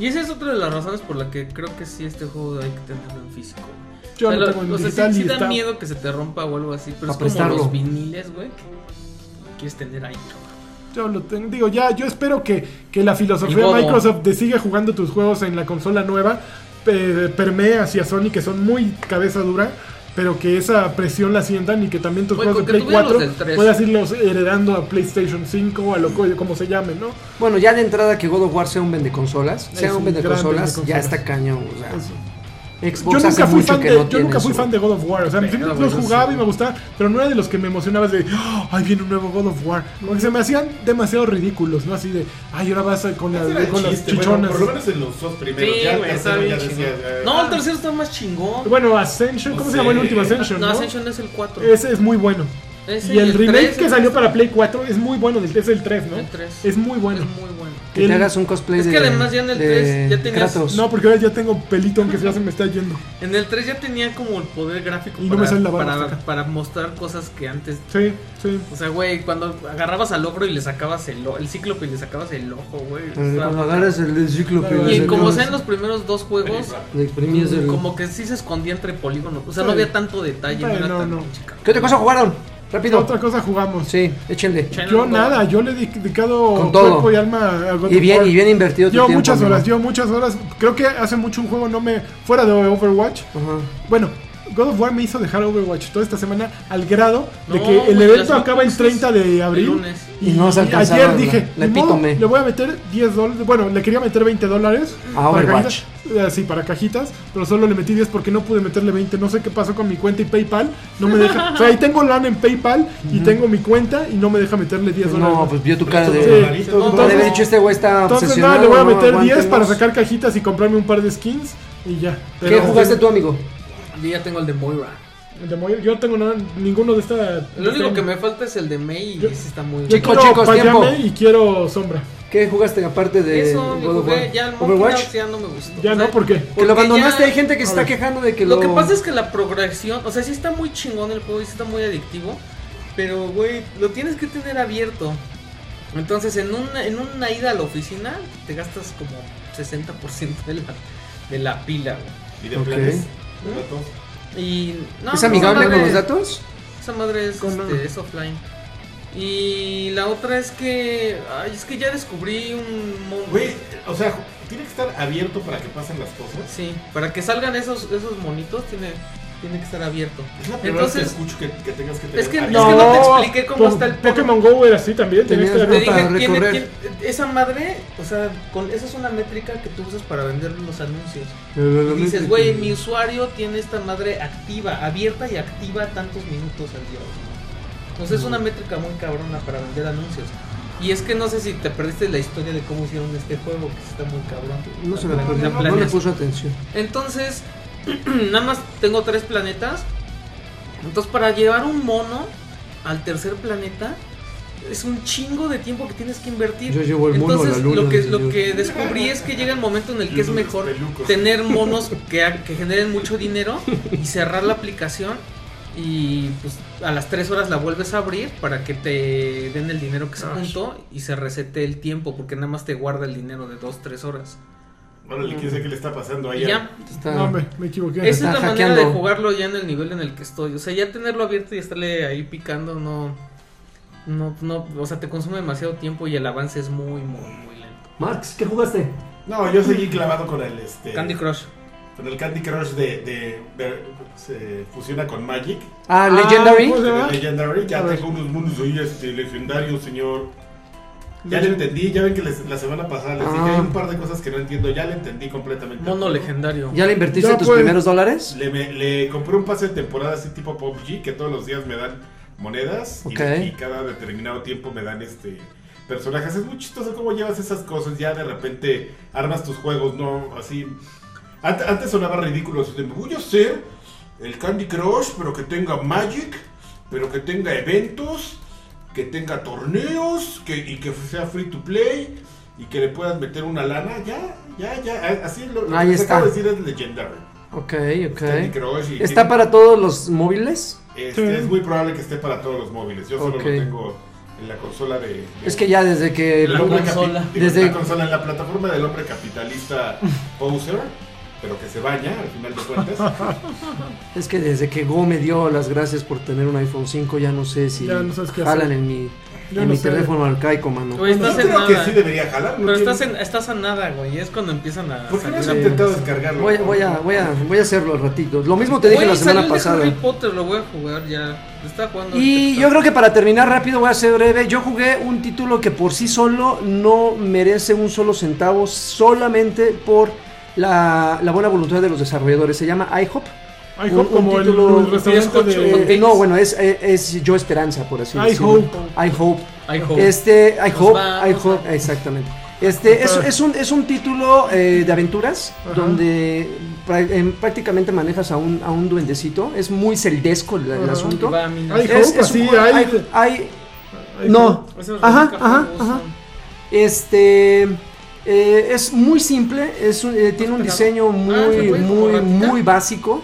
Speaker 4: Y esa es otra de las razones por la que creo que sí este juego hay que tenerlo en físico.
Speaker 3: Yo
Speaker 4: O sea,
Speaker 3: lo
Speaker 4: lo-
Speaker 3: tengo en
Speaker 4: o sea,
Speaker 3: digital
Speaker 4: sí,
Speaker 3: y
Speaker 4: sí da
Speaker 3: está-
Speaker 4: miedo que se te rompa o algo así, pero
Speaker 2: Pa'
Speaker 4: es como
Speaker 2: prestarlo.
Speaker 4: los viniles, güey. que Quieres tener ahí. cabrón.
Speaker 3: Yo lo tengo, digo, ya, yo espero que, que la filosofía
Speaker 4: Y
Speaker 3: de
Speaker 4: Godo.
Speaker 3: Microsoft de siga jugando tus juegos en la consola nueva, pe- permee hacia Sony, que son muy cabeza dura, pero que esa presión la sientan y que también tus
Speaker 4: Güey,
Speaker 3: juegos
Speaker 4: con
Speaker 3: de
Speaker 4: que
Speaker 3: Play
Speaker 4: tuvieran los
Speaker 3: 4
Speaker 4: del tres.
Speaker 3: puedas irlos heredando a PlayStation 5 o a lo co- como se llame, ¿no?
Speaker 2: Bueno, ya de entrada que God of War sea un vendeconsolas,
Speaker 3: Es
Speaker 2: sea un
Speaker 3: un gran
Speaker 2: vendeconsolas, ya
Speaker 3: vendeconsolas.
Speaker 2: está caño. O sea,
Speaker 3: Eso.
Speaker 2: Xbox
Speaker 3: yo
Speaker 2: hace
Speaker 3: nunca fui,
Speaker 2: mucho
Speaker 3: fan
Speaker 2: que
Speaker 3: de,
Speaker 2: no
Speaker 3: yo
Speaker 2: tiene
Speaker 3: nunca fui
Speaker 2: su-
Speaker 3: fan de God of War. O sea,
Speaker 4: Pero,
Speaker 3: siempre
Speaker 4: güey,
Speaker 3: los
Speaker 4: eso
Speaker 3: jugaba
Speaker 4: sí.
Speaker 3: y me gustaba, pero no era de los que me emocionabas de, ¡Ah, ahí viene un nuevo God of War. Porque se me hacían demasiado ridículos, ¿no? Así de, ay, ahora vas a- con, la-
Speaker 1: Ese era el
Speaker 3: con las
Speaker 1: chiste, bueno,
Speaker 3: chichonas.
Speaker 1: por lo menos en los dos primeros.
Speaker 4: Sí,
Speaker 1: ya el
Speaker 4: güey, está
Speaker 1: tercero ya
Speaker 4: bien chingón.
Speaker 1: decías, eh,
Speaker 4: No, el tercero está más chingón.
Speaker 3: Bueno, Ascension, ¿cómo
Speaker 1: No
Speaker 3: se llamó el
Speaker 1: sé.
Speaker 3: último Ascension?
Speaker 4: No,
Speaker 3: no?
Speaker 4: Ascension es el 4.
Speaker 3: Ese es muy bueno.
Speaker 4: Ese
Speaker 3: y el, remake
Speaker 4: tres,
Speaker 3: que
Speaker 4: el
Speaker 3: salió
Speaker 4: tres
Speaker 3: para Play 4 es muy bueno, del- es el 3, ¿no?
Speaker 4: El tres.
Speaker 3: Es muy bueno.
Speaker 4: Es muy bueno.
Speaker 2: Que
Speaker 3: El-
Speaker 2: te hagas un cosplay
Speaker 4: Es
Speaker 2: de
Speaker 4: que además ya en el
Speaker 2: de
Speaker 4: tres ya tenías-
Speaker 2: Kratos.
Speaker 3: No, porque ahora ya tengo pelito, aunque ya se me está yendo.
Speaker 4: En el 3 ya tenía como el poder gráfico
Speaker 3: Y no
Speaker 4: para,
Speaker 3: me sale la barba
Speaker 4: para-
Speaker 3: hasta acá.
Speaker 4: para mostrar cosas que antes.
Speaker 3: Sí, sí.
Speaker 4: O sea, güey, cuando agarrabas al ogro y le sacabas el, o- el cíclope y le sacabas el ojo, güey.
Speaker 2: Eh,
Speaker 4: estaba-
Speaker 2: Cuando agarras el cíclope.
Speaker 3: Y
Speaker 2: lo
Speaker 4: Y en
Speaker 2: sacas,
Speaker 4: como sea en los primeros dos juegos,
Speaker 2: lo exprimes el-
Speaker 4: como que sí se escondía entre polígonos. O sea, no
Speaker 3: Sí.
Speaker 4: había tanto detalle.
Speaker 3: Sí,
Speaker 4: no, era
Speaker 3: no,
Speaker 4: tan
Speaker 3: no.
Speaker 4: pinche cabrón.
Speaker 2: ¿Qué otra cosa jugaron? Rápido.
Speaker 3: Otra cosa jugamos.
Speaker 2: Sí, échenle.
Speaker 4: Chale, no,
Speaker 3: Yo nada, yo le he dedicado
Speaker 2: Con todo.
Speaker 3: cuerpo y alma a God
Speaker 2: Y
Speaker 3: of
Speaker 2: bien,
Speaker 3: War.
Speaker 2: y bien invertido tu
Speaker 3: Yo
Speaker 2: tiempo,
Speaker 3: muchas
Speaker 2: amigo.
Speaker 3: horas, yo muchas horas. Creo que hace mucho un juego no me. fuera de Overwatch.
Speaker 2: Ajá.
Speaker 3: Bueno, God of War me hizo dejar Overwatch toda esta semana al grado de
Speaker 4: No,
Speaker 3: que el
Speaker 4: güey,
Speaker 3: evento
Speaker 4: las
Speaker 3: acaba el
Speaker 4: noticias
Speaker 3: 30 de abril.
Speaker 4: el lunes.
Speaker 2: Y no has alcanzado
Speaker 3: Ayer
Speaker 2: la-
Speaker 3: dije,
Speaker 2: la
Speaker 3: "Ni modo,
Speaker 2: epítome".
Speaker 3: le voy a meter 10 dólares. Bueno, le quería meter 20 dólares.
Speaker 2: A
Speaker 3: para
Speaker 2: Overwatch.
Speaker 3: cajitas, eh, sí, para cajitas. Pero solo le metí 10 porque no pude meterle 20. No sé qué pasó con mi cuenta y PayPal. No me deja. o sea, ahí tengo LAN en PayPal y tengo mi cuenta y no me deja meterle 10 dólares.
Speaker 2: No, pues vio tu cara
Speaker 1: Entonces,
Speaker 2: de.
Speaker 3: Sí.
Speaker 1: raritos,
Speaker 4: No,
Speaker 1: ¿no?
Speaker 2: No, de haber
Speaker 4: Entonces-
Speaker 2: dicho, este güey está
Speaker 3: Entonces
Speaker 2: obsesionado.
Speaker 3: nada, le voy a
Speaker 2: no,
Speaker 3: meter 10
Speaker 2: aguántenos.
Speaker 3: para sacar cajitas y comprarme un par de skins y ya.
Speaker 2: ¿Qué
Speaker 3: Pero-
Speaker 2: jugaste tú, amigo?
Speaker 4: Yo ya tengo el de Moira.
Speaker 3: De Moir, yo no tengo nada, ninguno de esta.
Speaker 4: Lo único
Speaker 3: de- este
Speaker 4: que me falta es el de May y
Speaker 3: Yo-
Speaker 4: ese está muy
Speaker 3: Yo
Speaker 2: Chicos,
Speaker 3: quiero
Speaker 2: chicos,
Speaker 3: payame
Speaker 2: tiempo.
Speaker 3: y quiero sombra.
Speaker 2: ¿Qué jugaste aparte de
Speaker 4: Eso me
Speaker 2: God of
Speaker 4: jugué,
Speaker 2: War?
Speaker 4: ya el Monkey Knuckles
Speaker 2: Overwatch?
Speaker 4: ya no me gustó.
Speaker 3: Ya
Speaker 4: O sea,
Speaker 3: no, ¿por qué?
Speaker 2: Que
Speaker 4: porque
Speaker 2: lo abandonaste,
Speaker 4: ya-
Speaker 2: hay gente que se está
Speaker 3: A ver.
Speaker 2: quejando de que lo...
Speaker 4: Lo que pasa es que la progresión, o sea, sí está muy chingón el juego y sí está muy adictivo, pero güey, lo tienes que tener abierto. Entonces, en una, en una ida a la oficina, te gastas como 60% de la, de la pila, güey.
Speaker 1: ¿Y de
Speaker 2: Ok.
Speaker 1: planes? ¿De datos?
Speaker 4: Y no, pues,
Speaker 2: ¿Es
Speaker 4: esa
Speaker 2: amigable
Speaker 4: madre-
Speaker 2: con los datos?
Speaker 4: Esa madre es,
Speaker 3: Con-
Speaker 4: este, es offline. Y la otra es que. Ay, es que ya descubrí un mon-
Speaker 1: Güey, o sea, tiene que estar abierto para que pasen las cosas.
Speaker 4: Sí, para que salgan esos, esos monitos, tiene, tiene que estar abierto.
Speaker 1: Es la primera vez que
Speaker 4: Entonces-
Speaker 1: escucho que, que tengas que tener.
Speaker 4: Es que-
Speaker 1: abierto.
Speaker 4: es que no te expliqué cómo está el pedo.
Speaker 3: Pokémon Go era así también. Tenías que
Speaker 2: Tenías
Speaker 4: Te
Speaker 3: abrir-
Speaker 2: Para
Speaker 4: dije, tiene-
Speaker 2: recorrer.
Speaker 4: tiene- esa madre, o sea, con, esa es una métrica que tú usas para vender los anuncios. Y dices, güey, mi usuario tiene esta madre activa, abierta y activa tantos minutos al día. ¿no? Entonces es una métrica muy cabrona para vender anuncios. Y es que no sé si te perdiste la historia de cómo hicieron este juego, que está muy cabrón.
Speaker 2: No se
Speaker 4: La-
Speaker 2: me
Speaker 4: la
Speaker 2: acuerdo, no, no le
Speaker 4: planeación.
Speaker 2: puso atención.
Speaker 4: Entonces, nada más tengo tres planetas. Entonces, para llevar un mono al tercer planeta, es un chingo de tiempo que tienes que invertir.
Speaker 2: Yo llevo el mono a la
Speaker 4: Entonces,
Speaker 2: luna,
Speaker 4: lo que, lo
Speaker 2: señor.
Speaker 4: que descubrí es que llega el momento en el que es
Speaker 1: Los
Speaker 4: mejor
Speaker 1: pelucos.
Speaker 4: tener monos que, ha- que generen mucho dinero y cerrar la aplicación. Y pues a las tres horas la vuelves a abrir para que te den el dinero que se
Speaker 3: Ay.
Speaker 4: juntó y se resete el tiempo, porque nada más te guarda el dinero de dos, tres horas.
Speaker 1: Órale, quién sabe qué le está pasando
Speaker 4: Y
Speaker 1: allá.
Speaker 4: ya.
Speaker 2: Está-
Speaker 3: No, hombre, me equivoqué.
Speaker 4: Esa es la
Speaker 2: Está
Speaker 4: manera de
Speaker 2: hackeando.
Speaker 4: jugarlo ya en el nivel en el que estoy. O sea, ya tenerlo abierto y estarle ahí picando no. No, no, o sea, te consume demasiado tiempo y el avance es muy, muy, muy lento.
Speaker 2: Max, ¿qué jugaste?
Speaker 1: No, yo seguí clavado con el este.
Speaker 4: Candy Crush.
Speaker 1: Con el Candy Crush de, de- de- se fusiona con Magic.
Speaker 2: Ah,
Speaker 3: Ah,
Speaker 2: Legendary.
Speaker 3: ¿cómo se llama?
Speaker 1: de Legendary.
Speaker 3: A
Speaker 1: Ya
Speaker 3: ver.
Speaker 1: tengo unos mundos ahí este, legendarios, señor. Ya le entendí, ya ven que les- la semana pasada les dije
Speaker 2: Ah.
Speaker 1: hay un par de cosas que no entiendo, ya le entendí completamente.
Speaker 4: Mono legendario.
Speaker 2: ¿Ya le invertiste
Speaker 3: Ya,
Speaker 2: tus
Speaker 3: pues.
Speaker 2: primeros dólares?
Speaker 1: Le, me- le compré un pase de temporada así tipo PUBG que todos los días me dan monedas y-
Speaker 2: Ok.
Speaker 1: y, cada determinado tiempo me dan este personajes. Es muy chistoso cómo llevas esas cosas, ya de repente armas tus juegos, ¿no? Así... Ante- Antes, sonaba ridículo, así de, voy a hacer el Candy Crush, pero que tenga Magic, pero que tenga eventos, que tenga torneos, que, y que sea free to play, y que le puedas meter una lana, ya, ya, ya, así lo, lo
Speaker 2: Ahí
Speaker 1: que te
Speaker 2: está.
Speaker 1: acabo de decir es legendario.
Speaker 2: Ok, ok.
Speaker 1: Candy Crush y
Speaker 2: ¿Está
Speaker 1: tiene-
Speaker 2: para todos los móviles?
Speaker 1: este,
Speaker 3: Sí.
Speaker 1: Es muy probable que esté para todos los móviles. Yo solo
Speaker 2: Ok.
Speaker 1: lo tengo en la consola de. de-
Speaker 2: Es que ya desde que...
Speaker 1: del hombre capi-
Speaker 4: consola.
Speaker 1: digo,
Speaker 2: Desde-
Speaker 1: la consola, en la plataforma del hombre capitalista Poser, pero que se baña al final de cuentas.
Speaker 2: Es que desde que Go me dio las gracias por tener un iPhone 5, ya no sé si
Speaker 3: Ya no sabes qué
Speaker 2: jalan
Speaker 3: hacer.
Speaker 2: en mi,
Speaker 3: Ya
Speaker 2: en
Speaker 3: no
Speaker 2: mi
Speaker 3: sé.
Speaker 2: teléfono arcaico, mano.
Speaker 4: Güey,
Speaker 1: Yo
Speaker 4: estás en
Speaker 1: creo
Speaker 4: nada.
Speaker 1: que sí debería jalar. ¿no?
Speaker 4: Pero estás,
Speaker 1: tiene-
Speaker 4: en, estás a nada, güey. Es cuando empiezan a.
Speaker 1: ¿Por qué no has
Speaker 4: salir a-
Speaker 1: intentado descargarlo?
Speaker 2: Voy, voy, a, voy, a, voy a hacerlo al ratito. Lo mismo te dije
Speaker 4: Güey,
Speaker 2: la semana
Speaker 4: salió el de
Speaker 2: pasada.
Speaker 4: Harry Potter, lo voy a jugar ya. Está jugando.
Speaker 2: Y yo creo que para terminar rápido voy a ser breve. Yo jugué un título que por sí solo no merece un solo centavo solamente por la, la buena voluntad de los desarrolladores. Se llama iHop.
Speaker 3: Ay,
Speaker 2: un- un
Speaker 3: como el,
Speaker 2: título-
Speaker 3: el restaurante de.
Speaker 2: Eh, no, bueno, es, eh, es Yo Esperanza, por así
Speaker 3: I
Speaker 2: decirlo.
Speaker 3: Hope.
Speaker 2: iHop.
Speaker 4: I hope.
Speaker 2: Este, I
Speaker 4: Nos
Speaker 2: hope,
Speaker 4: vamos
Speaker 2: I hope,
Speaker 4: a-
Speaker 2: exactamente. Este es, es un, es un título eh, de aventuras
Speaker 3: Ajá.
Speaker 2: donde prá- em, prácticamente manejas a un, a un duendecito. Es muy celdesco el, el
Speaker 3: Ajá.
Speaker 2: asunto.
Speaker 4: Va a minas.
Speaker 3: Ay,
Speaker 2: Es-
Speaker 3: Hope,
Speaker 2: es un
Speaker 3: así,
Speaker 2: juego-
Speaker 3: ahí-
Speaker 2: hay- hay-
Speaker 3: Ay,
Speaker 2: no,
Speaker 4: Ese es
Speaker 2: Ajá,
Speaker 4: Rebecca
Speaker 2: ajá,
Speaker 4: Ferguson.
Speaker 2: ajá. este eh, es muy simple, es un- eh, tiene un
Speaker 4: pegado.
Speaker 2: diseño
Speaker 4: Ah, ¿se
Speaker 2: muy,
Speaker 4: puede como
Speaker 2: muy,
Speaker 4: ratita?
Speaker 2: muy básico.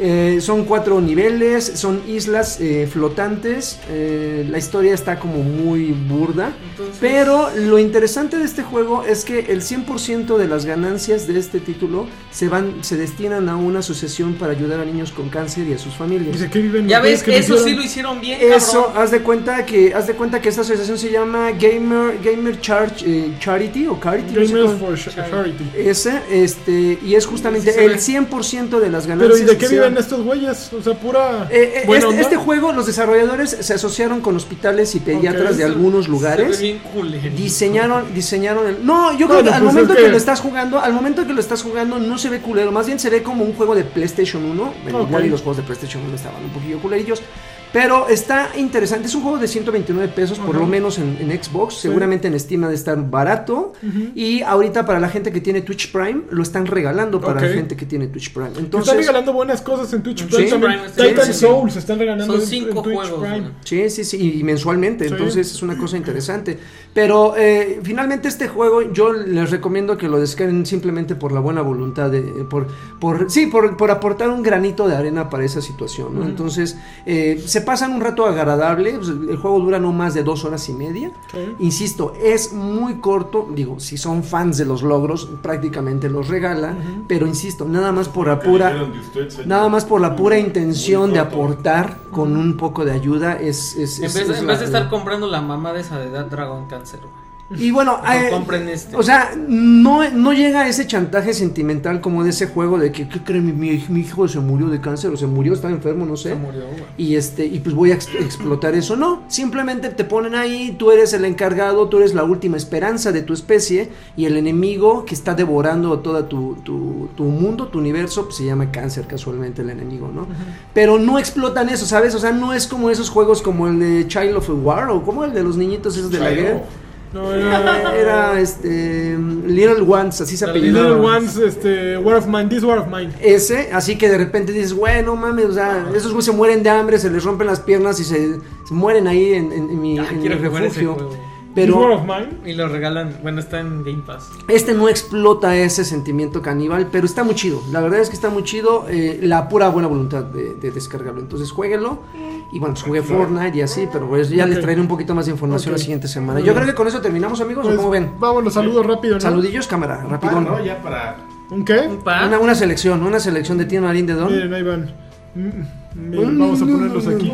Speaker 2: Eh, son cuatro niveles, son islas eh, flotantes. eh, la historia está como muy burda.
Speaker 4: Entonces-
Speaker 2: Pero lo interesante de este juego es que el 100% de las ganancias de este título se van se destinan a una asociación para ayudar a niños con cáncer y a sus familias.
Speaker 3: Dice que viven
Speaker 4: Ya
Speaker 3: ustedes
Speaker 4: ves,
Speaker 3: que
Speaker 4: eso sí lo
Speaker 3: hicieron?
Speaker 4: hicieron bien.
Speaker 2: Eso,
Speaker 4: cabrón.
Speaker 2: haz de cuenta que haz de cuenta que esta asociación se llama Gamer Gamer Charge eh, Charity o Charity. no sé
Speaker 3: Gamers
Speaker 2: cómo-
Speaker 3: for Sh- Charity.
Speaker 2: Ese, este, y es justamente
Speaker 4: Sí se ve.
Speaker 2: el 100% de las ganancias.
Speaker 3: Pero ¿y de qué
Speaker 2: se
Speaker 3: viven
Speaker 2: van-
Speaker 3: estos güeyes? O sea, pura.
Speaker 2: Eh, eh,
Speaker 3: buena
Speaker 2: este,
Speaker 3: onda.
Speaker 2: este juego, los desarrolladores se asociaron con hospitales y pediatras
Speaker 3: Ok,
Speaker 2: de
Speaker 3: se-
Speaker 2: algunos
Speaker 4: Se
Speaker 2: lugares.
Speaker 4: ve bien culero.
Speaker 2: Diseñaron, diseñaron el. No, yo creo
Speaker 3: Bueno,
Speaker 2: que al
Speaker 3: pues es
Speaker 2: momento que...
Speaker 3: que-
Speaker 2: lo estás jugando, al momento que lo estás jugando, no se ve culero. Más bien se ve como un juego de PlayStation 1. Bueno,
Speaker 3: Ok.
Speaker 2: igual y los juegos de PlayStation 1 estaban un poquillo culerillos. Pero está interesante, es un juego de 129 pesos por
Speaker 3: Ajá.
Speaker 2: lo menos en, en Xbox, seguramente en Steam ha de estar barato y ahorita para la gente que tiene Twitch Prime lo están regalando para
Speaker 3: Ok.
Speaker 2: la gente que tiene Twitch Prime.
Speaker 3: Entonces, están
Speaker 2: Entonces,
Speaker 3: regalando buenas cosas en Twitch
Speaker 2: Sí.
Speaker 3: Prime. también.
Speaker 4: Prime, sí,
Speaker 3: Titan
Speaker 2: sí, sí.
Speaker 3: Souls están regalando
Speaker 4: Son
Speaker 3: en-
Speaker 4: cinco
Speaker 3: en Twitch
Speaker 4: juegos,
Speaker 3: Prime.
Speaker 4: ¿no?
Speaker 2: Sí, sí, sí, y mensualmente,
Speaker 3: Sí.
Speaker 2: entonces es una cosa interesante. Pero eh, finalmente este juego yo les recomiendo que lo descarguen simplemente por la buena voluntad, de, eh, por, por, sí, por, por aportar un granito de arena para esa situación. ¿no?
Speaker 3: Ujú.
Speaker 2: Entonces eh, se pasan un rato agradable, pues, el juego dura no más de dos horas y media.
Speaker 3: Sí.
Speaker 2: Insisto, es muy corto, digo, si son fans de los logros, prácticamente los regala,
Speaker 3: Ujú.
Speaker 2: pero insisto, nada más por la
Speaker 1: Lo que
Speaker 2: pura...
Speaker 1: dijeron de usted, señor.
Speaker 2: Nada más por la pura intención
Speaker 1: Muy
Speaker 2: de
Speaker 1: corto.
Speaker 2: aportar con un poco de ayuda es... es,
Speaker 4: En
Speaker 2: es-
Speaker 4: vez, de-
Speaker 2: es
Speaker 4: en
Speaker 2: la-
Speaker 4: vez de estar comprando la mamá de esa de edad Dragon Cancer, güey.
Speaker 2: Y bueno,
Speaker 4: Mejor
Speaker 2: eh,
Speaker 4: compren este.
Speaker 2: o sea, no, no llega a ese chantaje sentimental como de ese juego de que, ¿qué creen? Mi, mi- mi hijo se murió de cáncer o se murió, está enfermo, no sé.
Speaker 4: se murió, güey.
Speaker 2: Y, este, y pues voy a ex- explotar eso. No, simplemente te ponen ahí, tú eres el encargado, tú eres la última esperanza de tu especie y el enemigo que está devorando todo tu, tu, tu mundo, tu universo, pues se llama cáncer casualmente el enemigo, ¿no? Pero no explotan eso, ¿sabes? O sea, no es como esos juegos como el de Child of War o como el de los niñitos esos de la
Speaker 1: Chairo.
Speaker 2: guerra.
Speaker 3: No,
Speaker 2: Era, era, este Little Ones, así se
Speaker 4: Little
Speaker 2: apellidaba.
Speaker 3: Little Ones, este, War of Mine, This War of Mine.
Speaker 2: Ese, así que de repente dices, güey, no mames, o sea, esos güeyes se mueren de hambre, se les rompen las piernas y se, se mueren ahí en, en- en mi,
Speaker 4: Ah,
Speaker 2: en mi
Speaker 4: quiero jugar ese
Speaker 2: refugio.
Speaker 4: juego.
Speaker 3: This War
Speaker 2: Pero
Speaker 3: of Mine.
Speaker 4: Y lo regalan, bueno, está en Game Pass.
Speaker 2: este no explota ese sentimiento caníbal, pero está muy chido. La verdad es que está muy chido eh, la pura buena voluntad de, de descargarlo. Entonces jueguelo. Y bueno, pues jugué Fortnite y así, pero pues, ya les
Speaker 3: Ok.
Speaker 2: traeré un poquito más de información
Speaker 3: Ok.
Speaker 2: la siguiente semana.
Speaker 3: Muy
Speaker 2: Yo
Speaker 3: bien.
Speaker 2: creo que con eso terminamos, amigos, ¿o
Speaker 3: Pues,
Speaker 2: cómo ven? Eh,
Speaker 3: vamos, los saludos rápido, ¿no?
Speaker 2: Saludillos, cámara,
Speaker 1: Ah,
Speaker 2: rapidón.
Speaker 1: ¿no? Ya para.
Speaker 3: ¿Un qué?
Speaker 4: Un pack.
Speaker 2: Una, una selección, una selección de Tino Marín de Don.
Speaker 3: Miren, ahí van. Mm, miren, vamos a ponerlos aquí.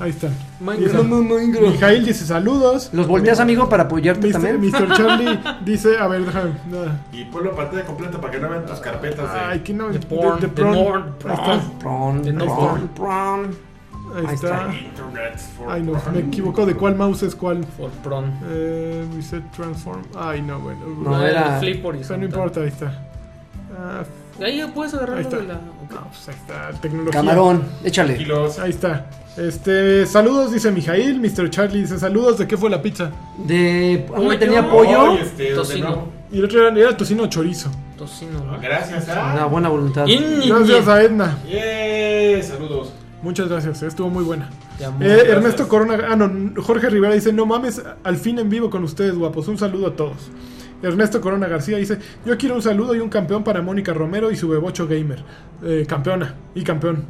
Speaker 3: Ahí están.
Speaker 4: Minecraft.
Speaker 3: Mijail dice saludos.
Speaker 2: Los volteas, amigo, para apoyarte
Speaker 3: Mr.
Speaker 2: también.
Speaker 3: Mr. Charlie dice, a ver, déjame. nada.
Speaker 1: Y ponlo a pantalla completa para que no vean tus carpetas de.
Speaker 3: Ay, que no.
Speaker 4: De
Speaker 3: de-
Speaker 4: porn,
Speaker 3: de
Speaker 4: de
Speaker 3: porn.
Speaker 4: porn.
Speaker 3: Ahí está.
Speaker 2: Pron,
Speaker 4: De no
Speaker 2: pron, pron.
Speaker 3: Ahí
Speaker 2: Ahí
Speaker 3: está.
Speaker 1: Internet for-
Speaker 3: Ay, no, me equivoco de cuál mouse es cuál.
Speaker 4: For Pron.
Speaker 3: Eh, reset transform. Ay, no, bueno.
Speaker 2: No,
Speaker 4: Ah,
Speaker 2: era-
Speaker 4: el Flip
Speaker 3: Eso
Speaker 4: horizontal.
Speaker 3: no importa, ahí está. Ah, f-
Speaker 4: Ahí ya puedes
Speaker 3: Ahí
Speaker 4: agarrar
Speaker 3: está.
Speaker 4: de la.
Speaker 3: no, pues ahí está. Tecnología.
Speaker 2: Camarón, échale.
Speaker 1: Kilos.
Speaker 3: Ahí está. Este, saludos, dice Mijail. Mr. Charlie dice saludos. ¿De qué fue la pizza?
Speaker 2: De. ah,
Speaker 4: Pollo.
Speaker 2: tenía
Speaker 1: Ay,
Speaker 2: pollo.
Speaker 1: este,
Speaker 4: Tocino.
Speaker 1: de nuevo.
Speaker 3: Y el otro era, era tocino o chorizo.
Speaker 4: Tocino, ¿no?
Speaker 1: Gracias, ah.
Speaker 2: Una buena voluntad.
Speaker 4: In-
Speaker 3: Gracias a Edna.
Speaker 1: Yeah, saludos.
Speaker 3: Muchas gracias, estuvo muy buena.
Speaker 4: Te amo.
Speaker 3: Eh, Ernesto Corona, ah no, Jorge Rivera dice, no mames, al fin en vivo con ustedes, guapos. Un saludo a todos. Ernesto Corona García dice, yo quiero un saludo y un campeón para Mónica Romero y su bebocho gamer. Eh, campeona y campeón.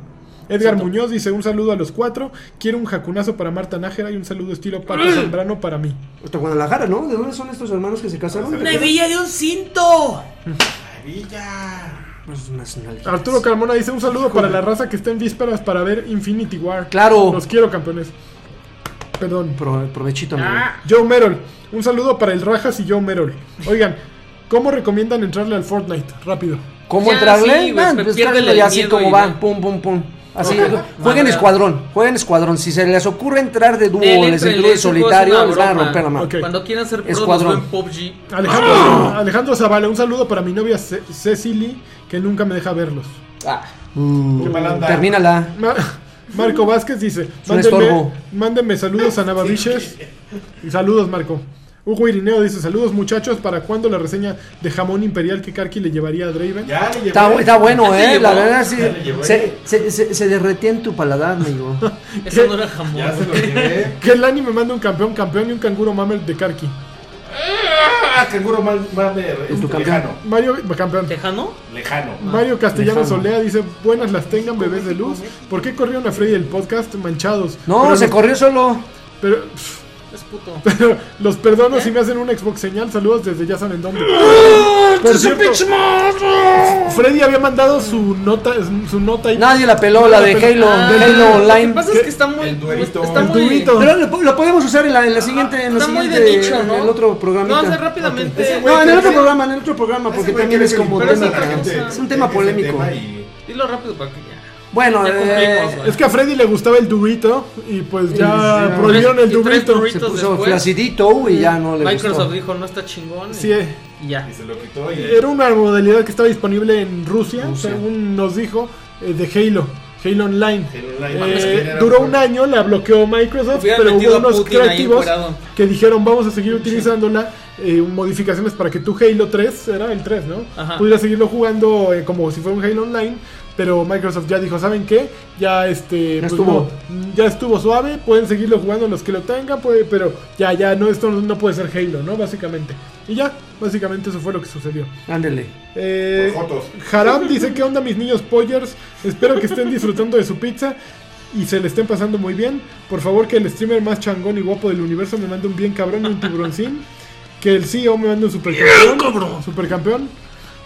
Speaker 3: Edgar Muñoz dice, un saludo a los cuatro. Quiero un jacunazo para Marta Nájera y un saludo estilo Paco Zambrano para mí.
Speaker 2: Hasta Guadalajara, ¿no? ¿De dónde son estos hermanos que se casaron? Pues,
Speaker 1: Una
Speaker 4: hebilla de un cinto!
Speaker 1: Maravilla.
Speaker 2: Pues unas nalgas.
Speaker 3: Arturo Carmona dice, un saludo para la raza que está en vísperas para ver Infinity War.
Speaker 2: Claro.
Speaker 3: Los quiero, campeones. Perdón.
Speaker 2: Pro- provechito, amigo.
Speaker 4: Ah,
Speaker 3: Joe Merol, un saludo para el Rajas y Joe Merol. Oigan, ¿cómo recomiendan entrarle al Fortnite? Rápido.
Speaker 2: ¿Cómo
Speaker 4: Ya,
Speaker 2: entrarle?
Speaker 4: sí, güey,
Speaker 2: Ah,
Speaker 4: pero
Speaker 2: pues,
Speaker 4: piérdele
Speaker 2: cálmelo
Speaker 4: el
Speaker 2: ya así
Speaker 4: miedo
Speaker 2: como
Speaker 4: y
Speaker 2: van,
Speaker 4: ya.
Speaker 2: pum, pum, pum. Así,
Speaker 4: Ok.
Speaker 2: jueguen
Speaker 4: Madreado.
Speaker 2: escuadrón, jueguen escuadrón. Si se les ocurre entrar de dúo,
Speaker 4: Él
Speaker 2: les
Speaker 4: entra,
Speaker 2: incluye
Speaker 4: ese juego es
Speaker 2: solitario,
Speaker 4: una
Speaker 2: les van a
Speaker 4: broma.
Speaker 2: romper la mano.
Speaker 3: Ok.
Speaker 4: Cuando quieran ser pro,
Speaker 2: Escuadrón.
Speaker 4: los veo en PUBG.
Speaker 3: Alejandro,
Speaker 2: ¡Ah!
Speaker 3: Alejandro Zavala, un saludo para mi novia Ce- Cecily, que nunca me deja verlos.
Speaker 2: Ah. Mm,
Speaker 1: Qué mala onda.
Speaker 2: termínala.
Speaker 3: Ma- Marco Vázquez dice:
Speaker 2: un
Speaker 3: mándenme,
Speaker 2: estorbo.
Speaker 3: mándenme saludos a Navaviches. Y saludos, Marco. Hugo Irineo dice: Saludos, muchachos. ¿Para cuándo la reseña de jamón imperial que Karki le llevaría a Draven?
Speaker 1: Ya le llevé.
Speaker 2: Está, está
Speaker 4: Ya
Speaker 2: bueno,
Speaker 4: se
Speaker 2: eh. La
Speaker 4: llevó,
Speaker 2: verdad, sí.
Speaker 1: ya le llevó.
Speaker 2: Se, se, se, se derretía en tu paladar, amigo.
Speaker 4: Eso no era jamón.
Speaker 1: Ya se lo llevé.
Speaker 3: Que el Lani me manda un campeón, campeón y un canguro mamer de Karki.
Speaker 1: Ah, canguro mal, mal de
Speaker 2: tu
Speaker 1: este,
Speaker 2: campeón.
Speaker 1: lejano.
Speaker 3: Mario, campeón.
Speaker 4: ¿Tejano?
Speaker 1: Lejano.
Speaker 2: Ah,
Speaker 3: Mario Castellanos
Speaker 2: Lejano.
Speaker 3: Olea dice, buenas las tengan bebés de luz. ¿Por qué corrieron a Freddy el podcast manchados?
Speaker 2: No,
Speaker 3: Pero
Speaker 2: se
Speaker 3: los-
Speaker 2: corrió solo.
Speaker 3: Pero, pff,
Speaker 4: Es puto.
Speaker 3: pero los perdono
Speaker 2: ¿Eh?
Speaker 3: si me hacen un Xbox señal. Saludos desde ya saben dónde. Por cierto, Freddy había mandado su nota, su nota y...
Speaker 2: Nadie la peló, la de
Speaker 3: Nadie la peló.
Speaker 2: Halo,
Speaker 4: Ah,
Speaker 2: de Halo
Speaker 4: Lo que
Speaker 2: Online.
Speaker 4: pasa es que está muy. pues,
Speaker 1: El duerito.
Speaker 4: Está
Speaker 1: El
Speaker 4: muy.
Speaker 3: duerito.
Speaker 2: Pero lo, lo podemos usar en la, en la siguiente, en la
Speaker 4: Está muy
Speaker 2: siguiente,
Speaker 4: de nicho, ¿no?
Speaker 2: en el otro programa.
Speaker 4: No, o sea, rápidamente.
Speaker 2: No, en el otro programa, en el otro programa, porque también es como
Speaker 4: pero es
Speaker 2: tema,
Speaker 4: otra
Speaker 2: ¿no?
Speaker 4: cosa.
Speaker 2: es un tema polémico.
Speaker 4: Dilo rápido para que ya.
Speaker 2: Bueno,
Speaker 4: Ya cumplimos,
Speaker 2: eh,
Speaker 4: güey.
Speaker 3: Es que a Freddy le gustaba el durito y pues ya
Speaker 2: ya.
Speaker 3: prohibieron el
Speaker 4: Y tres
Speaker 3: durito.
Speaker 4: burritos.
Speaker 2: se puso
Speaker 4: después.
Speaker 2: flacidito y ya no le
Speaker 4: Microsoft
Speaker 2: gustó.
Speaker 4: dijo, no está chingón. y-
Speaker 3: Sí, eh.
Speaker 4: Y ya.
Speaker 1: Y se lo quitó y.
Speaker 3: Era una modalidad que estaba disponible en Rusia,
Speaker 2: Rusia.
Speaker 3: según nos dijo, eh, de Halo. Halo Online.
Speaker 1: Halo Online,
Speaker 3: Eh,
Speaker 1: mames, que era
Speaker 3: duró
Speaker 1: un
Speaker 3: un año, la bloqueó Microsoft,
Speaker 4: Hubiera
Speaker 3: pero
Speaker 4: metido
Speaker 3: hubo
Speaker 4: a
Speaker 3: unos
Speaker 4: Putin ahí
Speaker 3: creativos
Speaker 4: encuerado.
Speaker 3: que dijeron vamos a seguir utilizándola, eh, modificaciones para que tu Halo 3, era el 3, ¿no?
Speaker 4: Ajá.
Speaker 3: Pudieras seguirlo jugando eh, como si fuera un Halo Online, pero Microsoft ya dijo, ¿saben qué? Ya este...
Speaker 2: Ya estuvo.
Speaker 3: no, ya estuvo suave, pueden seguirlo jugando los que lo tengan, puede- pero ya, ya, no, esto no puede ser Halo, ¿no? Básicamente. Y ya, básicamente eso fue lo que sucedió.
Speaker 2: Ándele.
Speaker 3: Eh,
Speaker 1: Por Jotos.
Speaker 3: Haram dice, ¿qué onda mis niños pollers? Espero que estén disfrutando de su pizza y se le estén pasando muy bien. Por favor que el streamer más changón y guapo del universo me mande un bien cabrón y un tiburoncín. Que el CEO me mande un supercampeón. Supercampeón.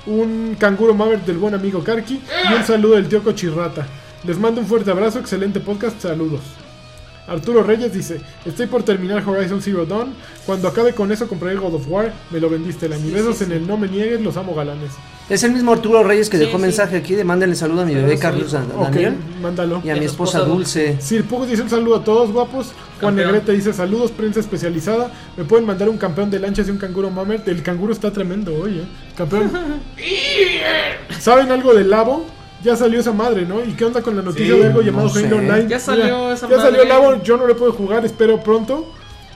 Speaker 3: Un canguro maver del buen amigo Karki. Y un saludo del tío Cochirrata. Les mando un fuerte abrazo, excelente podcast, saludos. Arturo Reyes dice, estoy por terminar Horizon Zero Dawn. Cuando acabe con eso compraré God of War. Me lo vendiste, la mi besos en el no me niegues, los amo galanes.
Speaker 2: Es el mismo Arturo Reyes que
Speaker 4: Sí,
Speaker 2: dejó
Speaker 4: sí.
Speaker 2: mensaje aquí de mándenle saludo a mi
Speaker 4: Saludos,
Speaker 2: bebé Carlos
Speaker 4: saludos.
Speaker 2: Dan-
Speaker 3: Ok,
Speaker 2: Daniel
Speaker 3: mándalo.
Speaker 2: y a
Speaker 4: Y a
Speaker 2: mi
Speaker 4: tu
Speaker 2: esposa
Speaker 4: esposa
Speaker 2: Dulce.
Speaker 3: Sir Pug dice un saludo a todos, guapos. Juan
Speaker 4: Campeón.
Speaker 3: Negrete dice saludos, prensa especializada. Me pueden mandar un campeón de lanchas y un canguro mamer. El canguro está tremendo hoy, eh. Campeón. ¿Saben algo del Labo? Ya salió esa madre, ¿no? ¿Y qué onda con la noticia
Speaker 1: Sí,
Speaker 3: de algo
Speaker 2: no
Speaker 3: llamado
Speaker 2: sé.
Speaker 3: Halo Online?
Speaker 4: Ya salió esa
Speaker 3: ya salió
Speaker 4: madre.
Speaker 3: Labo, yo no le puedo jugar, espero pronto.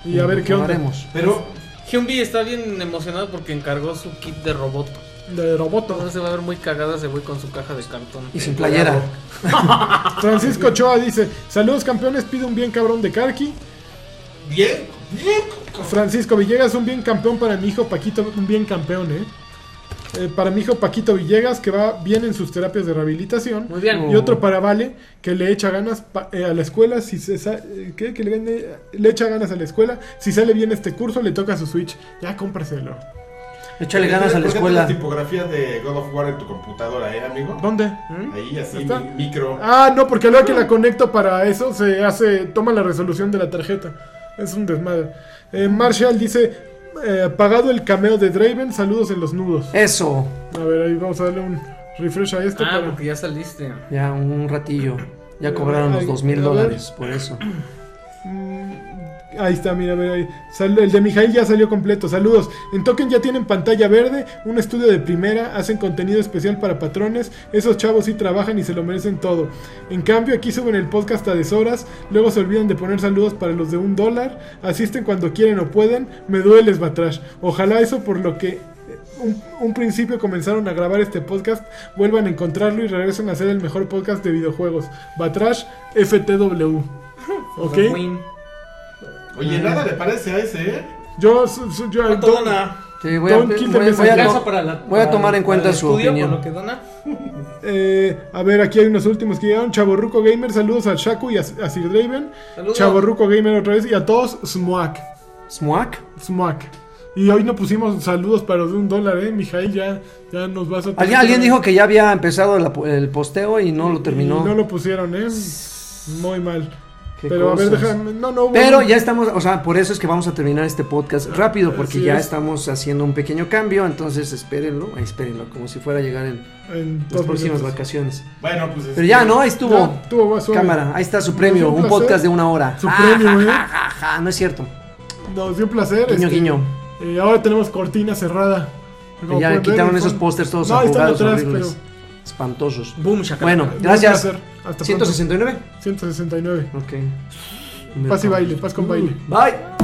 Speaker 3: Y a ver qué onda.
Speaker 2: Jugaremos.
Speaker 1: Pero
Speaker 4: Hyunbi está bien emocionado porque encargó su kit de robot.
Speaker 3: De roboto.
Speaker 4: Entonces se va a ver muy cagada ese güey con su caja de cartón. Ah,
Speaker 2: Y sin playera.
Speaker 3: Francisco Ochoa dice, saludos campeones, pido un bien cabrón de Karki.
Speaker 1: bien, bien.
Speaker 3: Francisco Villegas, un bien campeón para mi hijo Paquito, un bien campeón, ¿eh? Eh, para mi hijo Paquito Villegas, que va bien en sus terapias de rehabilitación.
Speaker 4: Muy bien.
Speaker 3: Y otro para Vale, que le echa ganas pa- eh, a la escuela, si se sa- eh, ¿qué? Que le, vende- le echa ganas a la escuela, si sale bien este curso, le toca su Switch. Ya cómpraselo.
Speaker 2: Échale ganas a la
Speaker 1: Eh, ¿Por qué
Speaker 2: escuela.
Speaker 1: tienes tipografía de God of War en tu computadora, eh, amigo?
Speaker 3: ¿Dónde?
Speaker 1: Ahí así,
Speaker 3: ¿Está?
Speaker 1: mi- micro.
Speaker 3: Ah, no, porque luego que la conecto para eso se hace, toma la resolución de la tarjeta. Es un desmadre. Eh, Marshall dice, eh, pagado el cameo de Draven, saludos en los nudos.
Speaker 2: Eso.
Speaker 3: A ver, ahí vamos a darle un refresh a esto.
Speaker 4: Ah,
Speaker 3: para-
Speaker 4: porque ya saliste.
Speaker 2: Ya un ratillo. Ya cobraron los
Speaker 3: Ay,
Speaker 2: dos mil
Speaker 3: a ver.
Speaker 2: dólares por eso.
Speaker 3: Mm, ahí está, mira, a ver ahí. Sal- el de Mijail ya salió completo. Saludos. En Token ya tienen pantalla verde, un estudio de primera, hacen contenido especial para patrones. Esos chavos sí trabajan y se lo merecen todo. En cambio, aquí suben el podcast a deshoras, luego se olvidan de poner saludos para los de un dólar. Asisten cuando quieren o pueden. Me duele les batrash. Ojalá eso por lo que eh, un, un principio comenzaron a grabar este podcast, vuelvan a encontrarlo y regresen a hacer el mejor podcast de videojuegos. Batrash FTW. ¿Ok?
Speaker 4: Win.
Speaker 2: Ah.
Speaker 1: Oye, nada le parece a ese, eh.
Speaker 3: Yo, su- su- yo-
Speaker 5: ¿Cuánto
Speaker 3: yo-
Speaker 5: dona?
Speaker 2: Sí, voy a,
Speaker 3: Don
Speaker 2: voy-
Speaker 3: Quince
Speaker 2: voy a-
Speaker 3: meses.
Speaker 2: voy a-
Speaker 5: Abrazo para la-
Speaker 2: voy a
Speaker 5: para-
Speaker 2: tomar en
Speaker 5: para el
Speaker 2: cuenta su
Speaker 5: estudio,
Speaker 2: opinión.
Speaker 5: por lo que dona.
Speaker 3: eh, a ver, aquí hay unos últimos que llegaron. Chaborruco Gamer, saludos a Shaku y a, a Sir Draven.
Speaker 5: Saludos.
Speaker 3: Chaborruco Gamer otra vez y a todos, Smoak.
Speaker 2: ¿Smoak?
Speaker 3: Smoak. Y hoy no pusimos saludos para los de un dólar, ¿eh? Mijail ya, ya nos vas a...
Speaker 2: Alguien, alguien dijo que ya había empezado la- el posteo y no lo terminó.
Speaker 3: este Y no lo pusieron, ¿eh? Muy mal.
Speaker 2: Qué
Speaker 3: Pero a ver,
Speaker 2: cosas.
Speaker 3: déjame... No, no,
Speaker 2: Pero
Speaker 3: bueno.
Speaker 2: ya estamos, o sea, por eso es que vamos a terminar este podcast rápido, porque
Speaker 3: Así
Speaker 2: ya
Speaker 3: es.
Speaker 2: estamos haciendo un pequeño cambio, entonces espérenlo, ay, espérenlo, como si fuera a llegar en
Speaker 3: En
Speaker 2: las
Speaker 3: dos
Speaker 2: próximas
Speaker 3: minutos.
Speaker 2: vacaciones.
Speaker 1: Bueno, pues.
Speaker 2: Pero ya, ¿no? Ahí estuvo.
Speaker 3: Ya, estuvo más suave.
Speaker 2: Cámara, ahí está su
Speaker 3: Nos
Speaker 2: premio,
Speaker 3: dio
Speaker 2: un
Speaker 3: placer.
Speaker 2: podcast de una hora.
Speaker 3: Su
Speaker 2: Ja,
Speaker 3: premio,
Speaker 2: ja,
Speaker 3: ¿eh?
Speaker 2: ja, ja, no es cierto.
Speaker 3: Nos dio un placer.
Speaker 2: Guiño,
Speaker 3: este,
Speaker 2: guiño.
Speaker 3: eh, ahora tenemos cortina cerrada. Como
Speaker 2: Ya
Speaker 3: pueden ver,
Speaker 2: quitaron
Speaker 3: el
Speaker 2: esos
Speaker 3: fondo-
Speaker 2: pósters todos
Speaker 3: No, ahí están
Speaker 2: arrugados,
Speaker 3: atrás,
Speaker 2: horribles,
Speaker 3: pero-
Speaker 2: espantosos.
Speaker 4: Boom, shaka.
Speaker 2: Bueno,
Speaker 3: Un
Speaker 2: gracias.
Speaker 3: placer. Hasta pronto.
Speaker 2: 169.
Speaker 3: 169.
Speaker 2: Ok. Uh.
Speaker 3: Paz y baile, paz con baile.
Speaker 2: Mm, Bye.